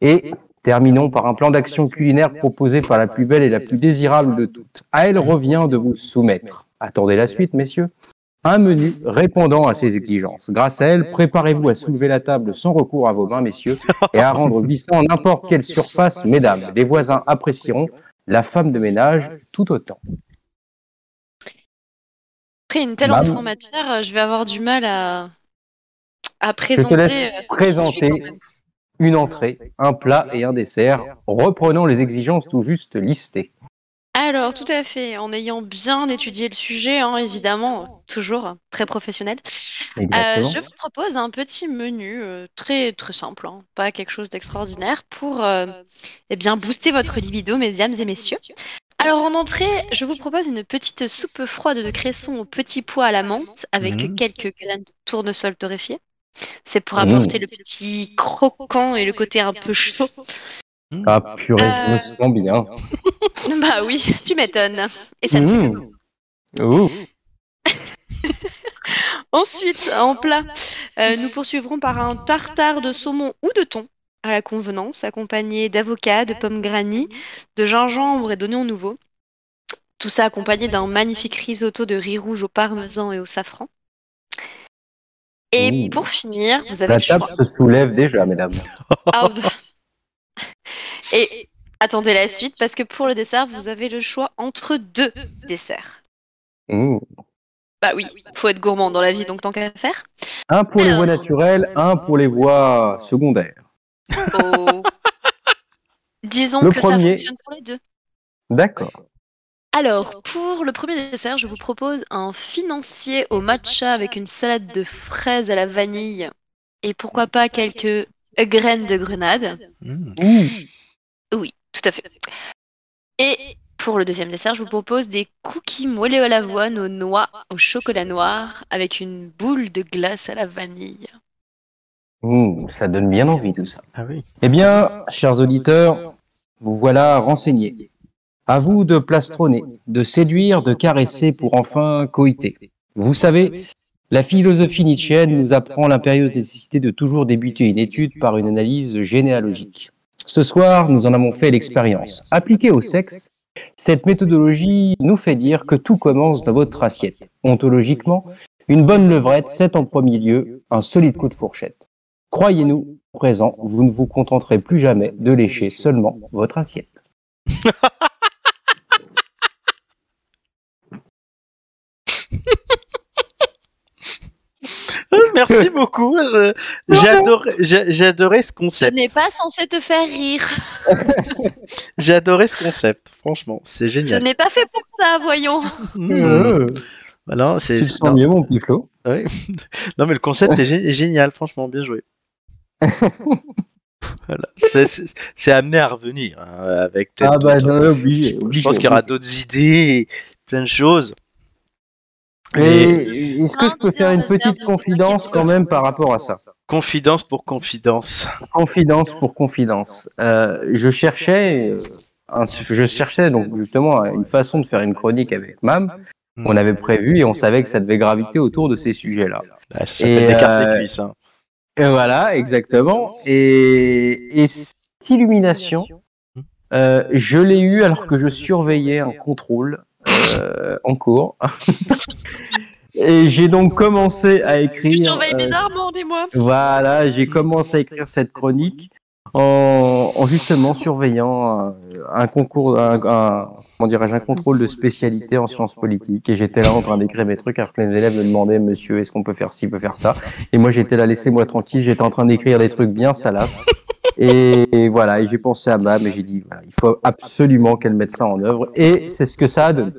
[SPEAKER 4] Et terminons par un plan d'action culinaire proposé par la plus belle et la plus désirable de toutes. À elle revient de vous soumettre. Attendez la suite, messieurs. Un menu répondant à ces exigences. Grâce à elle, préparez-vous à soulever la table sans recours à vos mains, messieurs, et à rendre glissant n'importe quelle surface, mesdames. Les voisins apprécieront la femme de ménage tout autant.
[SPEAKER 5] Après une telle
[SPEAKER 4] Bah,
[SPEAKER 5] entrée en matière, euh, je vais avoir du mal à, à
[SPEAKER 4] Je
[SPEAKER 5] présenter.
[SPEAKER 4] te
[SPEAKER 5] euh,
[SPEAKER 4] laisse
[SPEAKER 5] ce qui suit
[SPEAKER 4] présenter
[SPEAKER 5] quand même.
[SPEAKER 4] une entrée, un plat et un dessert, reprenant les exigences tout juste listées.
[SPEAKER 5] Alors, tout à fait, en ayant bien étudié le sujet, hein, évidemment, euh, toujours euh, très professionnel, euh, je vous propose un petit menu euh, très très simple, hein, pas quelque chose d'extraordinaire, pour euh, eh bien booster votre libido, mesdames et messieurs. Alors en entrée, je vous propose une petite soupe froide de cresson au petit pois à la menthe avec
[SPEAKER 1] Mhm.
[SPEAKER 5] quelques graines de tournesol torréfiées. C'est pour
[SPEAKER 4] Mhm.
[SPEAKER 5] apporter le petit croquant et le côté un peu chaud.
[SPEAKER 4] Ah purée, je me
[SPEAKER 5] Euh,
[SPEAKER 4] sens bien.
[SPEAKER 5] Bah oui, tu m'étonnes. Et ça te fait
[SPEAKER 4] Mmh.
[SPEAKER 5] Euh,
[SPEAKER 4] Ouh.
[SPEAKER 5] Ensuite, en plat, euh, nous poursuivrons par un tartare de saumon ou de thon à la convenance, accompagné d'avocats, de pommes granny, de gingembre et d'oignons nouveaux. Tout ça accompagné d'un magnifique risotto de riz rouge au parmesan et au safran. Et
[SPEAKER 4] Ouh.
[SPEAKER 5] pour finir, vous avez
[SPEAKER 4] La
[SPEAKER 5] le
[SPEAKER 4] table
[SPEAKER 5] choix.
[SPEAKER 4] se soulève déjà, mesdames.
[SPEAKER 5] Ah, bah. Et attendez la suite parce que pour le dessert, vous avez le choix entre deux desserts.
[SPEAKER 4] Ouh.
[SPEAKER 5] Bah oui, faut être gourmand dans la vie, donc tant qu'à faire.
[SPEAKER 4] Un pour les voies
[SPEAKER 5] Alors.
[SPEAKER 4] naturelles, un pour les voies secondaires.
[SPEAKER 5] Oh. Disons
[SPEAKER 4] Le
[SPEAKER 5] que
[SPEAKER 4] premier.
[SPEAKER 5] ça fonctionne pour les deux.
[SPEAKER 4] D'accord.
[SPEAKER 5] Alors, pour le premier dessert, je vous propose un financier au matcha avec une salade de fraises à la vanille et pourquoi pas quelques euh, graines de grenade.
[SPEAKER 4] Hmm. Mmh.
[SPEAKER 5] Tout à fait. Et pour le deuxième dessert, je vous propose des cookies moelleux à l'avoine aux noix au chocolat noir avec une boule de glace à la vanille.
[SPEAKER 4] Ouh, Mmh, ça donne bien envie tout ça.
[SPEAKER 1] Ah oui.
[SPEAKER 4] Eh bien, chers auditeurs, vous voilà renseignés. À vous de plastronner, de séduire, de caresser pour enfin coïter. Vous savez, la philosophie nietzschéenne nous apprend l'impérieuse nécessité de toujours débuter une étude par une analyse généalogique. Ce soir, nous en avons fait l'expérience. Appliquée au sexe, cette méthodologie nous fait dire que tout commence dans votre assiette. Ontologiquement, une bonne levrette, c'est en premier lieu un solide coup de fourchette. Croyez-nous, au présent, vous ne vous contenterez plus jamais de lécher seulement votre assiette.
[SPEAKER 1] Euh, Merci beaucoup. euh, J'ai adoré, j'ai- j'ai adoré ce
[SPEAKER 5] Ce
[SPEAKER 1] concept.
[SPEAKER 5] n'est pas censé te faire rire.
[SPEAKER 1] J'ai adoré ce concept. Franchement, c'est
[SPEAKER 5] Ce
[SPEAKER 1] génial.
[SPEAKER 5] n'est pas fait pour ça, voyons.
[SPEAKER 1] Mmh. Voilà, c'est.
[SPEAKER 4] Hmm. tu te
[SPEAKER 1] c'est-
[SPEAKER 4] sens
[SPEAKER 1] non,
[SPEAKER 4] mieux, mon petit Flo
[SPEAKER 1] ouais. Non, mais le concept est, gé- est génial. Franchement, bien joué. voilà. C'est- C'est c'est amené à revenir hein, avec. peut-être
[SPEAKER 4] Ah bah,
[SPEAKER 1] d'autres-
[SPEAKER 4] non, obligé,
[SPEAKER 1] Je
[SPEAKER 4] obligé.
[SPEAKER 1] pense qu'il y aura d'autres idées, et plein de choses. Mais
[SPEAKER 4] Et est-ce que je peux faire une petite confidence quand même par rapport à ça
[SPEAKER 1] confidence pour confidence.
[SPEAKER 4] Confidence pour confidence. Euh, je cherchais, euh, un- je cherchais donc justement une façon de faire une chronique avec Mam. On avait prévu et on savait que ça devait graviter autour de ces sujets-là.
[SPEAKER 1] Ah, ça s'appelle
[SPEAKER 4] Et,
[SPEAKER 1] des cartes
[SPEAKER 4] euh,
[SPEAKER 1] des cuisses. hein.
[SPEAKER 4] Et euh, voilà, exactement. Et, et cette illumination, euh, je l'ai eue alors que je surveillais un contrôle euh, en cours. et j'ai donc commencé à
[SPEAKER 5] Tu
[SPEAKER 4] écrire.
[SPEAKER 5] surveilles
[SPEAKER 4] euh,
[SPEAKER 5] bizarrement, dis-moi.
[SPEAKER 4] Voilà, j'ai commencé à écrire cette chronique en, en justement surveillant un, un concours, un, un- comment dirais-je, un contrôle de spécialité en sciences politiques. Et j'étais là en train d'écrire mes trucs alors que les élèves me demandaient, monsieur, est-ce qu'on peut faire ci, peut faire ça Et moi, j'étais là, laissez-moi tranquille, j'étais en train d'écrire des trucs bien salaces. Et, et voilà, et j'ai pensé à Mam et j'ai dit, voilà, il faut absolument qu'elle mette ça en œuvre. Et c'est ce que ça a donné.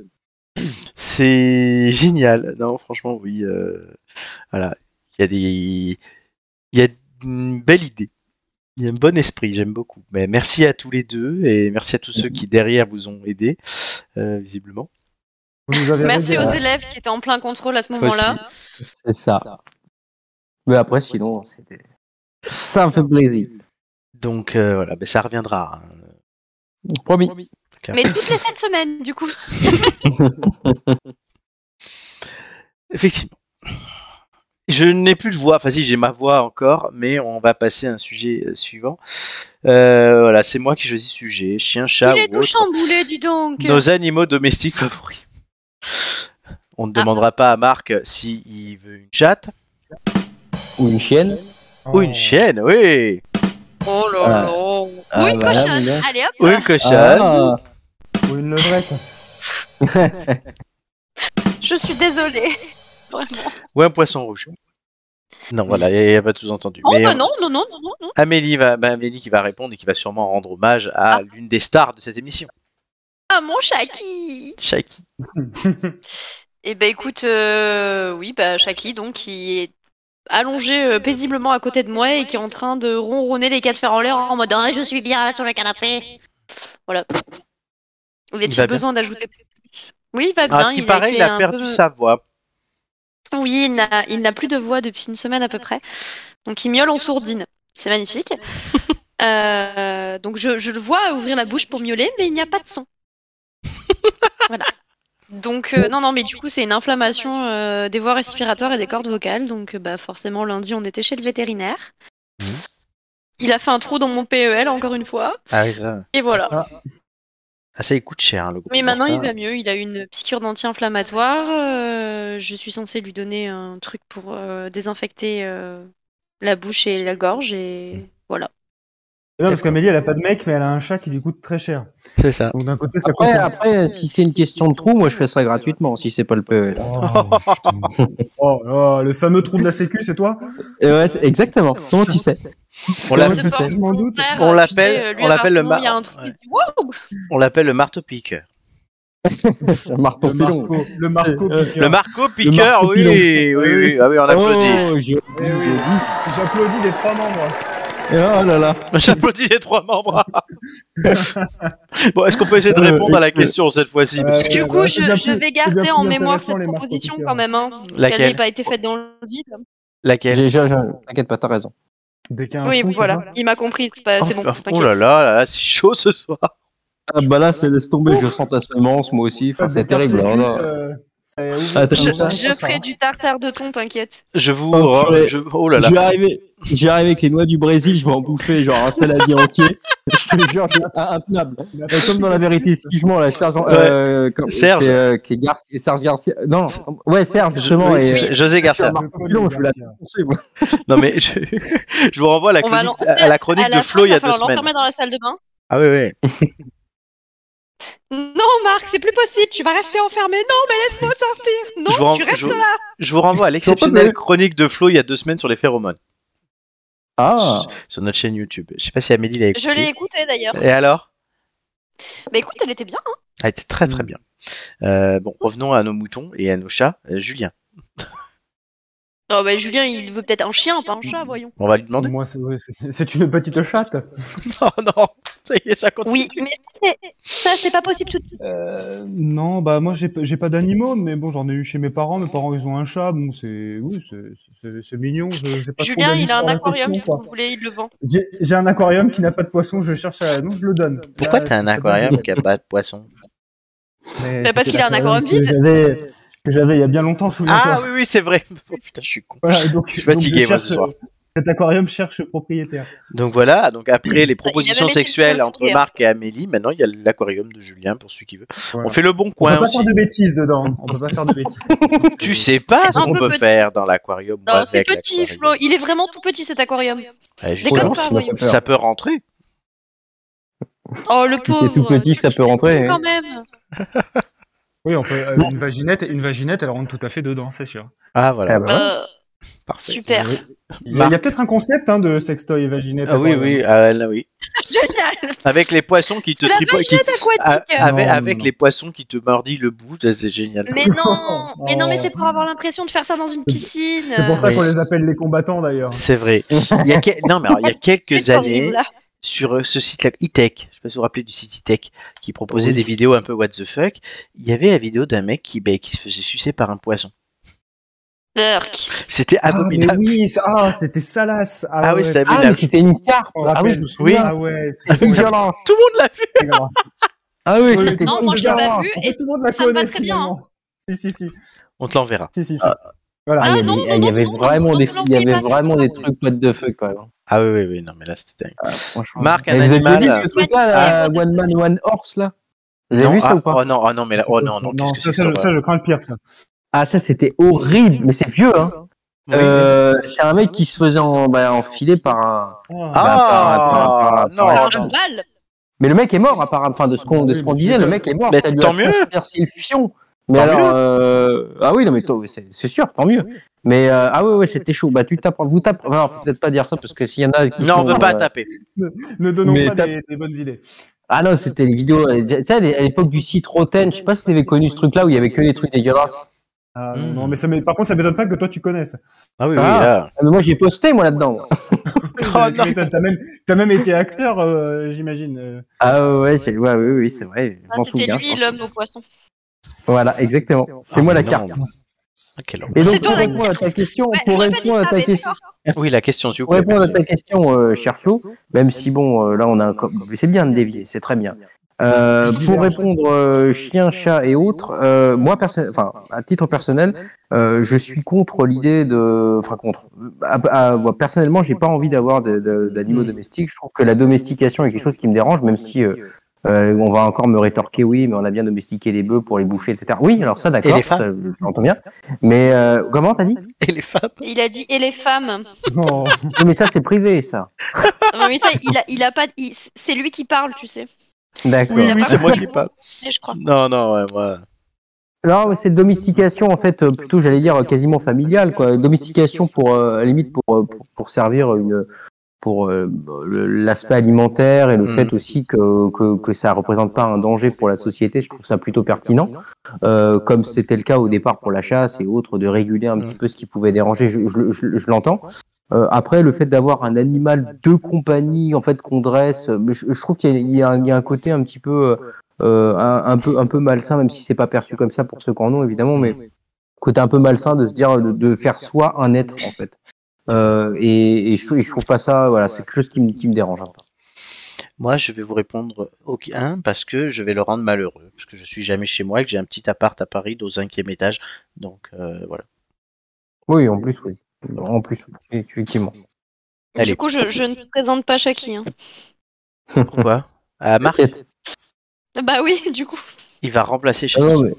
[SPEAKER 1] C'est génial. Non, franchement, oui. euh, Voilà. Il y a des. Il y a une belle idée. Il y a un bon esprit, j'aime beaucoup. Mais merci à tous les deux et merci à tous
[SPEAKER 4] Mm.
[SPEAKER 1] ceux qui derrière vous ont aidés, euh, visiblement.
[SPEAKER 2] Vous nous avez
[SPEAKER 5] Merci
[SPEAKER 2] aidés,
[SPEAKER 5] aux
[SPEAKER 2] hein.
[SPEAKER 5] élèves qui étaient en plein contrôle à ce moment-là.
[SPEAKER 4] C'est ça. Mais après, sinon, c'était. Ça me fait plaisir.
[SPEAKER 1] Donc euh, voilà, ben, ça reviendra. hein.
[SPEAKER 4] Promis.
[SPEAKER 5] Mais toutes les 7 semaines, du coup.
[SPEAKER 1] Effectivement. Je n'ai plus de voix, enfin si j'ai ma voix encore, mais on va passer à un sujet euh, suivant. Euh, voilà, c'est moi qui choisis sujet, chien, chat
[SPEAKER 5] Il est
[SPEAKER 1] ou
[SPEAKER 5] tout
[SPEAKER 1] autre.
[SPEAKER 5] chamboulé, dis donc.
[SPEAKER 1] Nos animaux domestiques favoris. On ne
[SPEAKER 5] Ah.
[SPEAKER 1] demandera pas à Marc s'il veut une chatte
[SPEAKER 4] Ou une chienne.
[SPEAKER 2] hein.
[SPEAKER 4] Oh.
[SPEAKER 1] ou une chienne, oui,
[SPEAKER 5] Oh là
[SPEAKER 4] Ah.
[SPEAKER 5] là. Ou
[SPEAKER 4] Ah,
[SPEAKER 5] une
[SPEAKER 4] bah là,
[SPEAKER 5] cochonne.
[SPEAKER 4] mais là-
[SPEAKER 5] Allez hop.
[SPEAKER 1] ou une cochonne.
[SPEAKER 4] Ah,
[SPEAKER 2] Ou une levrette.
[SPEAKER 5] Je suis désolée. Vraiment.
[SPEAKER 1] Ou un poisson rouge. Non, voilà, il n'y a pas de sous-entendu.
[SPEAKER 5] Oh
[SPEAKER 1] Mais,
[SPEAKER 5] bah
[SPEAKER 1] euh,
[SPEAKER 5] non, non, non, non, non, non.
[SPEAKER 1] Amélie, va, bah, Amélie qui va répondre et qui va sûrement rendre hommage à
[SPEAKER 5] Ah.
[SPEAKER 1] l'une des stars de cette émission,
[SPEAKER 5] Ah mon Shaki.
[SPEAKER 1] Shaki.
[SPEAKER 5] Eh ben écoute, euh, oui, bah Shaki donc qui est allongé euh, paisiblement à côté de moi et qui est en train de ronronner les quatre fers en l'air en mode Ah, je suis bien sur le canapé. Voilà.
[SPEAKER 1] Il va
[SPEAKER 5] Vous avez-il
[SPEAKER 1] bien
[SPEAKER 5] besoin d'ajouter plus Oui, il va bien.
[SPEAKER 1] Alors, Ah, ce qui
[SPEAKER 5] a
[SPEAKER 1] paraît,
[SPEAKER 5] été
[SPEAKER 1] il a
[SPEAKER 5] un
[SPEAKER 1] perdu
[SPEAKER 5] peu-
[SPEAKER 1] sa voix.
[SPEAKER 5] Oui, il n'a, il n'a plus de voix depuis une semaine à peu près. Donc il miaule en sourdine. C'est magnifique. Euh, donc je, je le vois ouvrir la bouche pour miauler, mais il n'y a pas de son. Voilà. Donc euh, non, non, mais du coup c'est une inflammation euh, des voies respiratoires et des cordes vocales. Donc euh, bah, forcément lundi on était chez le vétérinaire.
[SPEAKER 1] Mhm.
[SPEAKER 5] Il a fait un trou dans mon PEL encore une fois.
[SPEAKER 1] Ah, oui, ça.
[SPEAKER 5] Et voilà.
[SPEAKER 1] Ah, ça, il coûte cher, hein, le groupe.
[SPEAKER 5] Mais maintenant, il
[SPEAKER 1] Enfin,
[SPEAKER 5] va mieux. Il a une piqûre d'anti-inflammatoire. euh, je suis censée lui donner un truc pour euh, désinfecter euh, la bouche et la gorge. Et voilà.
[SPEAKER 2] Et Non, parce qu'Amélie, elle a pas de mec, mais elle a un chat qui lui coûte très cher.
[SPEAKER 1] C'est ça.
[SPEAKER 2] Donc d'un côté, ça coûte.
[SPEAKER 4] Après, après, si c'est une question de trou, euh, moi je fais ça gratuitement si c'est pas le E PEL.
[SPEAKER 2] Oh, putain. Oh, oh, le fameux trou de la sécu, c'est toi
[SPEAKER 4] Et ouais, c'est- exactement. Comment tu sais
[SPEAKER 1] On
[SPEAKER 4] Comment
[SPEAKER 1] l'a-
[SPEAKER 4] tu sais
[SPEAKER 2] Je m'en doute.
[SPEAKER 5] Frère,
[SPEAKER 1] On
[SPEAKER 5] tu
[SPEAKER 1] l'appelle-
[SPEAKER 5] sais, euh, lui,
[SPEAKER 1] on
[SPEAKER 5] à
[SPEAKER 1] l'appelle le
[SPEAKER 5] partir du moment où Il y a
[SPEAKER 1] mar-
[SPEAKER 5] un truc,
[SPEAKER 1] ouais.
[SPEAKER 5] il dit, Waouh
[SPEAKER 1] on l'appelle le marteau piqueur.
[SPEAKER 4] Un marteau
[SPEAKER 2] Le
[SPEAKER 4] plus long.
[SPEAKER 2] Marco, le Marco
[SPEAKER 4] C'est- euh,
[SPEAKER 2] piqueur.
[SPEAKER 1] Le marteau piqueur,
[SPEAKER 4] marteau
[SPEAKER 1] oui,
[SPEAKER 4] pilon.
[SPEAKER 1] oui, oui, oui. Ah oui, on applaudit.
[SPEAKER 4] Oh, j'ai-
[SPEAKER 2] Eh oui. J'applaudis des trois membres.
[SPEAKER 4] oh là là.
[SPEAKER 1] J'applaudis les trois membres. bon, est-ce qu'on peut essayer de répondre à la question cette fois-ci parce que-
[SPEAKER 2] Euh,
[SPEAKER 5] Du
[SPEAKER 2] ouais,
[SPEAKER 5] coup,
[SPEAKER 2] c'est
[SPEAKER 5] je,
[SPEAKER 2] bien
[SPEAKER 5] je
[SPEAKER 2] plus-
[SPEAKER 5] vais
[SPEAKER 2] c'est
[SPEAKER 5] garder
[SPEAKER 2] bien
[SPEAKER 5] en
[SPEAKER 2] plus
[SPEAKER 5] mémoire
[SPEAKER 2] intéressant,
[SPEAKER 5] cette
[SPEAKER 2] les marques
[SPEAKER 5] proposition
[SPEAKER 2] copieurs.
[SPEAKER 5] quand même. Hein,
[SPEAKER 1] Laquelle
[SPEAKER 5] Qu'elle n'ait pas été faite dans le vide.
[SPEAKER 1] Laquelle
[SPEAKER 4] J'ai- j'ai- j'ai- T'inquiète pas, t'as raison.
[SPEAKER 2] Dès qu'il y a un
[SPEAKER 5] Oui,
[SPEAKER 2] trou,
[SPEAKER 5] voilà.
[SPEAKER 4] Ah,
[SPEAKER 2] c'est
[SPEAKER 5] Il m'a compris. C'est pas- c'est bon.
[SPEAKER 1] Oh,
[SPEAKER 5] t'inquiète.
[SPEAKER 1] là là, là, là, c'est chaud ce soir.
[SPEAKER 4] Ah bah là, c'est laisse tomber, je sens ta semence, moi aussi.
[SPEAKER 2] ça.
[SPEAKER 4] Enfin, c'est
[SPEAKER 2] Des
[SPEAKER 4] terrible.
[SPEAKER 2] cartes
[SPEAKER 4] Oh là.
[SPEAKER 2] euh, c'est- oui,
[SPEAKER 4] Ah, t'as
[SPEAKER 2] c'est
[SPEAKER 4] fait
[SPEAKER 2] ça.
[SPEAKER 5] Je ferai du tartare de thon, t'inquiète.
[SPEAKER 1] Je vous.
[SPEAKER 4] Oh,
[SPEAKER 1] rends-
[SPEAKER 4] purée.
[SPEAKER 1] je- Oh là là.
[SPEAKER 4] Je vais arriver, je vais arriver avec les noix du Brésil, je vais en bouffer genre un saladier entier. Je te jure, c'est in- intenable. Euh, comme dans la vérité, excuse-moi, là, Serge, euh, comme-
[SPEAKER 1] Serge.
[SPEAKER 4] c'est, euh, qui est Gar- c'est Serge Garcia. Non, non, c'est- ouais, Serge,
[SPEAKER 1] Je-
[SPEAKER 4] justement.
[SPEAKER 1] oui,
[SPEAKER 4] et,
[SPEAKER 1] c'est-
[SPEAKER 4] euh,
[SPEAKER 1] José Garcia.
[SPEAKER 4] Marc Populon, je vais la
[SPEAKER 2] hein.
[SPEAKER 4] défoncer, moi.
[SPEAKER 1] Non mais je, je vous renvoie à la
[SPEAKER 5] On va
[SPEAKER 1] chronique,
[SPEAKER 5] l'en-
[SPEAKER 1] à la chronique
[SPEAKER 5] À la
[SPEAKER 1] de
[SPEAKER 5] fin,
[SPEAKER 1] Flo il y a
[SPEAKER 5] va
[SPEAKER 1] deux
[SPEAKER 5] falloir
[SPEAKER 1] semaines.
[SPEAKER 5] l'enfermer dans la salle de bain.
[SPEAKER 1] Ah oui oui.
[SPEAKER 5] Non, Marc, c'est plus possible, tu vas rester enfermé. Non, mais laisse-moi sortir. Non,
[SPEAKER 1] Je vous rends-
[SPEAKER 5] tu restes
[SPEAKER 1] je-
[SPEAKER 5] là.
[SPEAKER 1] Je vous renvoie à
[SPEAKER 4] Ils sont
[SPEAKER 1] l'exceptionnelle
[SPEAKER 4] pas
[SPEAKER 1] chronique de Flo il y a deux semaines sur les phéromones
[SPEAKER 4] Ah,
[SPEAKER 1] sur notre chaîne YouTube. Je sais pas si Amélie l'a
[SPEAKER 5] Je
[SPEAKER 1] écouté.
[SPEAKER 5] l'ai écouté d'ailleurs.
[SPEAKER 1] Et alors
[SPEAKER 5] Bah écoute, elle était bien. hein.
[SPEAKER 1] Elle était très très bien. Euh, bon, revenons à nos moutons et à nos chats. Euh, Julien,
[SPEAKER 5] Oh, bah Julien, il veut peut-être un chien, pas un chat, voyons.
[SPEAKER 1] on va lui demander.
[SPEAKER 2] Moi, c'est- ouais, c'est- c'est une petite chatte.
[SPEAKER 1] Oh non, ça y est, ça continue.
[SPEAKER 5] Oui, mais c'est- ça, c'est pas possible tout de suite.
[SPEAKER 2] non, bah moi, j'ai j'ai pas d'animaux, mais bon, j'en ai eu chez mes parents. Mes parents, ils ont un chat. Bon, c'est oui, c'est- c'est- c'est mignon. Je- j'ai pas trop
[SPEAKER 5] Julien,
[SPEAKER 2] d'avis
[SPEAKER 5] il a un
[SPEAKER 2] sur la
[SPEAKER 5] aquarium, si
[SPEAKER 2] question, quoi.
[SPEAKER 5] vous voulez, il le vend.
[SPEAKER 2] J'ai j'ai un aquarium qui n'a pas de poisson. Je cherche à. Non, je le donne.
[SPEAKER 1] Pourquoi
[SPEAKER 2] Là,
[SPEAKER 1] t'as un
[SPEAKER 2] c'est-
[SPEAKER 1] aquarium qui a pas de poisson
[SPEAKER 2] Mais
[SPEAKER 5] Bah, parce
[SPEAKER 2] c'était
[SPEAKER 5] qu'il a un aquarium
[SPEAKER 2] que
[SPEAKER 5] vide.
[SPEAKER 2] j'avais- Que j'avais il y a bien longtemps, souviens-toi.
[SPEAKER 1] Ah oui, oui, c'est vrai. Oh, putain, je suis con.
[SPEAKER 2] Voilà, et donc,
[SPEAKER 1] Je suis fatigué,
[SPEAKER 2] donc
[SPEAKER 1] moi, ce
[SPEAKER 2] cherche-
[SPEAKER 1] soir.
[SPEAKER 2] Cet aquarium cherche propriétaire.
[SPEAKER 1] Donc voilà, donc après les
[SPEAKER 5] Il
[SPEAKER 1] propositions
[SPEAKER 5] avait laissé le
[SPEAKER 1] sexuelles
[SPEAKER 5] poisson
[SPEAKER 1] entre
[SPEAKER 5] ouvert.
[SPEAKER 1] Marc et Amélie, maintenant il y a l'aquarium de Julien pour celui qui veut.
[SPEAKER 2] Voilà.
[SPEAKER 1] On fait le bon
[SPEAKER 2] On
[SPEAKER 1] coin
[SPEAKER 2] peut pas
[SPEAKER 1] aussi.
[SPEAKER 2] faire de bêtises dedans. hein. On peut pas faire de bêtises.
[SPEAKER 1] Tu sais pas ce
[SPEAKER 5] un
[SPEAKER 1] qu'on
[SPEAKER 5] peu
[SPEAKER 1] peut
[SPEAKER 5] petit.
[SPEAKER 1] faire dans l'aquarium ou
[SPEAKER 5] Non, c'est
[SPEAKER 1] avec
[SPEAKER 5] petit, Flo.
[SPEAKER 1] l'aquarium. Eh,
[SPEAKER 5] Il est vraiment tout petit cet aquarium.
[SPEAKER 1] Ouais,
[SPEAKER 5] Déconne
[SPEAKER 1] justement,
[SPEAKER 5] pas,
[SPEAKER 1] ça-
[SPEAKER 5] voyons.
[SPEAKER 1] ça peut rentrer.
[SPEAKER 5] Oh, le
[SPEAKER 4] si
[SPEAKER 5] pauvre.
[SPEAKER 4] c'est tout petit, ça peut rentrer.
[SPEAKER 5] Quand
[SPEAKER 4] hein.
[SPEAKER 5] même.
[SPEAKER 2] Oui, on peut, euh, une vaginette, une vaginette, elle rentre tout à fait dedans, c'est sûr.
[SPEAKER 1] Ah voilà,
[SPEAKER 2] Eh
[SPEAKER 4] Ah
[SPEAKER 2] ben,
[SPEAKER 5] Euh,
[SPEAKER 4] bah.
[SPEAKER 1] parfait.
[SPEAKER 5] super.
[SPEAKER 2] Il y a, il y a peut-être un concept hein, de sextoy et vaginette.
[SPEAKER 1] Bah. Ah oui,
[SPEAKER 2] Attends,
[SPEAKER 1] oui,
[SPEAKER 2] euh,
[SPEAKER 1] ah, là, oui.
[SPEAKER 5] Génial.
[SPEAKER 1] Avec les poissons qui te
[SPEAKER 5] C'est la
[SPEAKER 1] tripo- qui- a-
[SPEAKER 5] aquatique.
[SPEAKER 1] avec,
[SPEAKER 2] Non, non,
[SPEAKER 1] avec
[SPEAKER 2] non.
[SPEAKER 1] les poissons qui te mordit le bout, ça, c'est génial.
[SPEAKER 5] Mais non, mais non, mais
[SPEAKER 2] Oh.
[SPEAKER 5] c'est pour avoir l'impression de faire ça dans une piscine.
[SPEAKER 2] C'est pour ça
[SPEAKER 1] Ah Oui.
[SPEAKER 2] qu'on les appelle les combattants d'ailleurs.
[SPEAKER 1] C'est vrai. Il y a quel- Non, mais alors, il y a quelques
[SPEAKER 5] Cette
[SPEAKER 1] années,
[SPEAKER 5] formule-là.
[SPEAKER 1] sur euh, ce site-là, E-Tech, je sais pas si vous vous rappelez du site E-Tech, qui proposait
[SPEAKER 2] Oui.
[SPEAKER 1] des vidéos un peu what the fuck, il y avait la vidéo d'un mec qui, ben, qui se faisait sucer par un poisson.
[SPEAKER 5] Burk.
[SPEAKER 1] C'était
[SPEAKER 2] Ah, mais
[SPEAKER 1] abominable.
[SPEAKER 2] oui, ça- ah, c'était salace. Ah,
[SPEAKER 1] Ah oui,
[SPEAKER 2] ouais.
[SPEAKER 1] c'était
[SPEAKER 4] Ah, mais
[SPEAKER 1] abominable.
[SPEAKER 4] c'était une carpe.
[SPEAKER 2] Je me
[SPEAKER 4] Ah oui,
[SPEAKER 2] rappelle.
[SPEAKER 4] je me souviens.
[SPEAKER 2] Ah ouais, c'est
[SPEAKER 4] Une
[SPEAKER 2] bon,
[SPEAKER 4] violence.
[SPEAKER 1] Tout le monde l'a vu
[SPEAKER 2] c'est grave.
[SPEAKER 4] Ah oui,
[SPEAKER 2] Oui,
[SPEAKER 4] c'était
[SPEAKER 5] Non,
[SPEAKER 4] une
[SPEAKER 5] moi, je l'ai pas
[SPEAKER 4] violence.
[SPEAKER 5] vu.
[SPEAKER 2] En fait,
[SPEAKER 5] et-
[SPEAKER 2] tout le monde la
[SPEAKER 5] ça me va
[SPEAKER 2] connaît
[SPEAKER 5] très bien,
[SPEAKER 2] finalement. Si, si, si.
[SPEAKER 1] On te l'enverra.
[SPEAKER 2] si, si, si.
[SPEAKER 4] Ah.
[SPEAKER 2] Voilà.
[SPEAKER 4] Ah,
[SPEAKER 5] Ah,
[SPEAKER 4] il y
[SPEAKER 5] non,
[SPEAKER 4] avait,
[SPEAKER 5] non,
[SPEAKER 4] il y
[SPEAKER 5] non,
[SPEAKER 4] avait
[SPEAKER 5] non,
[SPEAKER 4] vraiment
[SPEAKER 5] non,
[SPEAKER 4] des,
[SPEAKER 5] non, non,
[SPEAKER 4] il y
[SPEAKER 5] non,
[SPEAKER 4] avait
[SPEAKER 5] non,
[SPEAKER 4] vraiment
[SPEAKER 5] non,
[SPEAKER 4] des
[SPEAKER 5] non.
[SPEAKER 4] trucs what the fuck quand même.
[SPEAKER 1] Ah oui, oui, oui, non, mais là, c'était dingue.
[SPEAKER 4] Ah, franchement.
[SPEAKER 1] Marc, un
[SPEAKER 4] Mais vous avez
[SPEAKER 1] animal. euh,
[SPEAKER 4] vu ce truc
[SPEAKER 5] euh,
[SPEAKER 4] là,
[SPEAKER 5] Ouais.
[SPEAKER 4] One Man One Horse là Vous avez
[SPEAKER 1] Non,
[SPEAKER 4] vu ça
[SPEAKER 1] ah,
[SPEAKER 4] ou pas
[SPEAKER 1] oh non, oh non, mais là, oh non, non, qu'est-ce que
[SPEAKER 2] ça,
[SPEAKER 1] c'est que
[SPEAKER 2] ça,
[SPEAKER 1] ça
[SPEAKER 2] je- ça, je crains le pire, ça.
[SPEAKER 4] Ah ça c'était horrible, mais c'est vieux hein. Euh, c'est un mec qui se faisait en, bah, enfiler par un.
[SPEAKER 1] Ah,
[SPEAKER 4] Bah, par- par- par-
[SPEAKER 1] non,
[SPEAKER 5] Alors,
[SPEAKER 1] non.
[SPEAKER 5] une balle.
[SPEAKER 4] Mais le mec est mort apparemment. Enfin de ce qu'on de ce qu'on disait, le mec est mort.
[SPEAKER 1] Mais
[SPEAKER 4] ça lui
[SPEAKER 1] tant
[SPEAKER 4] a
[SPEAKER 1] mieux.
[SPEAKER 4] transpercé le fion. Mais
[SPEAKER 1] Tant
[SPEAKER 4] alors,
[SPEAKER 1] mieux.
[SPEAKER 4] euh, ah oui non mais toi, c'est c'est sûr, tant mieux. Mais euh, ah ouais ouais c'était chaud. Bah tu tapes, vous tapez. Enfin, faut peut-être pas dire ça parce que s'il y en a qui
[SPEAKER 1] Non, on
[SPEAKER 4] sont,
[SPEAKER 1] veut pas
[SPEAKER 4] euh,
[SPEAKER 1] taper.
[SPEAKER 2] Ne donnons
[SPEAKER 4] Mais
[SPEAKER 2] pas
[SPEAKER 4] t'as-
[SPEAKER 2] des, des bonnes idées.
[SPEAKER 4] Ah non, c'était les vidéos. euh, Tu sais, à l'époque du site Roten, je sais pas si vous avez connu ce truc-là où il y avait que des trucs dégueulasses.
[SPEAKER 2] Ah,
[SPEAKER 1] Hmm.
[SPEAKER 2] non, mais ça m'é- par contre, ça m'étonne pas que toi tu connaisses.
[SPEAKER 1] Ah oui, oui,
[SPEAKER 4] Ah.
[SPEAKER 1] là.
[SPEAKER 4] Ah, mais moi, j'ai posté, moi, là-dedans.
[SPEAKER 1] Oh,
[SPEAKER 2] Tu m'étonnes, T'as même, t'as même été acteur, euh, j'imagine. euh.
[SPEAKER 4] Ah ouais, c'est ouais, oui, oui, c'est vrai. Je
[SPEAKER 5] Ah,
[SPEAKER 4] m'en
[SPEAKER 5] C'était
[SPEAKER 4] souviens. je
[SPEAKER 5] lui,
[SPEAKER 4] pense.
[SPEAKER 5] l'homme au poisson.
[SPEAKER 4] Voilà, exactement. C'est
[SPEAKER 1] Ah,
[SPEAKER 4] moi
[SPEAKER 1] mais
[SPEAKER 4] la
[SPEAKER 1] non.
[SPEAKER 4] carte.
[SPEAKER 1] Ah, quel horreur.
[SPEAKER 4] Et donc,
[SPEAKER 5] C'est toi
[SPEAKER 4] pour
[SPEAKER 5] la
[SPEAKER 4] répondre à ta question,
[SPEAKER 5] Ouais,
[SPEAKER 4] pour
[SPEAKER 5] j'aurais pas dit
[SPEAKER 4] répondre à
[SPEAKER 5] ça,
[SPEAKER 4] ta
[SPEAKER 5] mais
[SPEAKER 4] question,
[SPEAKER 1] Oui, la question, s'il vous
[SPEAKER 4] pour
[SPEAKER 1] plaît.
[SPEAKER 4] répondre à
[SPEAKER 1] merci.
[SPEAKER 4] ta question, euh, cher Flo, même si bon, euh, là, on a un, co- c'est bien de dévier, c'est très bien. Euh, pour répondre euh, chien, chat et autres, euh, moi, perso- enfin, à titre personnel, Euh, je suis contre l'idée de, enfin contre. À- à- moi, personnellement, j'ai pas envie d'avoir de- de- d'animaux
[SPEAKER 1] Mm.
[SPEAKER 4] domestiques. Je trouve que la domestication est quelque chose qui me dérange, même si euh, euh, on va encore me rétorquer, oui, mais on a bien domestiqué les bœufs pour les bouffer, etc. Oui, alors ça,
[SPEAKER 1] Et
[SPEAKER 4] d'accord,
[SPEAKER 1] les femmes
[SPEAKER 4] ça, j'entends bien. Mais euh, comment t'as dit
[SPEAKER 1] Et les femmes
[SPEAKER 5] Il a dit et les femmes.
[SPEAKER 2] Non.
[SPEAKER 4] Oui, Mais ça, c'est privé, ça.
[SPEAKER 5] Non, mais ça, il a, il a pas. il- C'est lui qui parle, tu sais.
[SPEAKER 4] D'accord.
[SPEAKER 5] Oui, oui,
[SPEAKER 1] C'est moi qui parle.
[SPEAKER 5] Mais Je crois.
[SPEAKER 1] Non, non, ouais, moi.
[SPEAKER 4] Non, mais c'est domestication en fait, euh, plutôt j'allais dire euh, quasiment familiale quoi. Domestication pour euh, à la limite pour, euh, pour pour servir une pour euh, le- l'aspect alimentaire et le
[SPEAKER 1] Mhm.
[SPEAKER 4] fait aussi que, que que ça représente pas un danger pour la société, je trouve ça plutôt pertinent. Euh, comme c'était le cas au départ pour la chasse et autres, de réguler un petit peu ce qui pouvait déranger, je, je, je- je l'entends. Euh, après, le fait d'avoir un animal de compagnie en fait qu'on dresse, euh, je, je trouve qu'il y, a- il y a un- il y a un côté un petit peu euh, un, un peu un peu malsain, même si c'est pas perçu comme ça pour ceux qui en ont évidemment, mais côté un peu malsain de se dire de, de faire soi un être en fait. Euh, et, et je, et je trouve pas ça, voilà, c'est quelque chose qui me, qui me dérange. un peu.
[SPEAKER 1] Moi, je vais vous répondre aucun parce que je vais le rendre malheureux. Parce que je suis jamais chez moi et que j'ai un petit appart à Paris au cinquième étage. Donc, euh, voilà.
[SPEAKER 4] Oui, en plus, oui. En plus, effectivement.
[SPEAKER 1] Allez.
[SPEAKER 5] Du coup, je, je ne te présente pas Shaki. hein.
[SPEAKER 1] Pourquoi Ah, Marc,
[SPEAKER 4] T'inquiète.
[SPEAKER 5] Bah oui, du coup.
[SPEAKER 1] il va remplacer
[SPEAKER 4] Ah
[SPEAKER 1] Shaki.
[SPEAKER 4] non, mais-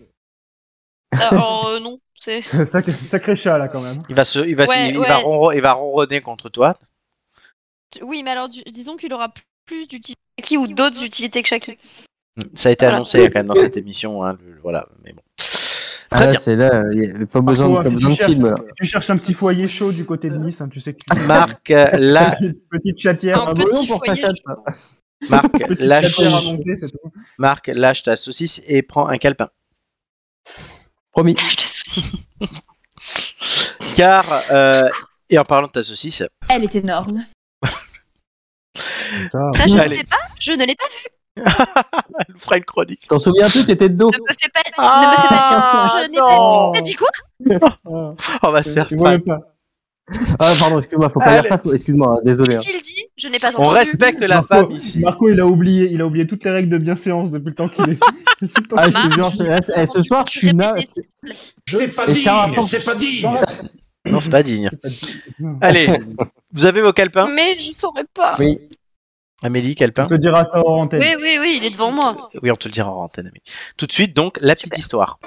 [SPEAKER 5] Alors euh, non, c'est.
[SPEAKER 2] Sacré, sacré chat, là, quand même.
[SPEAKER 1] Il va se, il va, se-
[SPEAKER 5] Ouais,
[SPEAKER 1] il, va
[SPEAKER 5] ouais.
[SPEAKER 1] ronron- il va ronronner contre toi.
[SPEAKER 5] Oui, mais alors du- disons qu'il aura plus d'utilité que Shaki ou d'autres utilités que Shaki.
[SPEAKER 1] Ça a été
[SPEAKER 5] Voilà.
[SPEAKER 1] annoncé quand même dans cette émission. hein, le- voilà, mais bon.
[SPEAKER 4] Ah,
[SPEAKER 1] Très
[SPEAKER 4] là,
[SPEAKER 1] bien.
[SPEAKER 4] c'est là, il y a pas besoin,
[SPEAKER 2] Parfois,
[SPEAKER 4] pas
[SPEAKER 2] si
[SPEAKER 4] besoin
[SPEAKER 2] tu
[SPEAKER 4] de film. là.
[SPEAKER 2] cherches- Tu cherches un petit foyer chaud du côté de Nice, hein, tu sais que tu...
[SPEAKER 1] Marc, euh, la,
[SPEAKER 2] Petite chatière.
[SPEAKER 5] Un
[SPEAKER 4] un
[SPEAKER 5] petit
[SPEAKER 4] ballon pour sa
[SPEAKER 5] foyer.
[SPEAKER 4] chatte, ça.
[SPEAKER 1] Marc,
[SPEAKER 2] Petite
[SPEAKER 1] lâche,
[SPEAKER 2] chatière à monter, c'est tout.
[SPEAKER 1] Marc, lâche ta saucisse et prends un calepin.
[SPEAKER 4] Promis.
[SPEAKER 5] Lâche ta saucisse.
[SPEAKER 1] Car, euh, et en parlant de ta saucisse,
[SPEAKER 8] Elle est énorme.
[SPEAKER 2] Ça,
[SPEAKER 5] Ça, je ne
[SPEAKER 1] Allez.
[SPEAKER 5] sais pas. Je ne l'ai pas.
[SPEAKER 1] elle fera une chronique.
[SPEAKER 4] T'en souviens plus, t'étais de dos.
[SPEAKER 5] Ne me fais pas. ne me fais pas dire
[SPEAKER 1] Ah,
[SPEAKER 5] ça. Je n'ai
[SPEAKER 1] non.
[SPEAKER 5] pas dit. T'as dit quoi
[SPEAKER 2] ah,
[SPEAKER 1] On va se
[SPEAKER 2] tu
[SPEAKER 1] faire
[SPEAKER 2] tu vois
[SPEAKER 1] strike.
[SPEAKER 2] même pas.
[SPEAKER 4] Ah, pardon, excuse-moi, faut pas
[SPEAKER 1] Allez.
[SPEAKER 4] dire ça. faut- Excuse-moi, hein, désolé. hein.
[SPEAKER 5] Qu'a-t-il dit Je n'ai pas entendu.
[SPEAKER 1] On respecte la
[SPEAKER 2] Marco,
[SPEAKER 1] femme ici.
[SPEAKER 2] Marco, il a oublié, il a oublié toutes les règles de bienséance depuis le temps qu'il est. depuis le temps
[SPEAKER 4] Ah, je
[SPEAKER 2] qu'il
[SPEAKER 4] te
[SPEAKER 2] est-
[SPEAKER 4] jure, je- là, eh, ce soir, je suis là. c'est-
[SPEAKER 9] C'est pas
[SPEAKER 4] Et Sarah
[SPEAKER 9] digne,
[SPEAKER 4] Fox.
[SPEAKER 9] c'est pas digne.
[SPEAKER 1] Non, c'est pas digne.
[SPEAKER 2] Non.
[SPEAKER 1] Allez, vous avez vos calepins
[SPEAKER 5] Mais je saurais pas.
[SPEAKER 4] Oui.
[SPEAKER 1] Amélie,
[SPEAKER 2] On
[SPEAKER 1] calepin
[SPEAKER 2] te dira ça hors antenne.
[SPEAKER 5] Oui, oui, oui, il est devant moi.
[SPEAKER 1] Oh. Oui, on te le dira en antenne, Amélie. Tout de suite, donc, la petite histoire.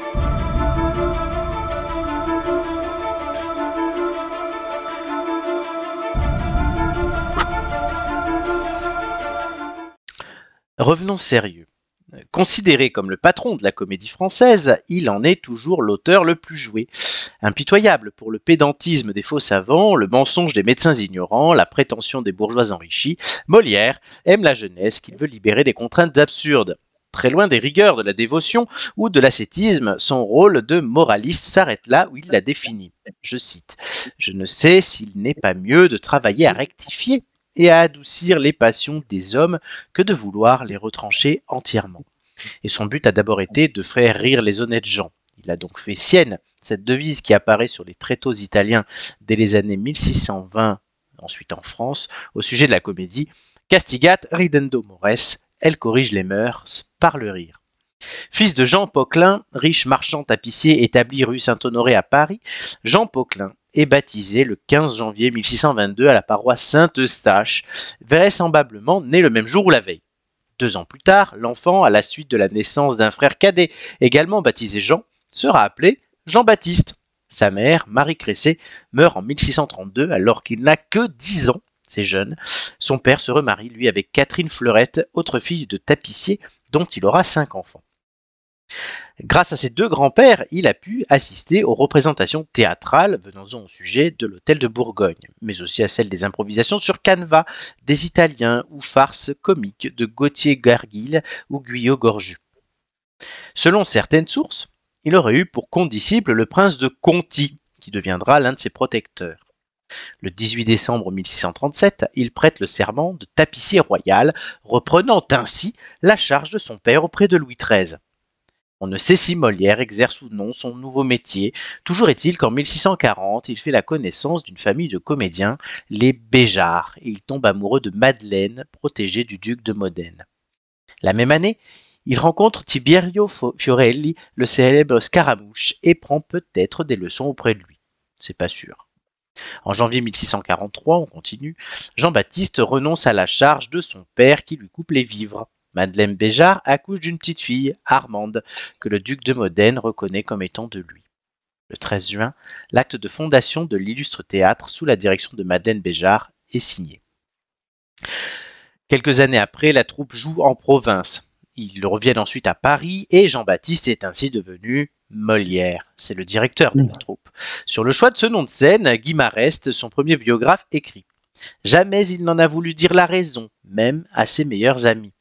[SPEAKER 1] Revenons sérieux. Considéré comme le patron de la comédie française, il en est toujours l'auteur le plus joué. Impitoyable pour le pédantisme des faux savants, le mensonge des médecins ignorants, la prétention des bourgeois enrichis, Molière aime la jeunesse qu'il veut libérer des contraintes absurdes. Très loin des rigueurs de la dévotion ou de l'ascétisme, son rôle de moraliste s'arrête là où il la définit. Je cite Je ne sais s'il n'est pas mieux de travailler à rectifier et à adoucir les passions des hommes que de vouloir les retrancher entièrement. Et son but a d'abord été de faire rire les honnêtes gens. Il a donc fait sienne cette devise qui apparaît sur les tréteaux italiens dès les années 1620, ensuite en France, au sujet de la comédie Castigat ridendo mores, elle corrige les mœurs par le rire. Fils de Jean Poquelin, riche marchand tapissier établi rue Saint-Honoré à Paris, Jean Poquelin est baptisé le 15 janvier 1622 à la paroisse Saint-Eustache, vraisemblablement né le même jour ou la veille. Deux ans plus tard, l'enfant, à la suite de la naissance d'un frère cadet, également baptisé Jean, sera appelé Jean-Baptiste. Sa mère, Marie Cressé, meurt en 1632 alors qu'il n'a que 10 ans c'est jeune. Son père se remarie, lui, avec Catherine Fleurette, autre fille de tapissier, dont il aura cinq enfants. Grâce à ses deux grands-pères, il a pu assister aux représentations théâtrales, venons-en au sujet de l'Hôtel de Bourgogne, mais aussi à celles des improvisations sur canevas des Italiens ou farces comiques de Gauthier Garguil ou Guyot Gorju. Selon certaines sources, il aurait eu pour condisciple le prince de Conti, qui deviendra l'un de ses protecteurs. Le 18 décembre 1637, il prête le serment de tapissier royal, reprenant ainsi la charge de son père auprès de Louis XIII. On ne sait si Molière exerce ou non son nouveau métier, toujours est-il qu'en 1640, il fait la connaissance d'une famille de comédiens, les Béjart, et il tombe amoureux de Madeleine, protégée du duc de Modène. La même année, il rencontre Tiberio Fiorelli, le célèbre Scaramouche, et prend peut-être des leçons auprès de lui. C'est pas sûr. En janvier 1643, on continue, Jean-Baptiste renonce à la charge de son père qui lui coupe les vivres. Madeleine Béjart accouche d'une petite fille, Armande, que le duc de Modène reconnaît comme étant de lui. Le 13 juin, l'acte de fondation de l'illustre théâtre sous la direction de Madeleine Béjart est signé. Quelques années après, la troupe joue en province. Ils reviennent ensuite à Paris et Jean-Baptiste est ainsi devenu Molière. C'est le directeur de la troupe. Sur le choix de ce nom de scène, Guimarest, son premier biographe, écrit Jamais il n'en a voulu dire la raison, même à ses meilleurs amis.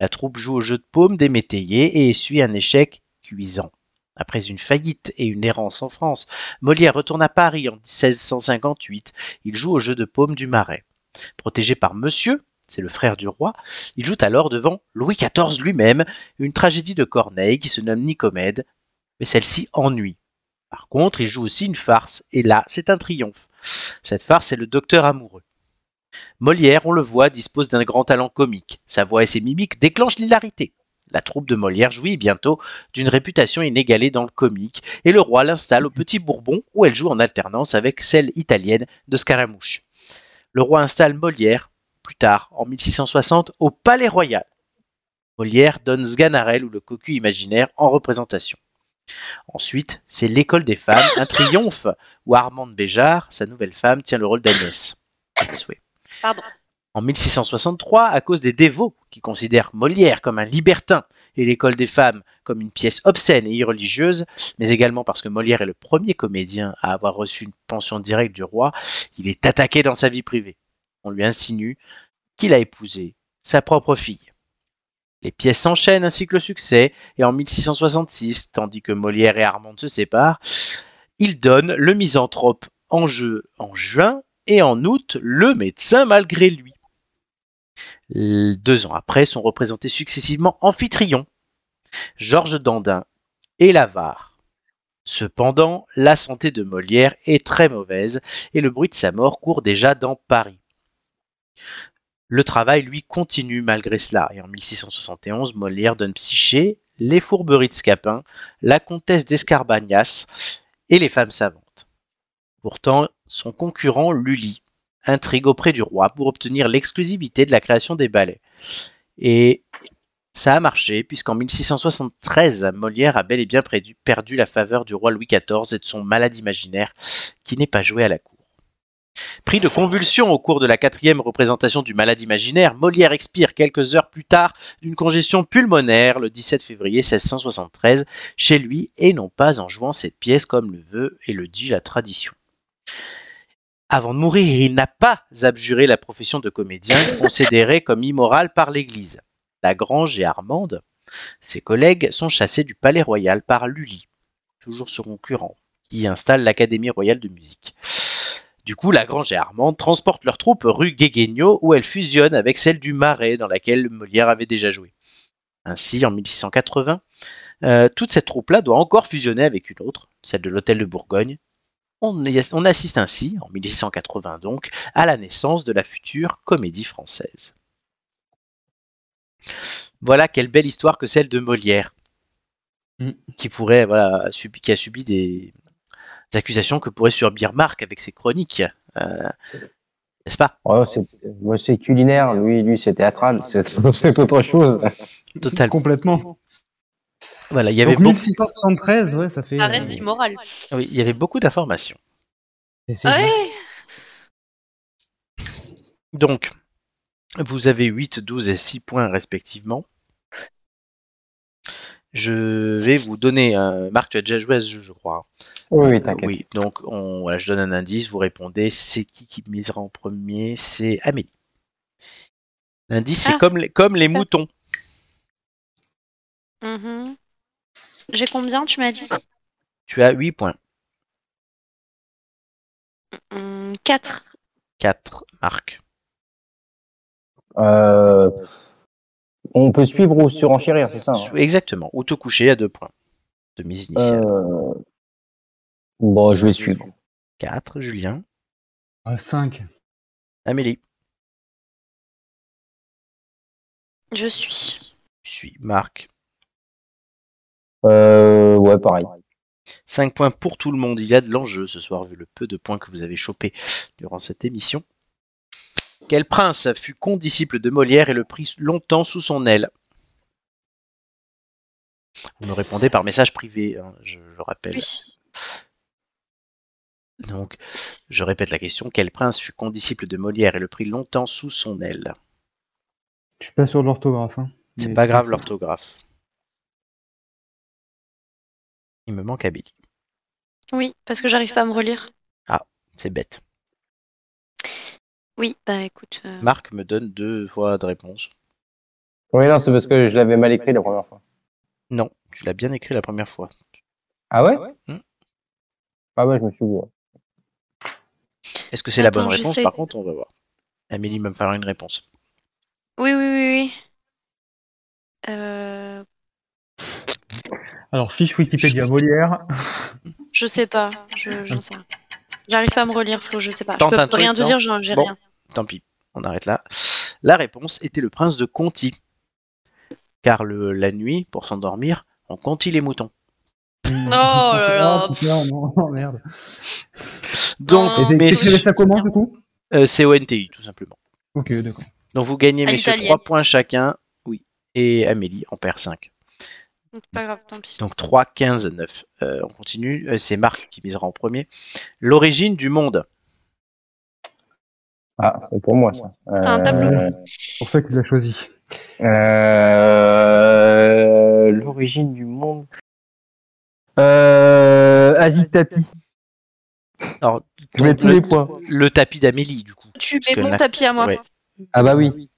[SPEAKER 1] La troupe joue au jeu de paume des métayers et essuie un échec cuisant. Après une faillite et une errance en France, Molière retourne à Paris en 1658. Il joue au jeu de paume du Marais. Protégé par Monsieur, c'est le frère du roi, il joue alors devant Louis XIV lui-même une tragédie de Corneille qui se nomme Nicomède, mais celle-ci ennuie. Par contre, il joue aussi une farce, et là, c'est un triomphe. Cette farce est le docteur amoureux. Molière, on le voit, dispose d'un grand talent comique. Sa voix et ses mimiques déclenchent l'hilarité. La troupe de Molière jouit bientôt d'une réputation inégalée dans le comique, et le roi l'installe au Petit Bourbon, où elle joue en alternance avec celle italienne de Scaramouche. Le roi installe Molière, plus tard, en 1660, au Palais Royal. Molière donne Sganarelle ou le cocu imaginaire en représentation. Ensuite, c'est l'école des femmes, un triomphe où Armande Béjart, sa nouvelle femme, tient le rôle d'Agnès.
[SPEAKER 5] Pardon.
[SPEAKER 1] En 1663, à cause des dévots qui considèrent Molière comme un libertin et l'école des femmes comme une pièce obscène et irreligieuse, mais également parce que Molière est le premier comédien à avoir reçu une pension directe du roi, il est attaqué dans sa vie privée. On lui insinue qu'il a épousé sa propre fille. Les pièces s'enchaînent ainsi que le succès, et en 1666, tandis que Molière et Armande se séparent, il donne le misanthrope en jeu en juin et en août le médecin malgré lui. Deux ans après sont représentés successivement Amphitryon, Georges Dandin et L'Avare. Cependant, la santé de Molière est très mauvaise et le bruit de sa mort court déjà dans Paris. Le travail, lui, continue malgré cela, et en 1671, Molière donne Psyché, Les fourberies de Scapin, La comtesse d'Escarbagnas et Les femmes savantes. Pourtant, son concurrent, Lully, intrigue auprès du roi pour obtenir l'exclusivité de la création des ballets. Et ça a marché, puisqu'en 1673, Molière a bel et bien perdu la faveur du roi Louis XIV et de son malade imaginaire, qui n'est pas joué à la cour. Pris de convulsions au cours de la quatrième représentation du malade imaginaire, Molière expire quelques heures plus tard d'une congestion pulmonaire le 17 février 1673 chez lui et non pas en jouant cette pièce comme le veut et le dit la tradition. Avant de mourir, il n'a pas abjuré la profession de comédien considérée comme immorale par l'Église. Lagrange et Armande, ses collègues, sont chassés du Palais Royal par Lully, toujours ce concurrent, qui installe l'Académie Royale de Musique. Du coup, Lagrange et Armande transportent leur troupe rue Guéguignot où elle fusionne avec celle du Marais dans laquelle Molière avait déjà joué. Ainsi, en 1680, euh, toute cette troupe-là doit encore fusionner avec une autre, celle de l'Hôtel de Bourgogne. On, est- on assiste ainsi, en 1680 donc, à la naissance de la future comédie française. Voilà quelle belle histoire que celle de Molière,
[SPEAKER 2] Mm.
[SPEAKER 1] qui pourrait voilà, subi- qui a subi des, des accusations que pourrait subir Marc avec ses chroniques, euh, n'est-ce pas
[SPEAKER 4] Ouais, oh, c'est ouais, c'est culinaire, lui, lui c'est théâtral, c'est c'est autre chose.
[SPEAKER 1] Total.
[SPEAKER 2] Complètement.
[SPEAKER 1] Voilà, il y avait
[SPEAKER 2] Donc
[SPEAKER 1] beaucoup,
[SPEAKER 2] 1673, ouais, ça fait.
[SPEAKER 5] Ça
[SPEAKER 2] euh,
[SPEAKER 5] reste immoral.
[SPEAKER 1] oui, il y avait beaucoup d'informations.
[SPEAKER 2] et c'est-
[SPEAKER 5] Ah ouais
[SPEAKER 1] Donc, vous avez 8, 12 et 6 points respectivement. Je vais vous donner. un- Marc, tu as déjà joué à ce jeu, je crois. hein.
[SPEAKER 4] Oui, oui, t'inquiète.
[SPEAKER 1] Oui, donc on, voilà, je donne un indice, vous répondez, c'est qui qui misera en premier C'est Amélie. L'indice, c'est
[SPEAKER 5] Ah.
[SPEAKER 1] comme, les- comme les moutons.
[SPEAKER 5] Mhm. J'ai combien, tu m'as dit
[SPEAKER 1] Tu as 8 points.
[SPEAKER 5] Hum, 4.
[SPEAKER 1] 4, Marc.
[SPEAKER 4] Euh, on peut suivre ou surenchérir, c'est ça hein
[SPEAKER 1] Exactement. Ou te coucher à 2 points. De mise initiale.
[SPEAKER 4] Euh, Bon, je vais suivre.
[SPEAKER 1] 4, Julien.
[SPEAKER 2] euh, cinq.
[SPEAKER 1] Amélie.
[SPEAKER 5] Je suis.
[SPEAKER 1] Je suis Marc.
[SPEAKER 4] Euh, ouais, pareil.
[SPEAKER 1] 5 points pour tout le monde. Il y a de l'enjeu ce soir, vu le peu de points que vous avez chopé durant cette émission. Quel prince fut condisciple de Molière et le prit longtemps sous son aile Vous me répondez par message privé, hein, je le rappelle. Donc, je répète la question. Quel prince fut condisciple de Molière et le prit longtemps sous son aile
[SPEAKER 2] Je suis pas sûr de l'orthographe. hein.
[SPEAKER 1] C'est
[SPEAKER 2] Mais-
[SPEAKER 1] pas grave l'orthographe. Il me manque Abby.
[SPEAKER 5] Oui, parce que j'arrive pas à me relire.
[SPEAKER 1] C'est bête.
[SPEAKER 5] Oui, bah écoute. euh,
[SPEAKER 1] Marc me donne deux fois de réponse.
[SPEAKER 4] Oui, non, c'est parce que je l'avais mal écrit la première fois.
[SPEAKER 1] Non, tu l'as bien écrit la première fois.
[SPEAKER 4] Ah ouais
[SPEAKER 1] Hmm.
[SPEAKER 4] Ah ouais, je me suis dit.
[SPEAKER 1] Est-ce que c'est la
[SPEAKER 5] Attends,
[SPEAKER 1] bonne réponse
[SPEAKER 5] j'essaie.
[SPEAKER 1] Par contre, on va voir. Amélie il va me falloir une réponse.
[SPEAKER 5] Oui, oui, oui, oui. Euh,
[SPEAKER 2] Alors, fiche Wikipédia Molière.
[SPEAKER 5] je sais pas. Je, j'en sais rien. J'arrive pas à me relire, Flo, je sais pas.
[SPEAKER 1] Tente
[SPEAKER 5] je
[SPEAKER 1] un
[SPEAKER 5] peux
[SPEAKER 1] truc,
[SPEAKER 5] rien te
[SPEAKER 1] non
[SPEAKER 5] dire, j'en- j'ai
[SPEAKER 1] Bon.
[SPEAKER 5] rien.
[SPEAKER 1] Tant pis, on arrête là. La réponse était le prince de Conti. Car le- la nuit, pour s'endormir, on contit les moutons.
[SPEAKER 5] Oh là là. Oh,
[SPEAKER 2] Oh, putain, non, oh, merde.
[SPEAKER 1] Donc,
[SPEAKER 5] Non,
[SPEAKER 2] Et
[SPEAKER 5] mais-
[SPEAKER 1] messieurs,
[SPEAKER 2] t'écrivais ça comment, du coup
[SPEAKER 1] euh, c'est ONTI, tout simplement.
[SPEAKER 2] Ok, d'accord.
[SPEAKER 1] Donc, vous gagnez,
[SPEAKER 5] À
[SPEAKER 1] messieurs,
[SPEAKER 5] l'italienne.
[SPEAKER 1] 3 points chacun. Oui. Et Amélie en perd 5.
[SPEAKER 5] C'est pas grave, tant pis.
[SPEAKER 1] Donc, 3, 15, 9. Euh, on continue. Euh, c'est Marc qui misera en premier. L'origine du monde.
[SPEAKER 4] Ah, c'est pour moi ça.
[SPEAKER 5] C'est un tableau.
[SPEAKER 4] Euh,
[SPEAKER 2] C'est pour ça qu'il l'a choisi.
[SPEAKER 4] euh, L'origine du monde. Euh, Asie tapis.
[SPEAKER 1] Alors,
[SPEAKER 4] Je mets tous
[SPEAKER 1] le,
[SPEAKER 4] les points.
[SPEAKER 1] le tapis d'Amélie, du coup.
[SPEAKER 5] Tu
[SPEAKER 1] que
[SPEAKER 5] mets mon
[SPEAKER 1] la-
[SPEAKER 5] tapis à moi.
[SPEAKER 1] Ouais.
[SPEAKER 4] Ah bah oui.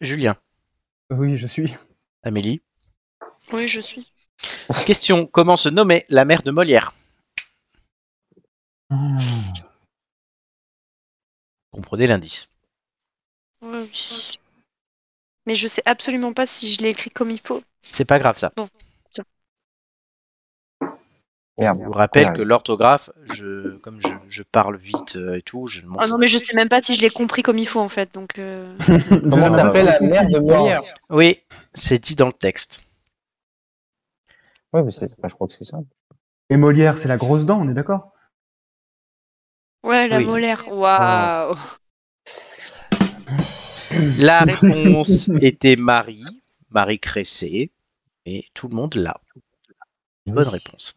[SPEAKER 1] Julien,
[SPEAKER 2] Oui, je suis.
[SPEAKER 1] Amélie.
[SPEAKER 5] Oui, je suis.
[SPEAKER 1] Question comment se nommait la mère de Molière
[SPEAKER 2] Ah.
[SPEAKER 1] Comprenez l'indice.
[SPEAKER 5] Oui, oui. Mais je sais absolument pas si je l'ai écrit comme il faut.
[SPEAKER 1] C'est pas grave ça.
[SPEAKER 4] Merde.
[SPEAKER 1] Je vous rappelle
[SPEAKER 4] Ouais.
[SPEAKER 1] que l'orthographe, je, comme je, je parle vite euh, et tout, je m'en
[SPEAKER 5] Ah non,
[SPEAKER 1] fous.
[SPEAKER 5] mais je sais même pas si je l'ai compris comme il faut en fait. Donc, euh,
[SPEAKER 4] Comment
[SPEAKER 1] Ah, bah,
[SPEAKER 4] s'appelle la mère de Molière
[SPEAKER 1] Oui, c'est dit dans le texte.
[SPEAKER 4] Ouais, mais c'est, bah, je crois que c'est ça.
[SPEAKER 2] Et Molière, c'est la grosse dent, on est d'accord
[SPEAKER 5] ouais, la
[SPEAKER 1] Oui.
[SPEAKER 5] molaire. Waouh.
[SPEAKER 1] La réponse était Marie, Marie Cressé, et tout le monde l'a. Bonne réponse.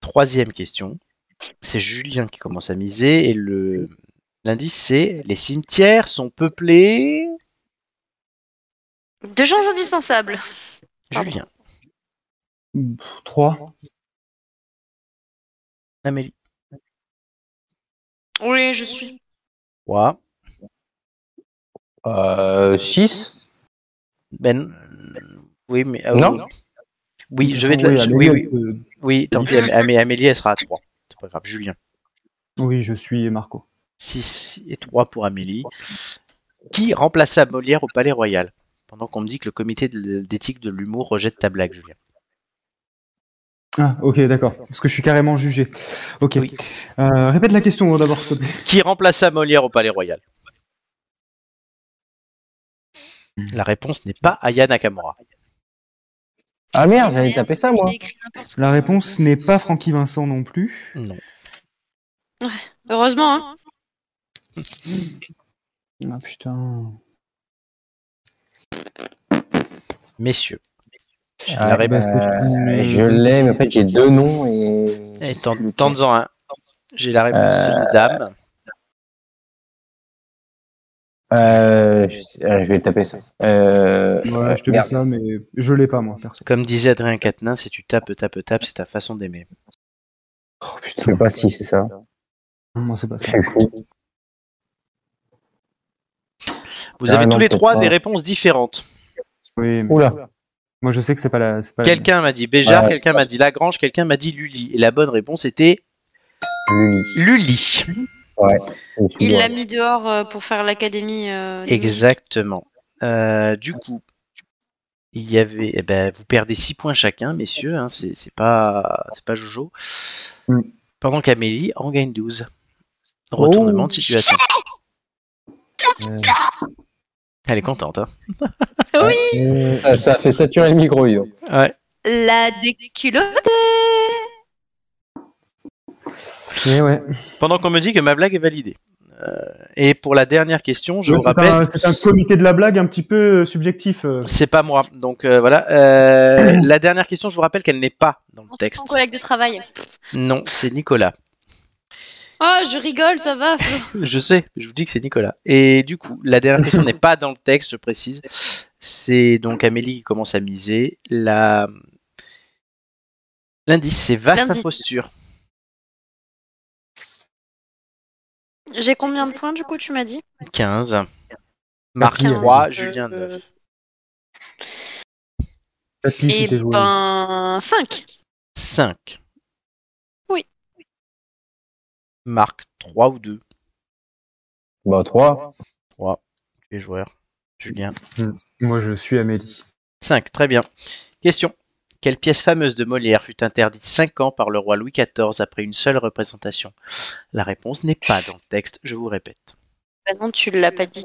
[SPEAKER 1] Troisième question. C'est Julien qui commence à miser et le l'indice c'est les cimetières sont peuplés.
[SPEAKER 5] Deux gens indispensables. Pardon.
[SPEAKER 1] Julien,
[SPEAKER 2] 3.
[SPEAKER 1] Amélie,
[SPEAKER 5] Oui, je suis.
[SPEAKER 1] Ouah.
[SPEAKER 4] Euh, 6
[SPEAKER 1] Ben. Oui, mais. ah,
[SPEAKER 4] Non.
[SPEAKER 1] oui. Oui, je vais te la. je- Oui, oui,
[SPEAKER 2] oui.
[SPEAKER 1] oui, tant pis, Am- Amé- Amélie, elle sera à 3. C'est pas grave, Julien.
[SPEAKER 2] Oui, je suis Marco.
[SPEAKER 1] 6 et 3 pour Amélie. Qui remplaça Molière au Palais Royal Pendant qu'on me dit que le comité de- d'éthique de l'humour rejette ta blague, Julien.
[SPEAKER 2] Ah, ok, d'accord. Parce que je suis carrément jugé. Ok. Euh, répète la question d'abord, s'il te plaît.
[SPEAKER 1] Qui remplaça Molière au Palais Royal La réponse n'est pas Aya Nakamura.
[SPEAKER 4] Ah merde, j'allais taper ça moi.
[SPEAKER 5] J'ai écrit n'importe quoi.
[SPEAKER 2] La réponse n'est pas Francky Vincent non plus.
[SPEAKER 1] Non.
[SPEAKER 5] Heureusement, hein.
[SPEAKER 2] Ah putain.
[SPEAKER 1] Messieurs,
[SPEAKER 4] Ah,
[SPEAKER 1] la réponse.
[SPEAKER 2] eh ben, c'est
[SPEAKER 4] Euh,
[SPEAKER 2] fini.
[SPEAKER 4] Je l'ai, mais en fait j'ai deux noms et.
[SPEAKER 1] Eh, t'en- Tends-en un. J'ai la réponse,
[SPEAKER 4] Euh,
[SPEAKER 1] c'était dame.
[SPEAKER 4] Euh, je, sais- ah, je vais taper ça. Euh,
[SPEAKER 2] Ouais, je te mets
[SPEAKER 4] merde.
[SPEAKER 2] ça, mais je l'ai pas moi, perso.
[SPEAKER 1] Comme disait Adrien Quatennin, si tu tapes, tapes, tapes, c'est ta façon d'aimer.
[SPEAKER 2] Oh
[SPEAKER 4] Je
[SPEAKER 2] putain.
[SPEAKER 4] sais pas si c'est ça.
[SPEAKER 2] Moi, c'est pas
[SPEAKER 4] Je
[SPEAKER 2] ça.
[SPEAKER 4] suis fou.
[SPEAKER 1] Vous
[SPEAKER 4] Ah
[SPEAKER 1] avez
[SPEAKER 4] non,
[SPEAKER 1] tous les
[SPEAKER 4] peut-être
[SPEAKER 1] trois
[SPEAKER 4] pas.
[SPEAKER 1] des réponses différentes.
[SPEAKER 2] Oui, mais-
[SPEAKER 4] Oula.
[SPEAKER 2] Moi, je sais que c'est pas la. c'est pas la-
[SPEAKER 1] Quelqu'un m'a dit Béjar,
[SPEAKER 4] Ouais,
[SPEAKER 1] quelqu'un
[SPEAKER 4] c'est
[SPEAKER 1] m'a dit Lagrange, quelqu'un m'a dit Lully. Et la bonne réponse était
[SPEAKER 4] Lully.
[SPEAKER 1] Lully.
[SPEAKER 4] Ouais. Je suis
[SPEAKER 5] Il
[SPEAKER 4] loin.
[SPEAKER 5] l'a mis dehors euh, pour faire l'académie. euh, de
[SPEAKER 1] Exactement. Euh, du coup, il y avait. Eh ben, vous perdez 6 points chacun, messieurs. hein, c'est c'est pas, c'est pas Jojo.
[SPEAKER 2] Mm.
[SPEAKER 1] Pendant qu'Amélie en gagne 12. Retournement
[SPEAKER 2] Oh.
[SPEAKER 1] de situation.
[SPEAKER 4] Euh,
[SPEAKER 1] Elle est contente. Hein.
[SPEAKER 3] Ah
[SPEAKER 4] euh, ça, ça a fait saturer le micro, yo.
[SPEAKER 1] Ouais.
[SPEAKER 5] musique. La déculottée.
[SPEAKER 2] Eh ouais.
[SPEAKER 1] Pendant qu'on me dit que ma blague est validée. Euh, et pour la dernière question, je
[SPEAKER 2] Ouais,
[SPEAKER 1] vous
[SPEAKER 2] c'est
[SPEAKER 1] rappelle.
[SPEAKER 2] un- C'est un, comité de la blague un petit peu euh, subjectif. euh.
[SPEAKER 1] C'est pas moi. Donc euh, voilà. Euh, la dernière question, je vous rappelle qu'elle n'est pas dans le
[SPEAKER 5] C'est
[SPEAKER 1] texte.
[SPEAKER 5] mon collègue de travail.
[SPEAKER 1] Non, c'est Nicolas.
[SPEAKER 5] Oh, je rigole, ça va.
[SPEAKER 1] Je sais, je vous dis que c'est Nicolas. Et du coup, la dernière question n'est pas dans le texte, je précise. C'est donc Amélie qui commence à miser. La... L'indice, c'est vaste
[SPEAKER 5] L'indice.
[SPEAKER 1] imposture.
[SPEAKER 5] J'ai combien de points du coup, tu m'as dit
[SPEAKER 1] 15. Marc
[SPEAKER 2] Tapis,
[SPEAKER 1] 3,
[SPEAKER 5] euh,
[SPEAKER 1] Julien 9.
[SPEAKER 2] Tapis,
[SPEAKER 5] Eh
[SPEAKER 2] c'était joué.
[SPEAKER 5] ben, 5.
[SPEAKER 1] 5.
[SPEAKER 5] Oui.
[SPEAKER 1] Marc 3 ou 2.
[SPEAKER 4] Bah, trois.
[SPEAKER 1] 3. Tu es joueur. Julien.
[SPEAKER 2] Mmh. Moi, je suis Amélie.
[SPEAKER 1] 5. Très bien. Question. Quelle pièce fameuse de Molière fut interdite 5 ans par le roi Louis XIV après une seule représentation La réponse n'est pas dans le texte, je vous répète.
[SPEAKER 5] Bah non, tu l'as pas dit.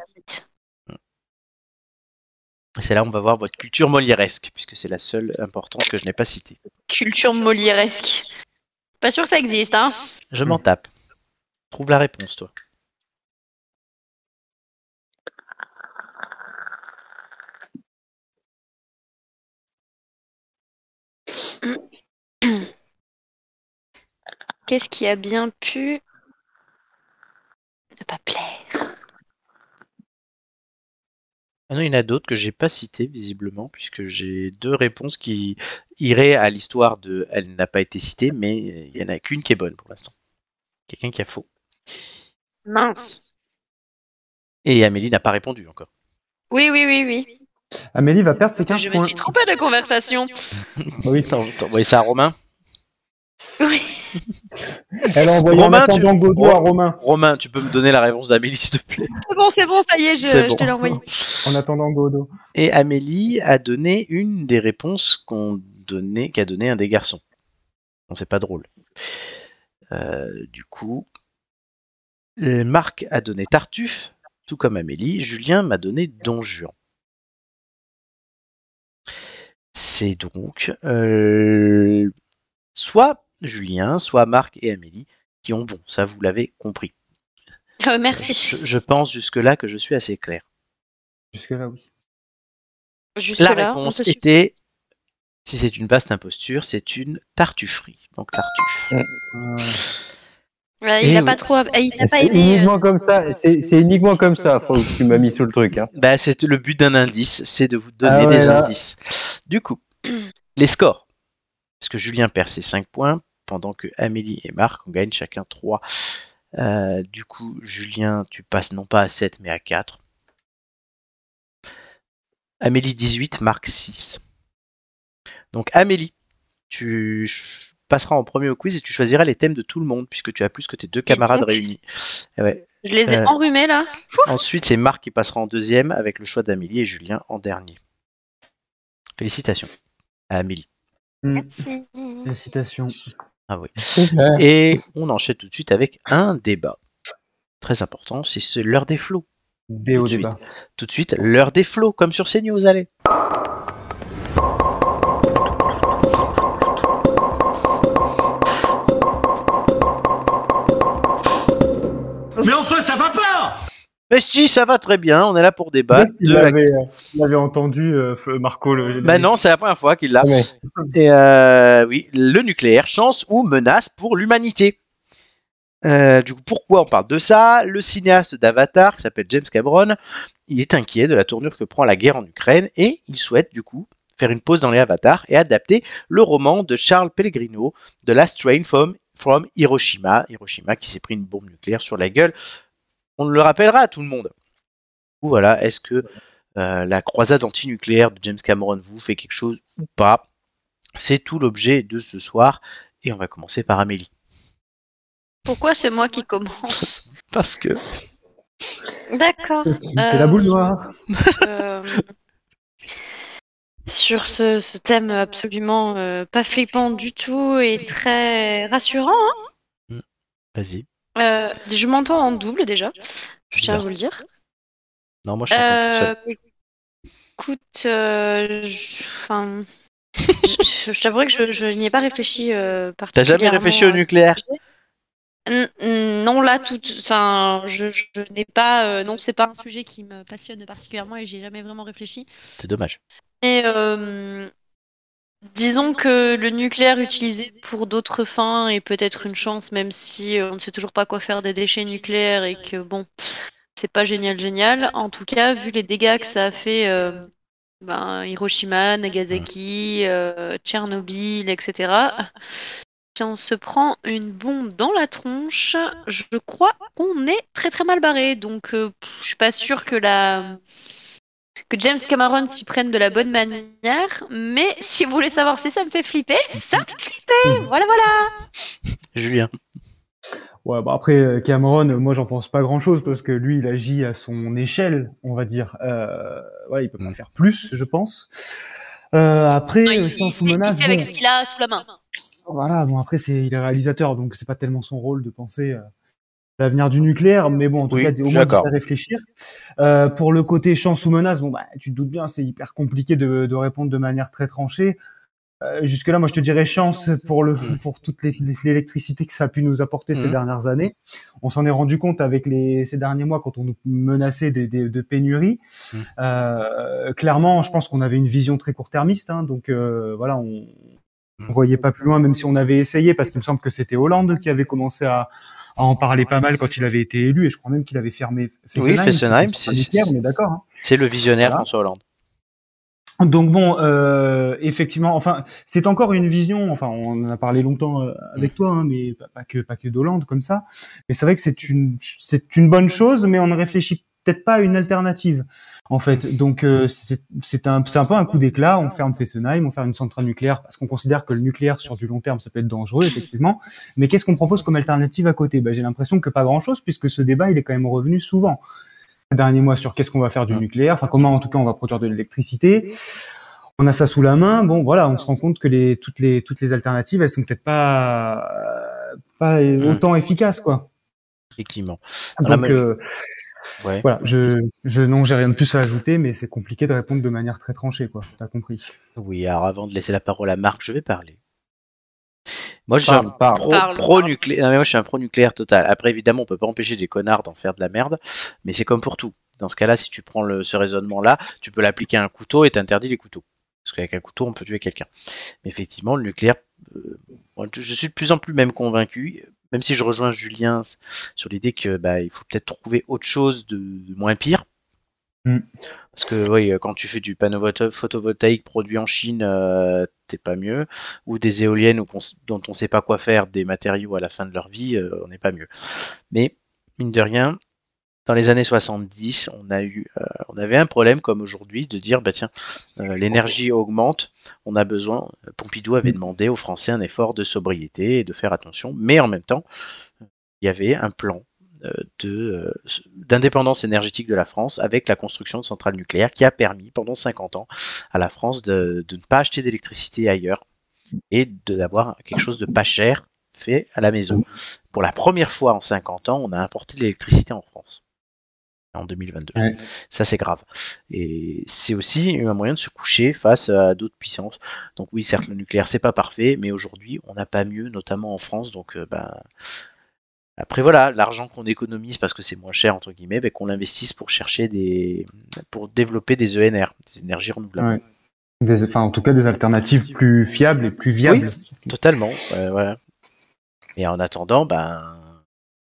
[SPEAKER 1] Et c'est là où on va voir votre culture molièresque, puisque c'est la seule importante que je n'ai pas citée.
[SPEAKER 5] Culture molièresque. Pas sûr que ça existe, hein
[SPEAKER 1] Je
[SPEAKER 2] Mmh.
[SPEAKER 1] m'en tape. Trouve la réponse, toi.
[SPEAKER 5] Qu'est-ce qui a bien pu ne pas plaire
[SPEAKER 1] Ah non, il y en a d'autres que j'ai pas citées, visiblement, puisque j'ai deux réponses qui iraient à l'histoire de Elle n'a pas été citée, mais il y en a qu'une qui est bonne pour l'instant. Quelqu'un qui a faux.
[SPEAKER 5] Mince.
[SPEAKER 1] Et Amélie n'a pas répondu encore.
[SPEAKER 5] Oui, oui, oui, oui.
[SPEAKER 2] Amélie va perdre ses 15
[SPEAKER 5] Je me
[SPEAKER 2] points.
[SPEAKER 5] suis trompée de conversation.
[SPEAKER 2] Ah Oui.
[SPEAKER 1] T'en- t'envoies ça à Romain
[SPEAKER 5] Oui.
[SPEAKER 2] Elle a envoyé
[SPEAKER 1] Romain,
[SPEAKER 2] un attendant
[SPEAKER 1] tu-
[SPEAKER 2] Godot à Romain.
[SPEAKER 1] Romain, tu peux me donner la réponse d'Amélie, s'il te plaît
[SPEAKER 5] C'est bon, c'est bon, ça y est, je,
[SPEAKER 1] C'est
[SPEAKER 5] je
[SPEAKER 1] bon.
[SPEAKER 5] te l'ai envoyé.
[SPEAKER 2] En attendant Godot.
[SPEAKER 1] Et Amélie a donné une des réponses qu'on donnait, qu'a donné un des garçons. Bon, c'est pas drôle. Euh, du coup, euh, Marc a donné Tartuffe, tout comme Amélie. Julien m'a donné Don Juan. C'est donc euh, soit Julien, soit Marc et Amélie qui ont bon. Ça, vous l'avez compris.
[SPEAKER 5] Euh, merci.
[SPEAKER 1] Je, je pense jusque-là que je suis assez clair.
[SPEAKER 2] Jusque-là, oui.
[SPEAKER 1] La
[SPEAKER 5] Jusque-là, on
[SPEAKER 1] réponse
[SPEAKER 5] peut suivre.
[SPEAKER 1] était, si c'est une vaste imposture, c'est une tartufferie. Donc tartuffe.
[SPEAKER 2] Euh,
[SPEAKER 3] Ouais, il
[SPEAKER 4] Eh
[SPEAKER 3] n'a
[SPEAKER 4] oui.
[SPEAKER 3] pas trop. eh, Il n'a pas
[SPEAKER 4] C'est
[SPEAKER 3] aimé. euh,
[SPEAKER 4] uniquement comme ça, c'est c'est uniquement comme ça, faut que tu m'as mis sous le truc. Hein.
[SPEAKER 1] Bah, c'est le but d'un indice, c'est de vous donner
[SPEAKER 4] Ah ouais,
[SPEAKER 1] des
[SPEAKER 4] là.
[SPEAKER 1] indices. Du coup, les scores. Parce que Julien perd ses 5 points, pendant que Amélie et Marc en gagnent chacun 3. du coup, Julien, tu passes non pas à 7, mais à 4. Amélie 18, Marc 6. Donc Amélie, tu ch- passeras en premier au quiz et tu choisiras les thèmes de tout le monde, puisque tu as plus que tes deux camarades
[SPEAKER 3] donc.
[SPEAKER 1] réunis. Eh ouais.
[SPEAKER 3] Je les ai
[SPEAKER 1] Euh,
[SPEAKER 3] enrhumés là.
[SPEAKER 1] Ensuite, c'est Marc qui passera en deuxième avec le choix d'Amélie et Julien en dernier. Félicitations à Amélie.
[SPEAKER 2] La citation.
[SPEAKER 4] Euh,
[SPEAKER 1] Et on enchaîne tout de suite avec un débat. Très important, c'est ce- l'heure des flots.
[SPEAKER 2] Dès
[SPEAKER 1] Tout
[SPEAKER 2] au
[SPEAKER 1] de suite.
[SPEAKER 2] débat.
[SPEAKER 1] Tout de suite, l'heure des flots, comme sur CNews, allez.
[SPEAKER 8] Mais enfin, ça va pas
[SPEAKER 1] Mais si, ça va très bien, on est là pour débattre.
[SPEAKER 2] il
[SPEAKER 1] de la-
[SPEAKER 2] l'avait entendu, euh, Marco. Le...
[SPEAKER 1] Bah non, c'est la première fois qu'il l'a.
[SPEAKER 4] Ouais.
[SPEAKER 1] Et euh, oui, le nucléaire, chance ou menace pour l'humanité. Euh, du coup, pourquoi on parle de ça Le cinéaste d'Avatar, qui s'appelle James Cameron, il est inquiet de la tournure que prend la guerre en Ukraine et il souhaite du coup faire une pause dans les avatars et adapter le roman de Charles Pellegrino, The Last Train from, from Hiroshima, Hiroshima qui s'est pris une bombe nucléaire sur la gueule. On le rappellera à tout le monde. Du coup, Voilà, est-ce que euh, la croisade antinucléaire de James Cameron vous fait quelque chose ou pas c'est tout l'objet de ce soir. Et on va commencer par Amélie.
[SPEAKER 5] Pourquoi c'est moi qui commence
[SPEAKER 1] Parce que.
[SPEAKER 5] D'accord.
[SPEAKER 2] C'est la boule noire.
[SPEAKER 5] euh, sur ce, ce thème absolument euh, pas flippant du tout et très rassurant. hein.
[SPEAKER 1] Vas-y.
[SPEAKER 5] Euh, je m'entends en double déjà, je tiens à
[SPEAKER 1] Bizarre.
[SPEAKER 5] vous le dire.
[SPEAKER 1] Non, moi je t'entends toute seule.
[SPEAKER 5] Euh, écoute, euh, je, enfin, je, je t'avouerai que je, je n'y ai pas réfléchi euh,
[SPEAKER 1] T'as jamais
[SPEAKER 5] particulièrement.
[SPEAKER 1] réfléchi au
[SPEAKER 5] à-
[SPEAKER 1] nucléaire
[SPEAKER 5] N- n- Non, là, tout, enfin, je, je n'ai pas, euh, non, c'est pas un sujet qui me passionne particulièrement et j'ai jamais vraiment réfléchi.
[SPEAKER 1] C'est dommage.
[SPEAKER 5] Mais euh, disons que le nucléaire utilisé pour d'autres fins est peut-être une chance, même si euh, on ne sait toujours pas quoi faire des déchets nucléaires et que bon, c'est pas génial, génial. En tout cas, vu les dégâts que ça a fait, euh, ben, Hiroshima, Nagasaki, euh, Tchernobyl, etc. Si on se prend une bombe dans la tronche, je crois qu'on est très très mal barré. Donc, euh, pff, je suis pas sûre que la que James Cameron s'y prenne de la bonne manière. Mais si vous voulez savoir si ça me fait flipper, ça me fait flipper. Voilà, voilà.
[SPEAKER 1] Julien.
[SPEAKER 2] Ouais, bah après, euh, Cameron, euh, moi, j'en pense pas grand-chose parce que lui, il agit à son échelle, on va dire. Euh, ouais, il peut
[SPEAKER 1] Mm.
[SPEAKER 2] pas faire plus, je pense. Euh, après,
[SPEAKER 5] Ah, Il,
[SPEAKER 2] euh,
[SPEAKER 5] il
[SPEAKER 2] chance
[SPEAKER 5] fait,
[SPEAKER 2] ou
[SPEAKER 5] il
[SPEAKER 2] menace,
[SPEAKER 5] fait avec
[SPEAKER 2] bon,
[SPEAKER 5] ce qu'il a sous la main.
[SPEAKER 2] voilà, bon, après, c'est, il est réalisateur, donc c'est pas tellement son rôle de penser euh, à l'avenir du nucléaire, mais bon, en tout
[SPEAKER 1] Oui,
[SPEAKER 2] cas,
[SPEAKER 1] je
[SPEAKER 2] au
[SPEAKER 1] suis
[SPEAKER 2] moins,
[SPEAKER 1] d'accord.
[SPEAKER 2] ça réfléchir. Euh, pour le côté chance ou menace, bon, bah, tu te doutes bien, c'est hyper compliqué de, de répondre de manière très tranchée. Euh, jusque-là, moi, je te dirais chance pour le,
[SPEAKER 1] Mmh.
[SPEAKER 2] pour toute les- l'électricité que ça a pu nous apporter ces
[SPEAKER 1] Mhm.
[SPEAKER 2] dernières années. On s'en est rendu compte avec les, ces derniers mois quand on nous menaçait des, des- de pénuries.
[SPEAKER 1] Mhm.
[SPEAKER 2] Euh, clairement, je pense qu'on avait une vision très court-termiste, hein, donc euh, voilà, on,
[SPEAKER 1] Mhm.
[SPEAKER 2] on voyait pas plus loin, même si on avait essayé, parce qu'il me semble que c'était Hollande qui avait commencé à, à en parler pas mal quand il avait été élu, et je crois même qu'il avait fermé Fessenheim.
[SPEAKER 1] Fessenheim,
[SPEAKER 2] c'était
[SPEAKER 1] c'est-
[SPEAKER 2] sanitaire,
[SPEAKER 1] c'est-
[SPEAKER 2] on est d'accord. hein.
[SPEAKER 1] C'est le visionnaire
[SPEAKER 2] Voilà.
[SPEAKER 1] François Hollande.
[SPEAKER 2] Donc bon, euh, effectivement, enfin, c'est encore une vision. Enfin, on en a parlé longtemps euh, avec toi, hein, mais pas, pas que pas que d'Hollande comme ça. Mais c'est vrai que c'est une c'est une bonne chose, mais on ne réfléchit peut-être pas à une alternative. En fait, donc euh, c'est c'est un c'est un peu un coup d'éclat. On ferme Fessenheim, on ferme une centrale nucléaire parce qu'on considère que le nucléaire sur du long terme ça peut être dangereux effectivement. Mais qu'est-ce qu'on propose comme alternative à côté ben, j'ai l'impression que pas grand-chose puisque ce débat il est quand même revenu souvent ces derniers mois sur qu'est-ce qu'on va faire du nucléaire, enfin comment en tout cas on va produire de l'électricité on a ça sous la main. Bon, voilà, on se rend compte que les, toutes les toutes les alternatives, elles sont peut-être pas euh, pas euh, autant efficaces, quoi.
[SPEAKER 1] Effectivement. Dans la
[SPEAKER 2] Donc
[SPEAKER 1] ma-
[SPEAKER 2] euh,
[SPEAKER 1] Ouais.
[SPEAKER 2] voilà, je je non, j'ai rien de plus à ajouter, mais c'est compliqué de répondre de manière très tranchée, quoi. T'as compris.
[SPEAKER 1] Oui, alors avant de laisser la parole à Marc, je vais parler. Moi, je suis un
[SPEAKER 4] Parle, parle.
[SPEAKER 1] pro,
[SPEAKER 5] Parle,
[SPEAKER 1] pro
[SPEAKER 5] parle.
[SPEAKER 1] nucléaire. Non, mais moi, je suis un pro nucléaire total. Après, évidemment, on peut pas empêcher des connards d'en faire de la merde, mais c'est comme pour tout. Dans ce cas-là, si tu prends le- ce raisonnement-là, tu peux l'appliquer à un couteau et t'interdis les couteaux. Parce qu'avec un couteau, on peut tuer quelqu'un. Mais effectivement, le nucléaire, euh, moi, je suis de plus en plus même convaincu, même si je rejoins Julien s- sur l'idée que bah, il faut peut-être trouver autre chose de, de moins pire.
[SPEAKER 2] Mm.
[SPEAKER 1] Parce que oui, euh, quand tu fais du panneau photo- photovoltaïque produit en Chine, euh, t'es pas mieux. Ou des éoliennes ou qu'on s- dont on sait pas quoi faire, des matériaux à la fin de leur vie, euh, on n'est pas mieux. Mais mine de rien, dans les années 70, on a eu, euh, on avait un problème comme aujourd'hui de dire bah tiens, euh, l'énergie augmente, on a besoin. euh, Pompidou avait demandé aux Français un effort de sobriété et de faire attention, mais en même temps, euh, il y avait un plan euh, de, euh, d'indépendance énergétique de la France avec la construction de centrales nucléaires qui a permis pendant 50 ans à la France de, de ne pas acheter d'électricité ailleurs et de- d'avoir quelque chose de pas cher fait à la maison. Pour la première fois en 50 ans, on a importé de l'électricité en France en 2022.
[SPEAKER 2] Ouais.
[SPEAKER 1] Ça, c'est grave. Et c'est aussi un moyen de se coucher face à d'autres puissances. Donc oui, certes, le nucléaire, c'est pas parfait, mais aujourd'hui, on n'a pas mieux, notamment en France. Donc, euh, ben, après voilà, l'argent qu'on économise parce que c'est moins cher entre guillemets, ben, qu'on l'investisse pour chercher des, pour développer des ENR, des énergies renouvelables.
[SPEAKER 2] Ouais. Des- enfin, en tout cas, des alternatives plus fiables et plus viables.
[SPEAKER 1] Totalement. ouais, Euh, voilà. Et en attendant, ben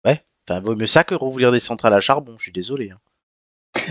[SPEAKER 1] ouais, enfin vaut mieux ça que rouvrir des centrales à charbon. Je suis désolé. hein.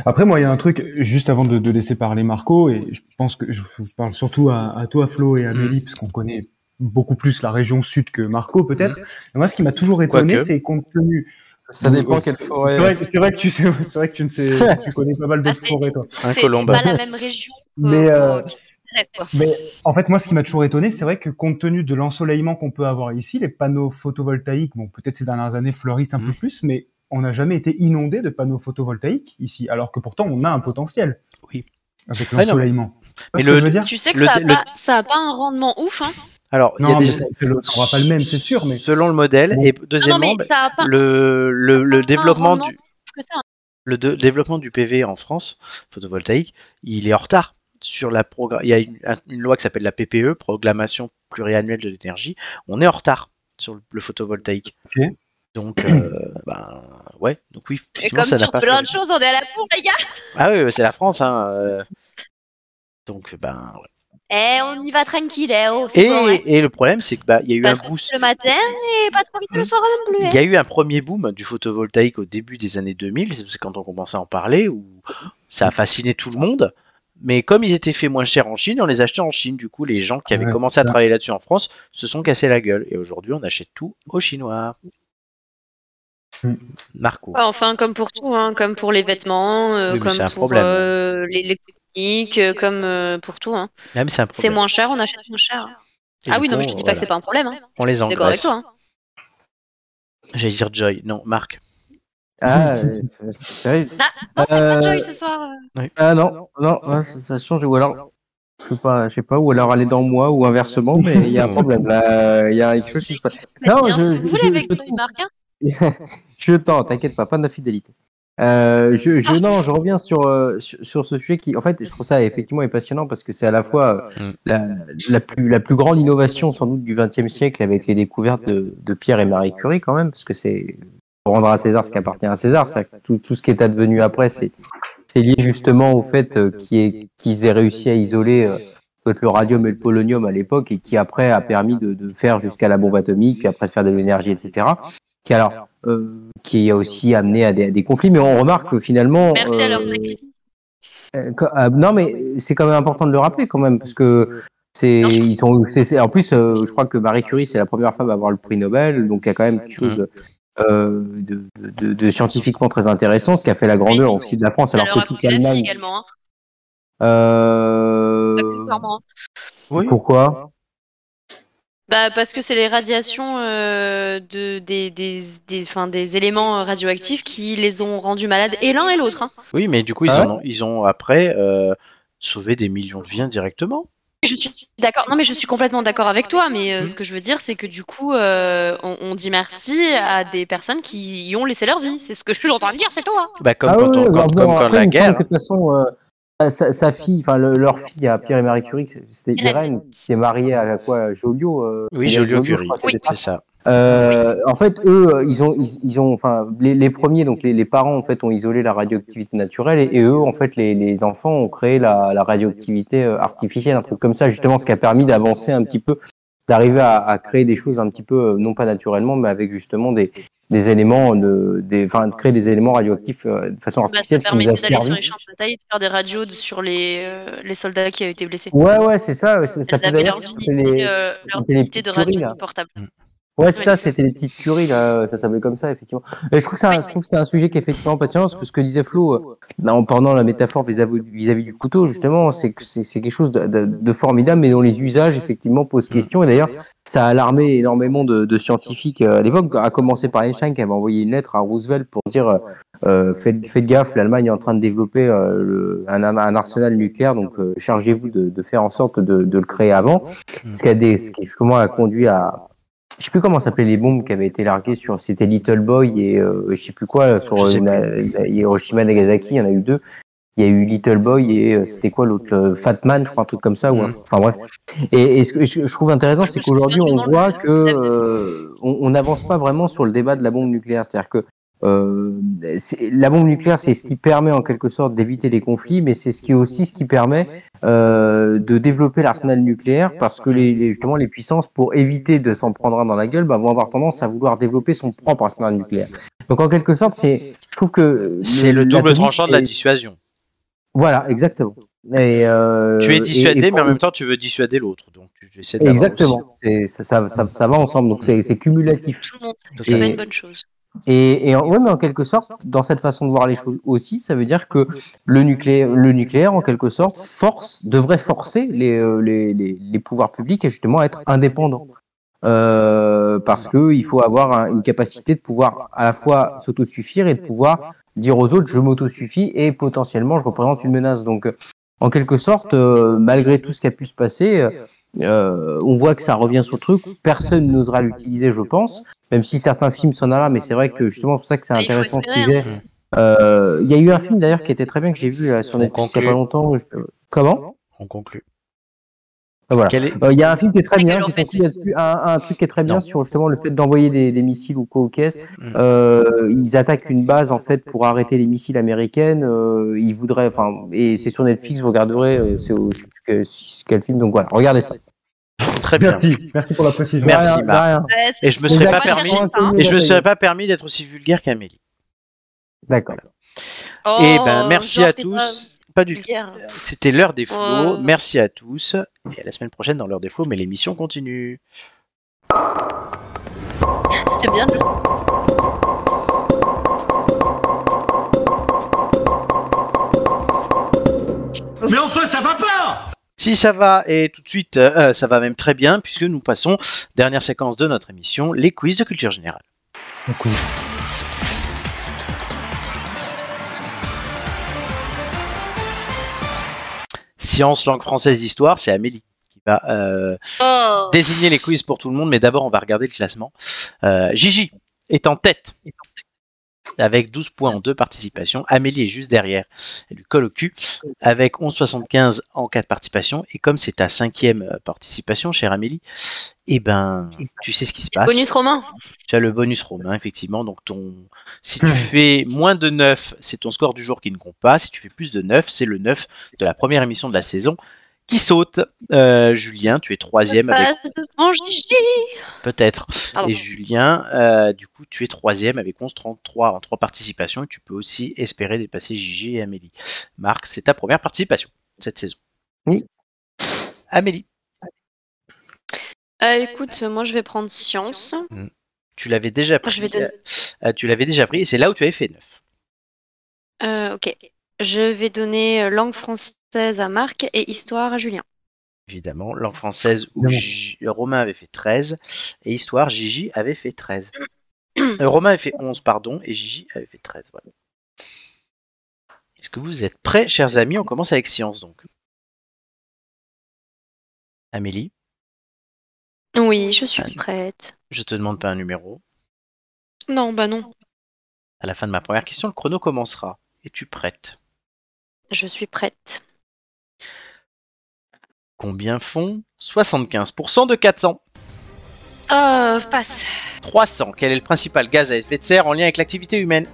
[SPEAKER 2] Après, moi, il y a un truc, juste avant de, de laisser parler Marco, et je pense que je vous parle surtout à, à toi, Flo, et à Mélie, parce qu'on connaît beaucoup plus la région sud que Marco, peut-être. Et Moi, ce qui m'a toujours étonné,
[SPEAKER 1] Quoique.
[SPEAKER 2] c'est compte tenu.
[SPEAKER 4] Ça dépend quelle
[SPEAKER 2] C'est
[SPEAKER 4] forêt.
[SPEAKER 2] vrai, que- c'est vrai que tu sais, c'est vrai que tu ne sais, tu connais pas mal de
[SPEAKER 5] Ah, c'est-
[SPEAKER 2] forêts, toi.
[SPEAKER 1] Un
[SPEAKER 5] C'est
[SPEAKER 1] colombe.
[SPEAKER 5] pas la même région. qu'au-
[SPEAKER 2] Mais, euh,
[SPEAKER 5] qu'au- qu'au- quoi.
[SPEAKER 2] Mais en fait, moi, ce qui m'a toujours étonné, c'est vrai que compte tenu de l'ensoleillement qu'on peut avoir ici, les panneaux photovoltaïques, bon, peut-être ces dernières années fleurissent un peu
[SPEAKER 1] Mhm.
[SPEAKER 2] plus, mais on n'a jamais été inondé de panneaux photovoltaïques ici, alors que pourtant on a un potentiel.
[SPEAKER 1] Oui.
[SPEAKER 2] Avec
[SPEAKER 1] Ah, non.
[SPEAKER 2] l'ensoleillement.
[SPEAKER 1] Mais
[SPEAKER 2] Mais ce que
[SPEAKER 1] le-
[SPEAKER 2] je veux dire
[SPEAKER 5] Tu sais que
[SPEAKER 1] le
[SPEAKER 5] ça, a
[SPEAKER 1] dé- le-
[SPEAKER 5] pas, ça a pas un rendement ouf. Hein.
[SPEAKER 1] Alors il y
[SPEAKER 2] Non,
[SPEAKER 1] a
[SPEAKER 2] mais
[SPEAKER 1] des
[SPEAKER 2] c'est- c'est le- ça sera pas le même, c'est sûr, mais
[SPEAKER 1] selon le modèle
[SPEAKER 2] Bon.
[SPEAKER 1] et
[SPEAKER 5] Non, non,
[SPEAKER 1] deuxièmement
[SPEAKER 5] mais
[SPEAKER 1] ben,
[SPEAKER 5] ça a pas
[SPEAKER 1] le le, le
[SPEAKER 5] un
[SPEAKER 1] développement
[SPEAKER 5] rendement
[SPEAKER 1] du
[SPEAKER 5] ouf que ça, hein.
[SPEAKER 1] le de- développement du PV en France photovoltaïque, il est en retard. Sur la progra- il y a une, un- une loi qui s'appelle la PPE, Programmation pluriannuelle de l'énergie. On est en retard sur le, le photovoltaïque.
[SPEAKER 2] Ok.
[SPEAKER 1] Donc, euh, ben, ouais. Donc oui,
[SPEAKER 5] Et
[SPEAKER 1] effectivement,
[SPEAKER 5] comme
[SPEAKER 1] ça n'a
[SPEAKER 5] sur
[SPEAKER 1] pas.
[SPEAKER 5] plein
[SPEAKER 1] fait-
[SPEAKER 5] de choses, on est à la bourre, les gars.
[SPEAKER 1] Ah oui, oui, c'est la France. Hein. euh. Donc, ben. ouais.
[SPEAKER 5] Eh, on y va tranquille, eh, oh, c'est
[SPEAKER 1] Et,
[SPEAKER 5] bon, ouais.
[SPEAKER 1] et le problème, c'est que bah, il y a eu un
[SPEAKER 5] Pas trop
[SPEAKER 1] boost.
[SPEAKER 5] vite le matin et pas trop vite
[SPEAKER 1] Hmm.
[SPEAKER 5] le soir non plus.
[SPEAKER 1] Il
[SPEAKER 5] hein.
[SPEAKER 1] y a eu un premier boom du photovoltaïque au début des années 2000, c'est quand on commençait à en parler, où ça a fasciné tout le monde. Mais comme ils étaient faits moins chers en Chine, on les achetait en Chine. Du coup, les gens qui avaient
[SPEAKER 2] Ouais,
[SPEAKER 1] commencé à
[SPEAKER 2] ça.
[SPEAKER 1] travailler là-dessus en France se sont cassés la gueule. Et aujourd'hui, on achète tout aux Chinois.
[SPEAKER 4] Hmm.
[SPEAKER 2] Mm.
[SPEAKER 1] Marco.
[SPEAKER 5] Enfin, comme pour tout, hein, comme pour les vêtements, euh,
[SPEAKER 1] Oui, mais
[SPEAKER 5] comme
[SPEAKER 1] c'est un
[SPEAKER 5] pour
[SPEAKER 1] problème.
[SPEAKER 5] euh, les- l'électronique, euh, comme euh, pour tout. hein.
[SPEAKER 1] Ah, mais c'est un
[SPEAKER 5] C'est
[SPEAKER 1] problème.
[SPEAKER 5] moins cher, on achète moins cher.
[SPEAKER 1] Et
[SPEAKER 5] ah
[SPEAKER 1] du
[SPEAKER 5] oui, non,
[SPEAKER 1] coup,
[SPEAKER 5] mais je te dis pas
[SPEAKER 1] voilà.
[SPEAKER 5] que c'est pas un problème. Hein.
[SPEAKER 1] On les
[SPEAKER 5] Je suis D'accord avec
[SPEAKER 1] engraisse.
[SPEAKER 5] toi. hein.
[SPEAKER 1] J'allais dire Joy. Non, Marc.
[SPEAKER 4] Ah, euh, c'est c'est terrible.
[SPEAKER 5] Non, c'est pas
[SPEAKER 4] Euh,
[SPEAKER 5] Joy ce soir. euh.
[SPEAKER 4] Ah non, non, ouais, ça, ça change. Ou alors, je sais pas, je sais pas, ou alors elle est dans moi ou inversement, mais il y a un problème là. Il y a quelque chose qui se passe. Non,
[SPEAKER 5] Faites bien ce
[SPEAKER 4] je-
[SPEAKER 5] que vous
[SPEAKER 4] je-
[SPEAKER 5] voulez
[SPEAKER 4] je-
[SPEAKER 5] avec
[SPEAKER 4] je Euh,
[SPEAKER 5] Joy,
[SPEAKER 4] trouve-
[SPEAKER 5] Marc. hein.
[SPEAKER 4] je t'en, t'inquiète pas, pas d'infidélité. Euh, je, je, non, je reviens sur, euh, sur, sur ce sujet qui, en fait, je trouve ça effectivement est passionnant parce que c'est à la fois euh,
[SPEAKER 1] Mm.
[SPEAKER 4] la, la, plus, la plus grande innovation sans doute du XXe siècle avec les découvertes de, de Pierre et Marie Curie quand même, parce que c'est faut rendre à César ce qui appartient à César, c'est-à-dire que tout, tout ce qui est advenu après, c'est c'est lié justement au fait euh, qui est- qu'ils aient réussi à isoler euh, peut-être le radium et le polonium à l'époque et qui après a permis de, de faire jusqu'à la bombe atomique, puis après de faire de l'énergie, etc. Qui alors euh, qui a aussi amené à des, à des conflits, mais on remarque que finalement.
[SPEAKER 5] Merci à
[SPEAKER 4] euh,
[SPEAKER 5] leur sacrifice.
[SPEAKER 4] euh, quand- ah, non, mais c'est quand même important de le rappeler quand même, parce que c'est
[SPEAKER 5] Non, je-
[SPEAKER 4] ils ont c'est- c'est- en plus, euh, je crois que Marie Curie c'est la première femme à avoir le prix Nobel, donc il y a quand même quelque chose. euh, de, de- de scientifiquement très intéressant, ce qui a fait la grandeur aussi de la France,
[SPEAKER 5] Ça
[SPEAKER 4] alors
[SPEAKER 5] leur a
[SPEAKER 4] que toute
[SPEAKER 5] coûté la vie
[SPEAKER 4] l'Allemagne.
[SPEAKER 5] également, hein,
[SPEAKER 4] Euh,
[SPEAKER 5] accessoirement.
[SPEAKER 1] Oui.
[SPEAKER 4] Pourquoi
[SPEAKER 5] Bah, parce que c'est les radiations euh, de, des, des, des, enfin, des éléments euh, radioactifs qui les ont rendus malades, et l'un et l'autre. hein.
[SPEAKER 1] Oui, mais du coup, ils,
[SPEAKER 4] Ah
[SPEAKER 1] en ont, ils ont après euh, sauvé des millions de vies indirectement.
[SPEAKER 5] Je suis d'accord. Non, mais je suis complètement d'accord avec toi. Mais euh,
[SPEAKER 1] Mhm.
[SPEAKER 5] ce que je veux dire, c'est que du coup, euh, on, on dit merci à des personnes qui y ont laissé leur vie. C'est ce que j'entends dire, c'est tout. hein.
[SPEAKER 1] Bah, comme
[SPEAKER 4] Ah
[SPEAKER 1] quand,
[SPEAKER 4] oui,
[SPEAKER 1] on-
[SPEAKER 4] oui,
[SPEAKER 1] quand-
[SPEAKER 4] bah,
[SPEAKER 1] comme
[SPEAKER 4] bon,
[SPEAKER 1] quand
[SPEAKER 4] après,
[SPEAKER 1] la
[SPEAKER 4] il me semble
[SPEAKER 1] guerre. hein.
[SPEAKER 4] que de toute façon, euh, sa- sa, sa fille, enfin le- leur fille à Pierre et Marie Curie, c'était Irène, qui est mariée à quoi Joliot. euh,
[SPEAKER 1] Oui,
[SPEAKER 4] Irène
[SPEAKER 1] Joliot Curie.
[SPEAKER 4] je crois, c'était ça.
[SPEAKER 1] C'est ça.
[SPEAKER 4] Euh, en fait, eux, euh, ils ont, ils, ils ont, enfin, les, les premiers, donc les, les parents, en fait, ont isolé la radioactivité naturelle, et, et eux, en fait, les, les enfants ont créé la, la radioactivité euh, artificielle, un truc comme ça, justement, ce qui a permis d'avancer un petit peu d'arriver à, à créer des choses un petit peu, euh, non pas naturellement, mais avec justement des, des éléments, de, des, enfin, de créer des éléments radioactifs euh, de façon
[SPEAKER 5] Bah, ça
[SPEAKER 4] artificielle. qui nous
[SPEAKER 5] permettait
[SPEAKER 4] a
[SPEAKER 5] d'aller sur les
[SPEAKER 4] servi.
[SPEAKER 5] champs de bataille et de faire des radios de- sur les, euh, les soldats qui avaient été blessés.
[SPEAKER 4] Ouais, ouais, c'est ça. ouais, Ça, ça
[SPEAKER 5] Elles
[SPEAKER 4] peut
[SPEAKER 5] avaient
[SPEAKER 4] d'ailleurs,
[SPEAKER 5] leurs
[SPEAKER 4] c'était les-
[SPEAKER 5] unités, euh, leurs
[SPEAKER 4] c'était les
[SPEAKER 5] unités de
[SPEAKER 4] petites tueries,
[SPEAKER 5] radio
[SPEAKER 4] là.
[SPEAKER 5] portable.
[SPEAKER 4] Ouais, c'est ça, c'était les petites tueries, là, euh, ça s'appelait comme ça, effectivement. Et je trouve que c'est un, Ah, je trouve que c'est un sujet qui est effectivement passionnant, parce que ce que disait Flo, euh, là, en prenant la métaphore vis-à-vis vis-à-vis du couteau, justement, c'est que c'est c'est quelque chose de, de- de formidable, mais dont les usages, effectivement, posent question. Et d'ailleurs, ça a alarmé énormément de, de scientifiques euh, à l'époque, à commencer par Einstein, qui avait envoyé une lettre à Roosevelt pour dire, euh, euh, faites, faites gaffe, l'Allemagne est en train de développer euh, le- un, un arsenal nucléaire, donc euh, chargez-vous de, de faire en sorte de, de le créer avant. Ce qui a, des, ce qui, justement, a conduit à je sais plus comment s'appelaient les bombes qui avaient été larguées sur c'était Little Boy et euh, je sais plus quoi là, sur
[SPEAKER 1] Je sais
[SPEAKER 4] euh, Na- Na- Hiroshima Nagasaki il y en a eu deux il y a eu Little Boy et euh, c'était quoi l'autre le Fat Man je crois un truc comme ça
[SPEAKER 1] Hmm.
[SPEAKER 4] ou un- enfin bref et, et ce que je je trouve intéressant c'est qu'aujourd'hui on voit que euh, on on n'avance pas vraiment sur le débat de la bombe nucléaire c'est-à-dire que euh, c'est- la bombe nucléaire, c'est ce qui permet en quelque sorte d'éviter les conflits, mais c'est ce qui est aussi ce qui permet euh, de développer l'arsenal nucléaire parce que les, les- justement les puissances, pour éviter de s'en prendre un dans la gueule, bah, vont avoir tendance à vouloir développer son propre arsenal nucléaire. Donc en quelque sorte, c'est, je trouve que
[SPEAKER 1] C'est le double
[SPEAKER 4] l'atomique
[SPEAKER 1] tranchant de la
[SPEAKER 4] est-
[SPEAKER 1] dissuasion.
[SPEAKER 4] Voilà, exactement. Et, euh,
[SPEAKER 1] tu es
[SPEAKER 4] et-
[SPEAKER 1] dissuadé,
[SPEAKER 4] et-
[SPEAKER 1] mais en même temps, tu veux dissuader l'autre. Donc, tu tu essaies d'avoir aussi-
[SPEAKER 4] Exactement. C'est- ça, ça, ça- ça va ensemble. Donc c'est, c'est cumulatif.
[SPEAKER 5] Tout le monde,
[SPEAKER 1] Tout à
[SPEAKER 5] c'est pas
[SPEAKER 1] fait.
[SPEAKER 5] une bonne chose.
[SPEAKER 4] Et, et en, ouais, mais en quelque sorte, dans cette façon de voir les choses aussi, ça veut dire que le nucléaire, le nucléaire en quelque sorte, force, devrait forcer les, euh, les, les, les pouvoirs publics à justement être indépendants. Euh, parce que il faut avoir un- une capacité de pouvoir à la fois s'autosuffire et de pouvoir dire aux autres je m'autosuffis et potentiellement je représente une menace. Donc, euh, en quelque sorte, euh, malgré tout ce qui a pu se passer, euh, euh, on voit que ça revient sur le truc. Personne n'osera l'utiliser, je pense même si certains films s'en là, mais c'est vrai que justement, c'est pour ça que c'est
[SPEAKER 5] Ah, il faut
[SPEAKER 4] intéressant ce
[SPEAKER 5] espérer,
[SPEAKER 4] sujet. Euh, Il y a eu un film d'ailleurs qui était très bien que j'ai vu là, sur Netflix il n'y
[SPEAKER 1] conclut.
[SPEAKER 4] a pas longtemps. Je- Comment
[SPEAKER 1] On conclut.
[SPEAKER 4] Ah, Voilà.
[SPEAKER 1] Quel est-
[SPEAKER 4] Euh, Il y a un film qui est très
[SPEAKER 5] Ta
[SPEAKER 4] bien,
[SPEAKER 5] gueule, en
[SPEAKER 4] j'ai
[SPEAKER 5] fait.
[SPEAKER 4] senti là-dessus un, un truc qui est très bien
[SPEAKER 1] Non.
[SPEAKER 4] sur justement le fait d'envoyer des, des missiles ou quoi aux caisses.
[SPEAKER 1] Mm.
[SPEAKER 4] Euh, ils attaquent une base en fait pour arrêter les missiles américaines. Euh, ils voudraient, enfin, et c'est sur Netflix, vous regarderez, euh, c'est au- je sais plus que- quel film, donc voilà, regardez ça.
[SPEAKER 1] Très bien.
[SPEAKER 2] Merci, merci pour la précision.
[SPEAKER 1] Merci,
[SPEAKER 4] De rien, de
[SPEAKER 1] Marc.
[SPEAKER 4] rien.
[SPEAKER 1] Et ben, je me serais pas
[SPEAKER 5] Moi, j'avais
[SPEAKER 1] permis.
[SPEAKER 5] ça, hein.
[SPEAKER 1] Et je me serais pas permis d'être aussi vulgaire qu'Amélie.
[SPEAKER 4] D'accord.
[SPEAKER 1] Eh
[SPEAKER 5] Oh,
[SPEAKER 1] ben, merci
[SPEAKER 5] genre,
[SPEAKER 1] à
[SPEAKER 5] t'es
[SPEAKER 1] tous.
[SPEAKER 5] pas
[SPEAKER 1] Pas du tout.
[SPEAKER 5] vulgaire.
[SPEAKER 1] C'était l'heure des flots.
[SPEAKER 5] Oh.
[SPEAKER 1] Merci à tous. Et à la semaine prochaine dans l'heure des flots, mais l'émission continue.
[SPEAKER 5] C'était bien.
[SPEAKER 8] Mais enfin, ça va pas
[SPEAKER 1] Si ça va, et tout de suite, euh, ça va même très bien, puisque nous passons, dernière séquence de notre émission, les quiz de culture générale.
[SPEAKER 2] Ah,
[SPEAKER 1] Science, langue française, histoire, c'est Amélie qui va euh,
[SPEAKER 5] Oh,
[SPEAKER 1] désigner les quiz pour tout le monde, mais d'abord on va regarder le classement. Euh, Gigi est en tête avec 12 points en deux participations. Amélie est juste derrière, elle lui colle au cul, avec 11,75 en quatre participations. Et comme c'est ta cinquième euh, participation, chère Amélie, eh ben, tu sais ce qui se passe.
[SPEAKER 5] bonus romain.
[SPEAKER 1] Tu as le bonus romain, effectivement. Donc, ton... si tu fais moins de 9, c'est ton score du jour qui ne compte pas. Si tu fais plus de 9, c'est le 9 de la première émission de la saison qui saute. Euh, Julien, tu es troisième avec
[SPEAKER 5] Passe devant Gigi.
[SPEAKER 1] peut-être.
[SPEAKER 5] Pardon.
[SPEAKER 1] Et Julien, euh, du coup, tu es troisième avec 11,33 en trois participations. Et tu peux aussi espérer dépasser Gigi et Amélie. Marc, c'est ta première participation cette saison.
[SPEAKER 4] Oui.
[SPEAKER 1] Amélie,
[SPEAKER 5] Euh, écoute, moi je vais prendre science.
[SPEAKER 1] tu l'avais déjà pris.
[SPEAKER 5] Je vais donner.
[SPEAKER 1] euh, tu l'avais déjà pris et c'est là où tu avais fait 9.
[SPEAKER 5] Euh, ok. Je vais donner euh, langue française à Marc et histoire à Julien.
[SPEAKER 1] évidemment. Langue française, où Gi- Romain avait fait 13, et histoire, Gigi avait fait 13. Euh, Romain avait fait 11, pardon, et Gigi avait fait 13. Voilà. Est-ce que vous êtes prêts, chers amis On commence avec science, donc. Amélie,
[SPEAKER 5] Oui, je suis
[SPEAKER 1] Allez.
[SPEAKER 5] prête.
[SPEAKER 1] je te demande pas un numéro.
[SPEAKER 5] Non, bah non.
[SPEAKER 1] À la fin de ma première question, le chrono commencera. Es-tu prête
[SPEAKER 5] Je suis prête.
[SPEAKER 1] Combien font 75% de 400
[SPEAKER 5] Euh, passe.
[SPEAKER 1] 300. Quel est le principal gaz à effet de serre en lien avec l'activité humaine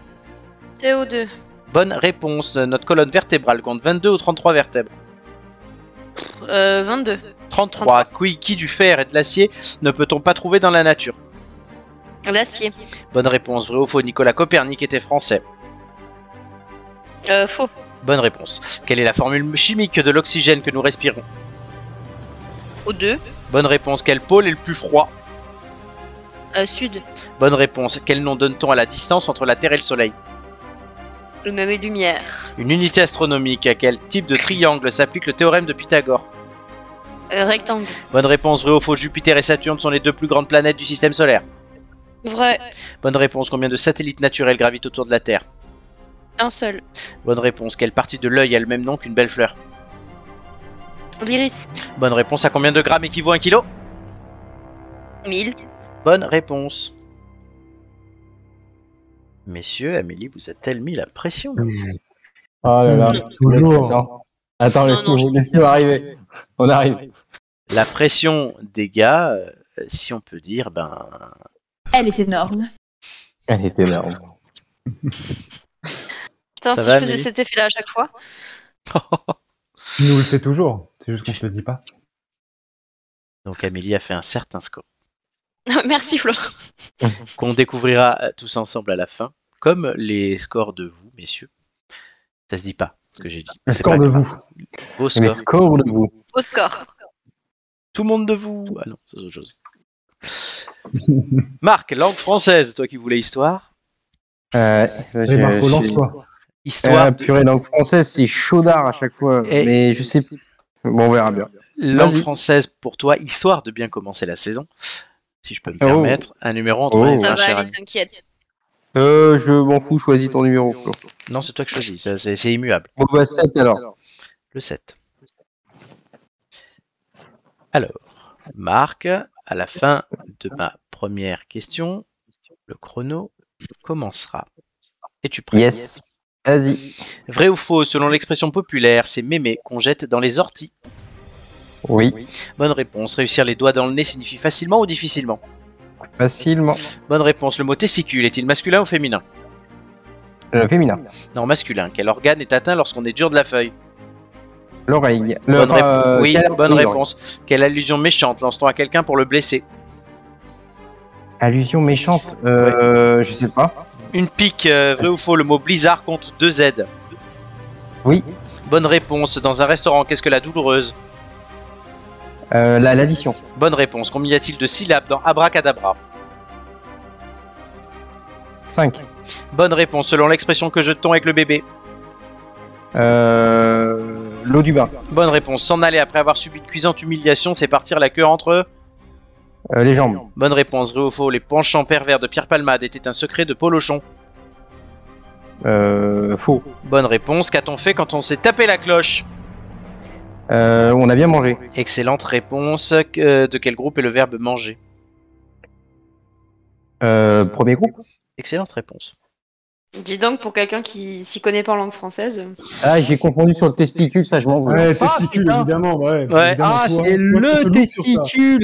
[SPEAKER 5] CO2.
[SPEAKER 1] Bonne réponse. Notre colonne vertébrale compte 22 ou 33 vertèbres.
[SPEAKER 3] Euh, 22.
[SPEAKER 1] 33. Qui, qui du fer et de l'acier ne peut-on pas trouver dans la nature
[SPEAKER 3] L'acier.
[SPEAKER 1] Bonne réponse. Vrai ou faux Nicolas Copernic était français.
[SPEAKER 3] Euh, faux.
[SPEAKER 1] Bonne réponse. Quelle est la formule chimique de l'oxygène que nous respirons
[SPEAKER 3] O2.
[SPEAKER 1] Bonne réponse. Quel pôle est le plus froid
[SPEAKER 3] Euh, sud.
[SPEAKER 1] Bonne réponse. Quel nom donne-t-on à la distance entre la Terre et le Soleil
[SPEAKER 3] Le nano lumière.
[SPEAKER 1] Une unité astronomique. À quel type de triangle s'applique le théorème de Pythagore
[SPEAKER 3] Euh, rectangle.
[SPEAKER 1] Bonne réponse. Vrai ou faux Jupiter et Saturne sont les deux plus grandes planètes du système solaire.
[SPEAKER 3] Vrai.
[SPEAKER 1] Bonne réponse. Combien de satellites naturels gravitent autour de la Terre
[SPEAKER 3] Un seul.
[SPEAKER 1] Bonne réponse. Quelle partie de l'œil a le même nom qu'une belle fleur
[SPEAKER 3] L'iris.
[SPEAKER 1] Bonne réponse. À combien de grammes équivaut un kilo
[SPEAKER 3] 1000.
[SPEAKER 1] Bonne réponse. Messieurs, Amélie vous a-t-elle mis la pression
[SPEAKER 4] Ah là là, toujours. Attends,
[SPEAKER 3] Mmh. Non,
[SPEAKER 4] laisse-nous laisse-nous arriver. On arrive.
[SPEAKER 1] La pression des gars, euh, si on peut dire, ben.
[SPEAKER 9] Elle est énorme.
[SPEAKER 4] Elle est énorme.
[SPEAKER 3] Putain,
[SPEAKER 1] Ça
[SPEAKER 3] si
[SPEAKER 1] va,
[SPEAKER 3] je faisais
[SPEAKER 1] Amélie
[SPEAKER 3] cet effet-là à chaque fois.
[SPEAKER 2] Tu nous le sais toujours. C'est juste qu'on te le dit pas.
[SPEAKER 1] Donc Amélie a fait un certain score.
[SPEAKER 3] Merci, Flo.
[SPEAKER 1] Qu'on découvrira euh, tous ensemble à la fin. Comme les scores de vous, messieurs. Ça se dit pas, ce que j'ai dit.
[SPEAKER 2] Le
[SPEAKER 1] C'est
[SPEAKER 2] score
[SPEAKER 1] pas
[SPEAKER 2] de
[SPEAKER 1] grave.
[SPEAKER 2] vous.
[SPEAKER 1] Beau
[SPEAKER 4] Mais
[SPEAKER 1] score.
[SPEAKER 4] score de vous.
[SPEAKER 3] Au score.
[SPEAKER 1] Tout le monde de vous. Ah non, c'est autre chose. Marc, langue française, toi qui voulais histoire.
[SPEAKER 4] Euh,
[SPEAKER 2] Allez,
[SPEAKER 4] je-
[SPEAKER 2] Marco,
[SPEAKER 4] je-
[SPEAKER 2] lance-toi.
[SPEAKER 1] Histoire,
[SPEAKER 4] Ah, purée, langue française, c'est chaudard à chaque fois.
[SPEAKER 1] Et-
[SPEAKER 4] Mais je sais. Bon, on verra bien.
[SPEAKER 1] langue
[SPEAKER 4] Vas-y.
[SPEAKER 1] française pour toi, histoire de bien commencer la saison. Si je peux me
[SPEAKER 4] Oh.
[SPEAKER 1] permettre, un numéro entre
[SPEAKER 4] Oh.
[SPEAKER 1] 1 et
[SPEAKER 3] Ça
[SPEAKER 1] 20,
[SPEAKER 3] va
[SPEAKER 1] cher
[SPEAKER 3] aller,
[SPEAKER 1] ami.
[SPEAKER 3] t'inquiète.
[SPEAKER 4] Euh, je m'en fous, choisis ton numéro. Flo.
[SPEAKER 1] Non, c'est toi que je choisis, ça, c'est c'est immuable.
[SPEAKER 4] Bon, bah, 7 alors.
[SPEAKER 1] Le 7. Alors, Marc, à la fin de ma première question, le chrono commencera. Es-tu prêt
[SPEAKER 4] Yes. Vas-y.
[SPEAKER 1] Vrai ou faux, selon l'expression populaire, c'est mémé qu'on jette dans les orties.
[SPEAKER 4] Oui,
[SPEAKER 1] Bonne réponse. Réussir les doigts dans le nez signifie facilement ou difficilement
[SPEAKER 4] facilement.
[SPEAKER 1] Bonne réponse. Le mot testicule est-il masculin ou féminin
[SPEAKER 4] Le féminin.
[SPEAKER 1] Non, masculin. Quel organe est atteint lorsqu'on est dur de la feuille
[SPEAKER 4] L'oreille. Le-
[SPEAKER 1] Bonne, rép-
[SPEAKER 4] euh,
[SPEAKER 1] oui,
[SPEAKER 4] quelle-
[SPEAKER 1] bonne
[SPEAKER 4] oui,
[SPEAKER 1] réponse. Quelle allusion méchante lance-t-on à quelqu'un pour le blesser
[SPEAKER 4] l'oreille. Allusion méchante. Euh, je sais pas.
[SPEAKER 1] Une pique, euh, vrai ou faux, le mot blizzard compte deux Z.
[SPEAKER 4] Oui.
[SPEAKER 1] Bonne réponse. Dans un restaurant, qu'est-ce que la douloureuse
[SPEAKER 4] Euh, la- L'addition.
[SPEAKER 1] Bonne réponse. Combien y a-t-il de syllabes dans abracadabra
[SPEAKER 4] 5.
[SPEAKER 1] Bonne réponse. Selon l'expression que jetons avec le bébé.
[SPEAKER 4] Euh, L'eau du bain.
[SPEAKER 1] Bonne réponse. S'en aller après avoir subi une cuisante humiliation, c'est partir la queue entre.
[SPEAKER 4] Euh, les jambes.
[SPEAKER 1] Bonne réponse. Vrai ou faux, les penchants pervers de Pierre Palmade étaient un secret de Polochon.
[SPEAKER 4] Euh, faux.
[SPEAKER 1] Bonne réponse. Qu'a-t-on fait quand on s'est tapé la cloche
[SPEAKER 4] Euh, on a bien mangé.
[SPEAKER 1] Excellente réponse. Euh, de quel groupe est le verbe manger
[SPEAKER 4] Euh, premier groupe.
[SPEAKER 1] Excellente réponse.
[SPEAKER 3] Dis donc, pour quelqu'un qui s'y connaît pas en langue française.
[SPEAKER 4] Ah, j'ai confondu sur le testicule, ça je m'en veux.
[SPEAKER 2] Ouais,
[SPEAKER 4] Ah,
[SPEAKER 2] testicule,
[SPEAKER 4] putain.
[SPEAKER 2] évidemment. Ouais,
[SPEAKER 1] Ouais.
[SPEAKER 2] évidemment,
[SPEAKER 4] Ah,
[SPEAKER 2] toi,
[SPEAKER 4] c'est
[SPEAKER 2] toi, tu te
[SPEAKER 4] le
[SPEAKER 2] loupes sur ça.
[SPEAKER 4] testicule.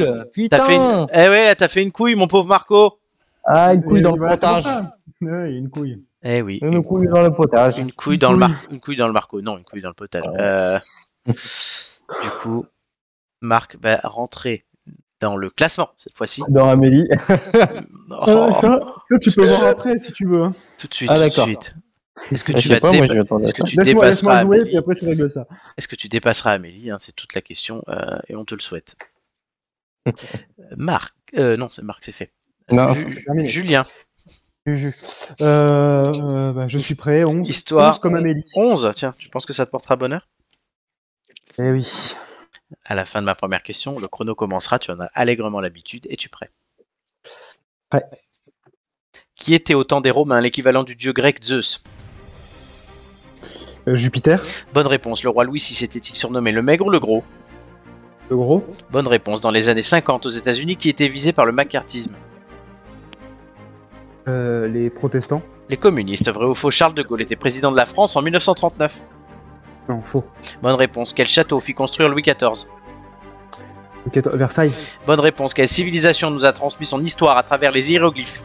[SPEAKER 1] T'as fait
[SPEAKER 4] Putain.
[SPEAKER 1] une... Eh ouais, t'as fait une couille, mon pauvre Marco.
[SPEAKER 4] Ah, une couille
[SPEAKER 2] Et
[SPEAKER 4] dans le
[SPEAKER 2] voilà, c'est pour
[SPEAKER 4] potage.
[SPEAKER 2] ça. Ouais, il y a une couille.
[SPEAKER 1] Eh oui.
[SPEAKER 4] Une couille dans le potage.
[SPEAKER 1] Une couille dans le mar... une couille dans le Marco. Non, une couille dans le potage.
[SPEAKER 4] Ah.
[SPEAKER 1] Euh, du coup, Marc va rentrer dans le classement cette fois-ci.
[SPEAKER 4] Dans Amélie.
[SPEAKER 1] Oh,
[SPEAKER 2] Ah, ça, ça, tu peux voir après si tu veux. hein.
[SPEAKER 1] tout de suite,
[SPEAKER 4] Ah,
[SPEAKER 1] tout de
[SPEAKER 4] d'accord. Ah,
[SPEAKER 1] suite. Est-ce que
[SPEAKER 4] Je
[SPEAKER 1] tu
[SPEAKER 4] sais
[SPEAKER 1] vas
[SPEAKER 4] pas, moi je
[SPEAKER 1] dépa-
[SPEAKER 4] m'attendais à
[SPEAKER 1] est-ce que
[SPEAKER 4] ça.
[SPEAKER 1] tu
[SPEAKER 2] Laisse-moi laisse-moi
[SPEAKER 1] dépasseras
[SPEAKER 2] jouer, puis
[SPEAKER 1] Amélie
[SPEAKER 2] après tu règles ça.
[SPEAKER 1] Est-ce que tu dépasseras Amélie hein, C'est toute la question euh, et on te le souhaite. Euh, Marc, euh, non, c'est Marc, c'est fait.
[SPEAKER 4] Non,
[SPEAKER 1] Ju-
[SPEAKER 4] c'est terminé.
[SPEAKER 1] Julien,
[SPEAKER 2] Juju. Euh, euh, bah, je suis prêt. 11,
[SPEAKER 1] Histoire.
[SPEAKER 2] comme Amélie.
[SPEAKER 1] 11, tiens, tu penses que ça te portera bonheur
[SPEAKER 2] Eh oui.
[SPEAKER 1] À la fin de ma première question, le chrono commencera, tu en as allègrement l'habitude, es-tu prêt
[SPEAKER 2] Prêt.
[SPEAKER 1] Qui était au temps des Romains l'équivalent du dieu grec Zeus
[SPEAKER 2] Euh, Jupiter,
[SPEAKER 1] Bonne réponse, le roi Louis VI était-il surnommé le maigre ou le gros
[SPEAKER 2] le gros.
[SPEAKER 1] Bonne réponse, dans les années 50 aux États-Unis, qui était visé par le macartisme
[SPEAKER 2] Euh, les protestants.
[SPEAKER 1] Les communistes, vrai ou faux, Charles de Gaulle était président de la France en 1939
[SPEAKER 2] Non, faux.
[SPEAKER 1] Bonne réponse, quel château fit construire Louis XIV
[SPEAKER 2] Ok, toi, Versailles.
[SPEAKER 1] Bonne réponse, quelle civilisation nous a transmis son histoire à travers les hiéroglyphes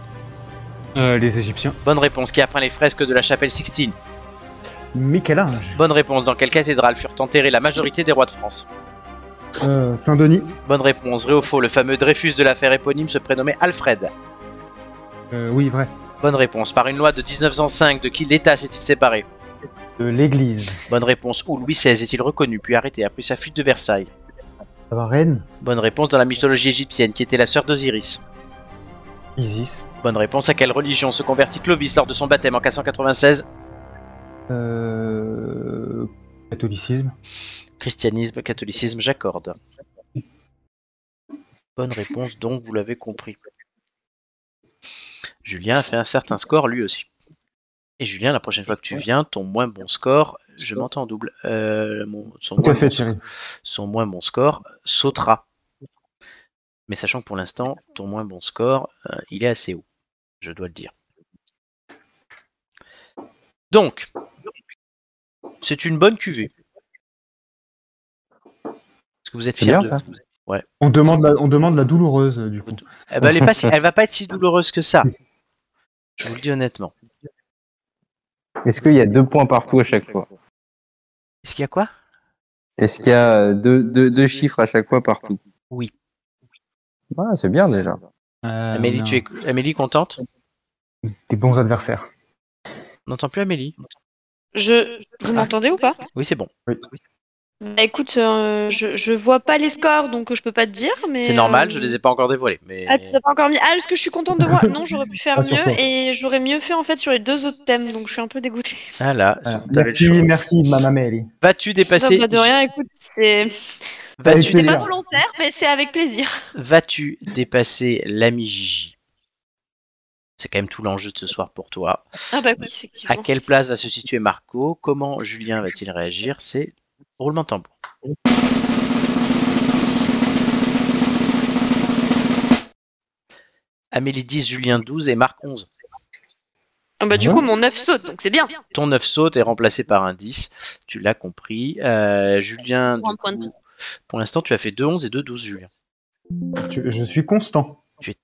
[SPEAKER 2] Euh, les Égyptiens.
[SPEAKER 1] Bonne réponse, qui apprend les fresques de la chapelle Sixtine
[SPEAKER 2] Michel-Ange.
[SPEAKER 1] Bonne réponse, dans quelle cathédrale furent enterrés la majorité des rois de France
[SPEAKER 2] Euh, Saint-Denis.
[SPEAKER 1] Bonne réponse, vrai ou faux, le fameux Dreyfus de l'affaire éponyme se prénommait Alfred.
[SPEAKER 2] Euh, oui, vrai.
[SPEAKER 1] Bonne réponse, par une loi de 1905, de qui l'État s'est-il séparé
[SPEAKER 2] De l'église.
[SPEAKER 1] Bonne réponse, où Louis XVI est-il reconnu puis arrêté après sa fuite de Versailles
[SPEAKER 2] Ça va, Rennes.
[SPEAKER 1] Bonne réponse, dans la mythologie égyptienne, qui était la sœur d'Osiris.
[SPEAKER 2] Isis.
[SPEAKER 1] Bonne réponse, à quelle religion se convertit Clovis lors de son baptême en 496
[SPEAKER 2] Euh... Catholicisme.
[SPEAKER 1] Christianisme, catholicisme, j'accorde. Bonne réponse, donc vous l'avez compris. Julien a fait un certain score lui aussi. Et Julien, la prochaine fois que tu viens, ton moins bon score, je m'entends en double, euh, mon- son,
[SPEAKER 2] Tout
[SPEAKER 1] moins
[SPEAKER 2] à fait,
[SPEAKER 1] bon sc-
[SPEAKER 2] Thierry.
[SPEAKER 1] son moins bon score euh, sautera. Mais sachant que pour l'instant, ton moins bon score, euh, il est assez haut, je dois le dire. Donc, c'est une bonne cuvée. Est-ce que vous êtes
[SPEAKER 4] C'est
[SPEAKER 1] fiers
[SPEAKER 4] bien,
[SPEAKER 1] de
[SPEAKER 4] ça.
[SPEAKER 2] On demande, la, on demande la douloureuse, euh, du coup.
[SPEAKER 1] Eh ben, elle, est pas si- elle va pas être si douloureuse que ça. Je vous le dis honnêtement.
[SPEAKER 4] Est-ce qu'il y a deux points partout à chaque fois
[SPEAKER 1] Est-ce qu'il y a quoi
[SPEAKER 4] Est-ce qu'il y a euh, deux, deux, deux chiffres à chaque fois partout
[SPEAKER 1] Oui.
[SPEAKER 4] Ah, c'est bien déjà.
[SPEAKER 2] Euh,
[SPEAKER 1] Amélie,
[SPEAKER 2] on a
[SPEAKER 1] tu es Amélie contente
[SPEAKER 2] Des bons adversaires.
[SPEAKER 1] On n'entend plus Amélie
[SPEAKER 5] Je...
[SPEAKER 2] Ah.
[SPEAKER 5] Vous m'entendez ou pas
[SPEAKER 1] Oui, c'est bon.
[SPEAKER 5] Bah écoute, euh, je, je vois pas les scores, donc euh, je peux pas te dire, mais...
[SPEAKER 1] C'est normal, je
[SPEAKER 5] euh,
[SPEAKER 1] les ai pas encore dévoilés. Mais...
[SPEAKER 5] Ah, tu les as pas encore mis. Ah, est-ce que je suis contente de voir Non, j'aurais pu faire
[SPEAKER 2] Pas Ah, sur
[SPEAKER 5] mieux
[SPEAKER 2] toi.
[SPEAKER 5] et j'aurais mieux fait en fait sur les deux autres thèmes, donc je suis un peu dégoûtée.
[SPEAKER 1] Ah là,
[SPEAKER 2] Voilà.
[SPEAKER 1] t'avais le
[SPEAKER 2] Merci,
[SPEAKER 1] choix.
[SPEAKER 2] merci, Madame Amélie.
[SPEAKER 1] Vas-tu dépasser,
[SPEAKER 5] Non, bah, de rien, écoute, c'est
[SPEAKER 1] vas-tu
[SPEAKER 2] Avec
[SPEAKER 5] c'est pas
[SPEAKER 2] plaisir.
[SPEAKER 5] volontaire, mais c'est avec plaisir.
[SPEAKER 1] vas-tu dépasser l'ami Gigi C'est quand même tout l'enjeu de ce soir pour toi.
[SPEAKER 5] Ah bah
[SPEAKER 1] À
[SPEAKER 5] oui, effectivement.
[SPEAKER 1] quelle place va se situer Marco Comment Julien va-t-il réagir C'est roulement de tambour. Amélie 10, Julien 12 et Marc 11.
[SPEAKER 5] Ah bah du coup, mon œuf saute, donc c'est bien.
[SPEAKER 1] Ton 9 saute est remplacé par un 10. Tu l'as compris. Euh, Julien,
[SPEAKER 5] Pour un
[SPEAKER 1] du
[SPEAKER 5] point de
[SPEAKER 1] coup, pour l'instant, tu as fait 2 11 et 2 12, Julien.
[SPEAKER 2] Tu- je suis constant.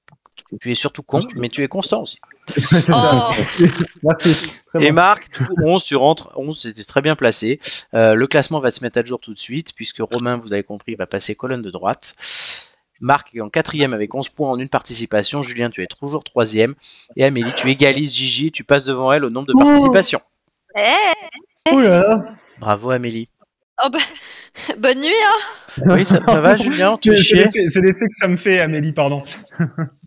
[SPEAKER 1] Tu es surtout con, mais tu es constant aussi.
[SPEAKER 2] C'est ça.
[SPEAKER 5] Oh,
[SPEAKER 2] Merci. Très
[SPEAKER 1] Et
[SPEAKER 2] bon.
[SPEAKER 1] Marc, du coup, 11, tu rentres. 11, c'était très bien placé. Euh, le classement va se mettre à jour tout de suite, puisque Romain, vous avez compris, va passer colonne de droite. Marc est en quatrième avec 11 points en une participation. Julien, tu es toujours troisième. Et Amélie, tu égalises Gigi, tu passes devant elle au nombre de
[SPEAKER 2] Oh.
[SPEAKER 1] participations.
[SPEAKER 5] Eh,
[SPEAKER 2] Oh là là.
[SPEAKER 1] Bravo Amélie.
[SPEAKER 5] bonne nuit, hein
[SPEAKER 1] Oui, ça, ça va Julien, tu
[SPEAKER 2] C'est
[SPEAKER 1] es
[SPEAKER 2] c'est
[SPEAKER 1] chier
[SPEAKER 2] l'effet- c'est l'effet que ça me fait, Amélie, pardon.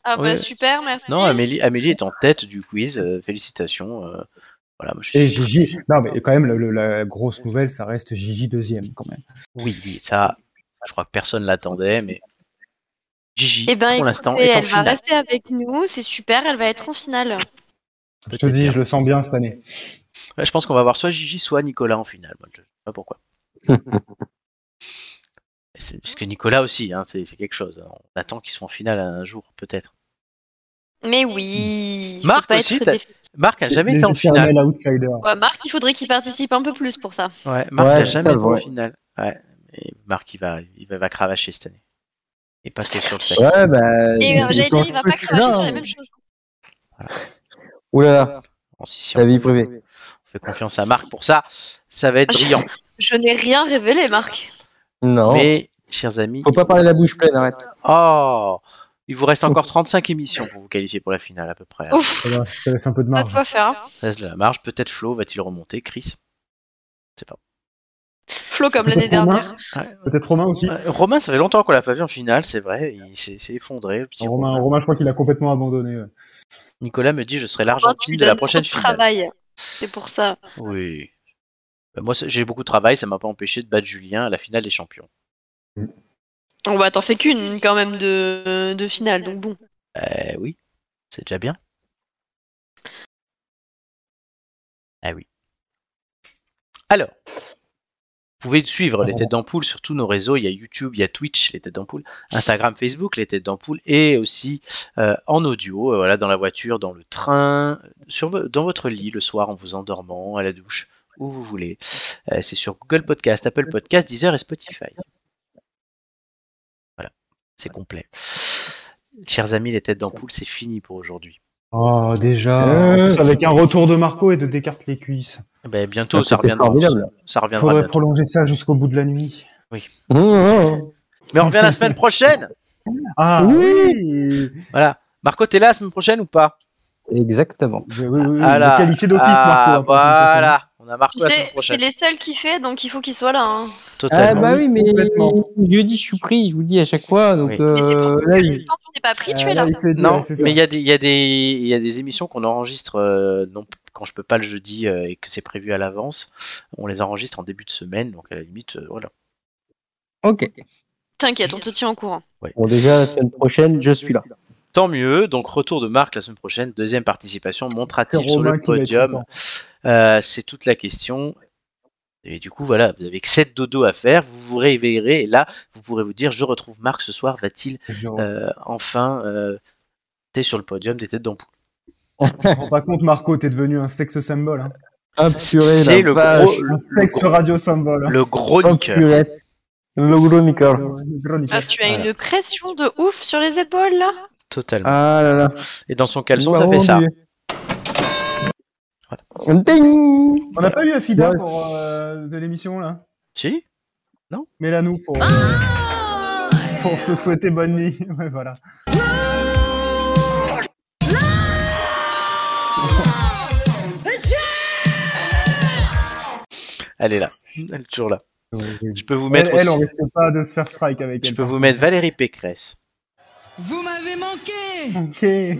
[SPEAKER 5] Ah bah
[SPEAKER 1] Oui.
[SPEAKER 5] super, merci.
[SPEAKER 1] Non, Amélie, Amélie est en tête du quiz. euh, félicitations. euh, voilà, moi, je
[SPEAKER 2] Et
[SPEAKER 1] suis-
[SPEAKER 2] Gigi. Non, mais quand même, le- le- la grosse nouvelle, ça reste Gigi deuxième, quand même.
[SPEAKER 1] Oui, oui, ça, je crois que personne l'attendait, mais Gigi,
[SPEAKER 5] Eh ben,
[SPEAKER 1] pour l'instant,
[SPEAKER 5] écoutez,
[SPEAKER 1] est en
[SPEAKER 5] elle va
[SPEAKER 1] finale.
[SPEAKER 5] rester avec nous, c'est super, elle va être en finale.
[SPEAKER 2] Je te dis, je le sens bien cette année.
[SPEAKER 1] Ouais, Je pense qu'on va voir soit Gigi, soit Nicolas en finale. Moi, Je sais pas pourquoi. C'est- Parce que Nicolas aussi, hein, c'est c'est quelque chose. On attend qu'ils soient en finale un jour, peut-être.
[SPEAKER 5] Mais oui. faut
[SPEAKER 1] Marc
[SPEAKER 5] pas
[SPEAKER 1] aussi,
[SPEAKER 5] être
[SPEAKER 1] t'as-
[SPEAKER 5] défaitiste.
[SPEAKER 1] Marc a jamais
[SPEAKER 2] Les
[SPEAKER 1] été en finale.
[SPEAKER 2] éternels outsiders.
[SPEAKER 5] Ouais, Marc, il faudrait qu'il participe un peu plus pour ça.
[SPEAKER 1] Ouais, Marc
[SPEAKER 4] Ouais,
[SPEAKER 1] a
[SPEAKER 4] c'est
[SPEAKER 1] jamais
[SPEAKER 4] ça,
[SPEAKER 1] été en
[SPEAKER 4] ouais.
[SPEAKER 1] finale. Ouais. Et Marc, il va, il va, va cravacher cette année. Et pas que sur le sexe.
[SPEAKER 4] Ouais, bah.
[SPEAKER 5] Et euh,
[SPEAKER 4] je-
[SPEAKER 5] j'allais
[SPEAKER 4] quand
[SPEAKER 5] dire, il va pas
[SPEAKER 4] je-
[SPEAKER 5] cracher sur les mêmes choses.
[SPEAKER 4] Ouh là là,
[SPEAKER 1] En scission.
[SPEAKER 4] la vie privée.
[SPEAKER 1] on fait confiance à Marc pour ça. Ça va être brillant.
[SPEAKER 4] Ah,
[SPEAKER 5] Je n'ai rien révélé, Marc.
[SPEAKER 4] Non.
[SPEAKER 1] Mais, chers amis,
[SPEAKER 4] Faut pas parler la bouche pleine, arrête.
[SPEAKER 1] oh, il vous reste encore 35 émissions pour vous qualifier pour la finale à peu près. hein.
[SPEAKER 5] Ouf,
[SPEAKER 2] Ça va, Ça laisse un peu de
[SPEAKER 5] pas de
[SPEAKER 2] marge.
[SPEAKER 5] quoi faire. hein.
[SPEAKER 1] Ça laisse de la marge. Peut-être Flo va-t-il remonter, Chris
[SPEAKER 5] Flo comme l'année
[SPEAKER 2] Peut-être
[SPEAKER 5] dernière.
[SPEAKER 2] Romain,
[SPEAKER 1] Ouais.
[SPEAKER 2] peut-être Romain aussi.
[SPEAKER 1] Euh, Romain, ça fait longtemps qu'on l'a pas vu en finale, c'est vrai. Il s'est s'est effondré. le petit
[SPEAKER 2] Romain,
[SPEAKER 1] Romain.
[SPEAKER 2] Romain, je crois qu'il a complètement abandonné. ouais.
[SPEAKER 1] Nicolas me dit je serai
[SPEAKER 5] Romain, tu
[SPEAKER 1] l'Argentine
[SPEAKER 5] lui
[SPEAKER 1] de la
[SPEAKER 5] donnes
[SPEAKER 1] prochaine
[SPEAKER 5] trop de
[SPEAKER 1] finale.
[SPEAKER 5] travail. C'est pour ça.
[SPEAKER 1] Oui. Ben, moi, c'est- j'ai beaucoup de travail, ça m'a pas empêché de battre Julien à la finale des champions.
[SPEAKER 5] On va bah, t'en fais qu'une quand même de, de finale, donc bon.
[SPEAKER 1] Eh oui, c'est déjà bien. Ah oui. Alors, vous pouvez suivre les têtes d'ampoule sur tous nos réseaux. Il y a YouTube, il y a Twitch, les têtes d'ampoule, Instagram, Facebook, les têtes d'ampoule, et aussi euh, en audio, euh, voilà, dans la voiture, dans le train, euh, sur vo- dans votre lit le soir en vous endormant, à la douche, où vous voulez. Euh, c'est sur Google Podcast, Apple Podcast, Deezer et Spotify. Voilà, c'est complet. Chers amis, les têtes d'ampoule, c'est fini pour aujourd'hui.
[SPEAKER 2] Oh, déjà.
[SPEAKER 4] Euh,
[SPEAKER 2] En plus, avec un retour de Marco et de Descartes les cuisses.
[SPEAKER 1] Ben, bientôt,
[SPEAKER 4] Ah,
[SPEAKER 1] ça
[SPEAKER 4] c'était
[SPEAKER 1] reviendra.
[SPEAKER 4] formidable.
[SPEAKER 1] Ça reviendra
[SPEAKER 2] Faudrait
[SPEAKER 1] bientôt.
[SPEAKER 2] prolonger ça jusqu'au bout de la nuit.
[SPEAKER 4] Mmh, mmh.
[SPEAKER 1] Mais on revient la semaine prochaine
[SPEAKER 2] Ah oui
[SPEAKER 1] Voilà. Marco, t'es là la semaine prochaine ou pas
[SPEAKER 4] Exactement.
[SPEAKER 2] Je- oui, oui, oui,
[SPEAKER 1] Ah
[SPEAKER 2] il est
[SPEAKER 1] là.
[SPEAKER 2] qualifié d'office,
[SPEAKER 1] Ah,
[SPEAKER 2] Marco. hein,
[SPEAKER 1] voilà. On a Marco la semaine
[SPEAKER 3] C'est c'est
[SPEAKER 1] prochaine.
[SPEAKER 3] les seuls qui fait, donc il faut qu'il soit là. hein.
[SPEAKER 4] Ah
[SPEAKER 1] Totalement.
[SPEAKER 4] bah oui, mais
[SPEAKER 2] Complètement.
[SPEAKER 4] jeudi, je suis pris, je vous le dis à chaque fois. Donc,
[SPEAKER 1] Oui.
[SPEAKER 3] Mais c'est pour
[SPEAKER 4] euh,
[SPEAKER 3] ça
[SPEAKER 4] là,
[SPEAKER 3] que
[SPEAKER 4] je-
[SPEAKER 3] quand tu n'es pas pris,
[SPEAKER 2] pour
[SPEAKER 3] tu es
[SPEAKER 2] l'instant. Ah,
[SPEAKER 3] Euh, là.
[SPEAKER 2] il fait-
[SPEAKER 1] Non,
[SPEAKER 2] c'est ça.
[SPEAKER 1] mais il y, a des- il y, a des- il y a des émissions qu'on enregistre euh, non, quand je peux pas le jeudi euh, et que c'est prévu à l'avance. On les enregistre en début de semaine, donc à la limite, euh, voilà.
[SPEAKER 4] Ok.
[SPEAKER 3] T'inquiète, on te tient au courant.
[SPEAKER 4] Bon, déjà, la semaine prochaine, je suis là.
[SPEAKER 1] Tant mieux. Donc retour de Marc la semaine prochaine, deuxième participation.
[SPEAKER 2] C'est
[SPEAKER 1] Montera-t-il sur
[SPEAKER 2] Romain
[SPEAKER 1] le
[SPEAKER 2] qui va être
[SPEAKER 1] podium
[SPEAKER 2] content.
[SPEAKER 1] Euh, C'est toute la question. Et du coup, voilà, vous avez que 7 dodo à faire, vous vous réveillerez et là, vous pourrez vous dire, je retrouve Marc ce soir, va-t-il
[SPEAKER 2] Je ne me
[SPEAKER 1] euh, enfin euh, t'es sur le podium des têtes d'ampoule
[SPEAKER 2] rends pas compte, Marco, t'es devenu un sexe symbole. hein.
[SPEAKER 4] Ah, purée,
[SPEAKER 1] C'est
[SPEAKER 4] la
[SPEAKER 1] le
[SPEAKER 4] vache.
[SPEAKER 1] gros,
[SPEAKER 2] Un
[SPEAKER 1] le, le
[SPEAKER 2] sexe
[SPEAKER 1] gros,
[SPEAKER 2] radio symbole. hein.
[SPEAKER 1] le gros
[SPEAKER 4] Oh,
[SPEAKER 1] niqueur.
[SPEAKER 4] purée. Le gros Nicole.
[SPEAKER 2] Le chronique.
[SPEAKER 3] Ah, tu as
[SPEAKER 1] Voilà.
[SPEAKER 3] une pression de ouf sur les épaules là
[SPEAKER 1] Totalement.
[SPEAKER 4] Ah là là.
[SPEAKER 1] Et dans son
[SPEAKER 4] Elles
[SPEAKER 1] caleçon, ça fait ça.
[SPEAKER 4] Ding
[SPEAKER 2] On n'a pas eu Afida
[SPEAKER 4] Ouais,
[SPEAKER 2] pour, euh, de l'émission, là
[SPEAKER 1] Si
[SPEAKER 2] Mais là, nous, pour,
[SPEAKER 3] Ah.
[SPEAKER 2] euh, pour te souhaiter bonne nuit. Ouais, voilà.
[SPEAKER 1] Elle est là. Elle est toujours là. Je peux vous
[SPEAKER 2] Elle,
[SPEAKER 1] mettre
[SPEAKER 2] elle, on
[SPEAKER 1] aussi-
[SPEAKER 2] risque pas de se faire strike avec elle.
[SPEAKER 1] Je peux vous mettre Valérie Pécresse.
[SPEAKER 10] Vous m'avez manqué
[SPEAKER 2] Ok.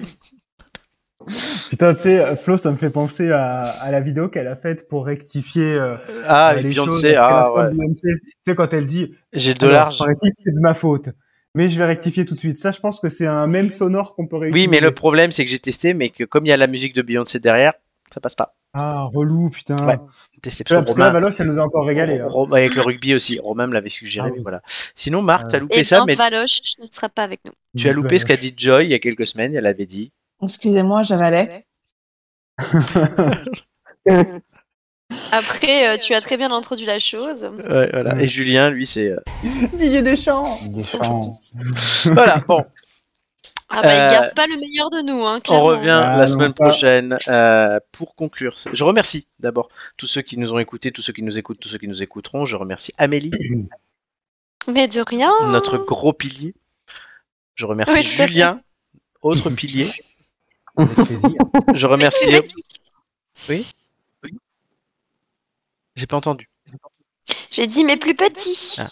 [SPEAKER 2] Putain, tu sais, Flo, ça me fait penser à, à la vidéo qu'elle a faite pour rectifier euh,
[SPEAKER 1] Ah,
[SPEAKER 2] les
[SPEAKER 1] et
[SPEAKER 2] choses.
[SPEAKER 1] Beyoncé,
[SPEAKER 2] après la
[SPEAKER 1] ah
[SPEAKER 2] soirée
[SPEAKER 1] ouais.
[SPEAKER 2] de Beyoncé. Tu sais, quand elle dit
[SPEAKER 1] J'ai de
[SPEAKER 2] Alors,
[SPEAKER 1] l'argent.
[SPEAKER 2] paraît-il que C'est de ma faute. Mais je vais rectifier tout de suite. Ça, je pense que c'est un même sonore qu'on peut réutiliser.
[SPEAKER 1] Oui, mais le problème, c'est que j'ai testé, mais que comme il y a la musique de Beyoncé derrière, ça passe pas.
[SPEAKER 2] Ah, relou, putain.
[SPEAKER 1] Ouais.
[SPEAKER 2] Tu
[SPEAKER 1] Déception.
[SPEAKER 2] vois, parce que là,
[SPEAKER 1] Romain,
[SPEAKER 2] Valoche, elle nous a encore régalé. hein.
[SPEAKER 1] Ro- avec le rugby aussi. Romain me l'avait suggéré,
[SPEAKER 2] Ah oui.
[SPEAKER 1] mais voilà. Sinon, Marc,
[SPEAKER 2] Ah.
[SPEAKER 1] t'as
[SPEAKER 3] Et
[SPEAKER 1] loupé ça,
[SPEAKER 3] bien,
[SPEAKER 1] mais
[SPEAKER 3] Valoche ne sera pas avec nous.
[SPEAKER 1] tu as loupé ce qu'a dit Joy il y a quelques semaines. Elle avait dit
[SPEAKER 9] Excusez-moi, j'avalais.
[SPEAKER 3] Après, euh, tu as très bien introduit la chose.
[SPEAKER 1] Ouais, voilà.
[SPEAKER 2] Ouais.
[SPEAKER 1] Euh, Et Julien, lui, c'est. euh,
[SPEAKER 9] Didier Deschamps.
[SPEAKER 2] Des chants.
[SPEAKER 1] Voilà, bon,
[SPEAKER 3] Ah bah,
[SPEAKER 1] Euh,
[SPEAKER 3] il garde pas le meilleur de nous, hein,
[SPEAKER 1] on
[SPEAKER 3] clairement.
[SPEAKER 1] revient
[SPEAKER 2] Ah,
[SPEAKER 1] la
[SPEAKER 2] non,
[SPEAKER 1] semaine
[SPEAKER 2] ça-
[SPEAKER 1] prochaine euh, pour conclure. Je remercie d'abord tous ceux qui nous ont écoutés, tous ceux qui nous écoutent, tous ceux qui nous écouteront. Je remercie Amélie,
[SPEAKER 3] Mais de rien.
[SPEAKER 1] notre gros pilier. Je remercie
[SPEAKER 3] Oui, tout à fait.
[SPEAKER 1] Julien, autre pilier.
[SPEAKER 2] Avec plaisir.
[SPEAKER 1] Je remercie. Oui J'ai pas entendu.
[SPEAKER 3] J'ai dit, mais plus petit.
[SPEAKER 1] Ah.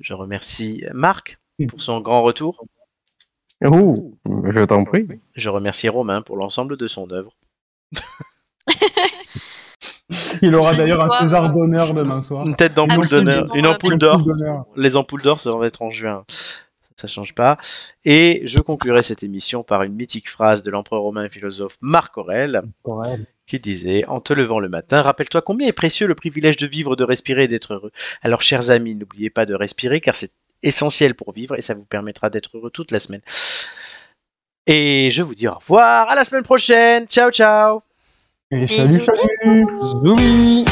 [SPEAKER 1] Je remercie Marc pour son grand retour.
[SPEAKER 4] Oh, je t'en prie.
[SPEAKER 1] Je remercie Romain pour l'ensemble de son œuvre.
[SPEAKER 2] Il aura
[SPEAKER 3] Cette
[SPEAKER 2] d'ailleurs un
[SPEAKER 3] histoire,
[SPEAKER 2] César
[SPEAKER 3] euh,
[SPEAKER 2] d'honneur demain soir.
[SPEAKER 1] Une tête d'ampoule
[SPEAKER 3] Absolument,
[SPEAKER 1] d'honneur, Ah. une
[SPEAKER 3] euh,
[SPEAKER 1] ampoule
[SPEAKER 2] Un
[SPEAKER 1] d'or.
[SPEAKER 2] petit d'honneur.
[SPEAKER 1] Les ampoules d'or, ça va être en juin. Ça change pas. Et je conclurai cette émission par une mythique phrase de l'empereur romain et philosophe Marc Aurèle
[SPEAKER 2] Ouais.
[SPEAKER 1] qui disait En te levant le matin, rappelle-toi combien est précieux le privilège de vivre, de respirer et d'être heureux. Alors, chers amis, n'oubliez pas de respirer car c'est essentiel pour vivre et ça vous permettra d'être heureux toute la semaine. Et je vous dis au revoir, à la semaine prochaine. Ciao, ciao
[SPEAKER 2] Et salut,
[SPEAKER 3] Bisous,
[SPEAKER 2] salut
[SPEAKER 4] Zoui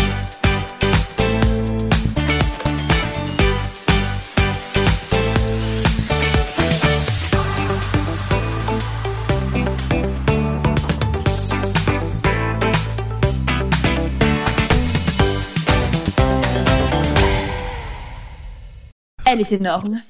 [SPEAKER 9] Elle est énorme.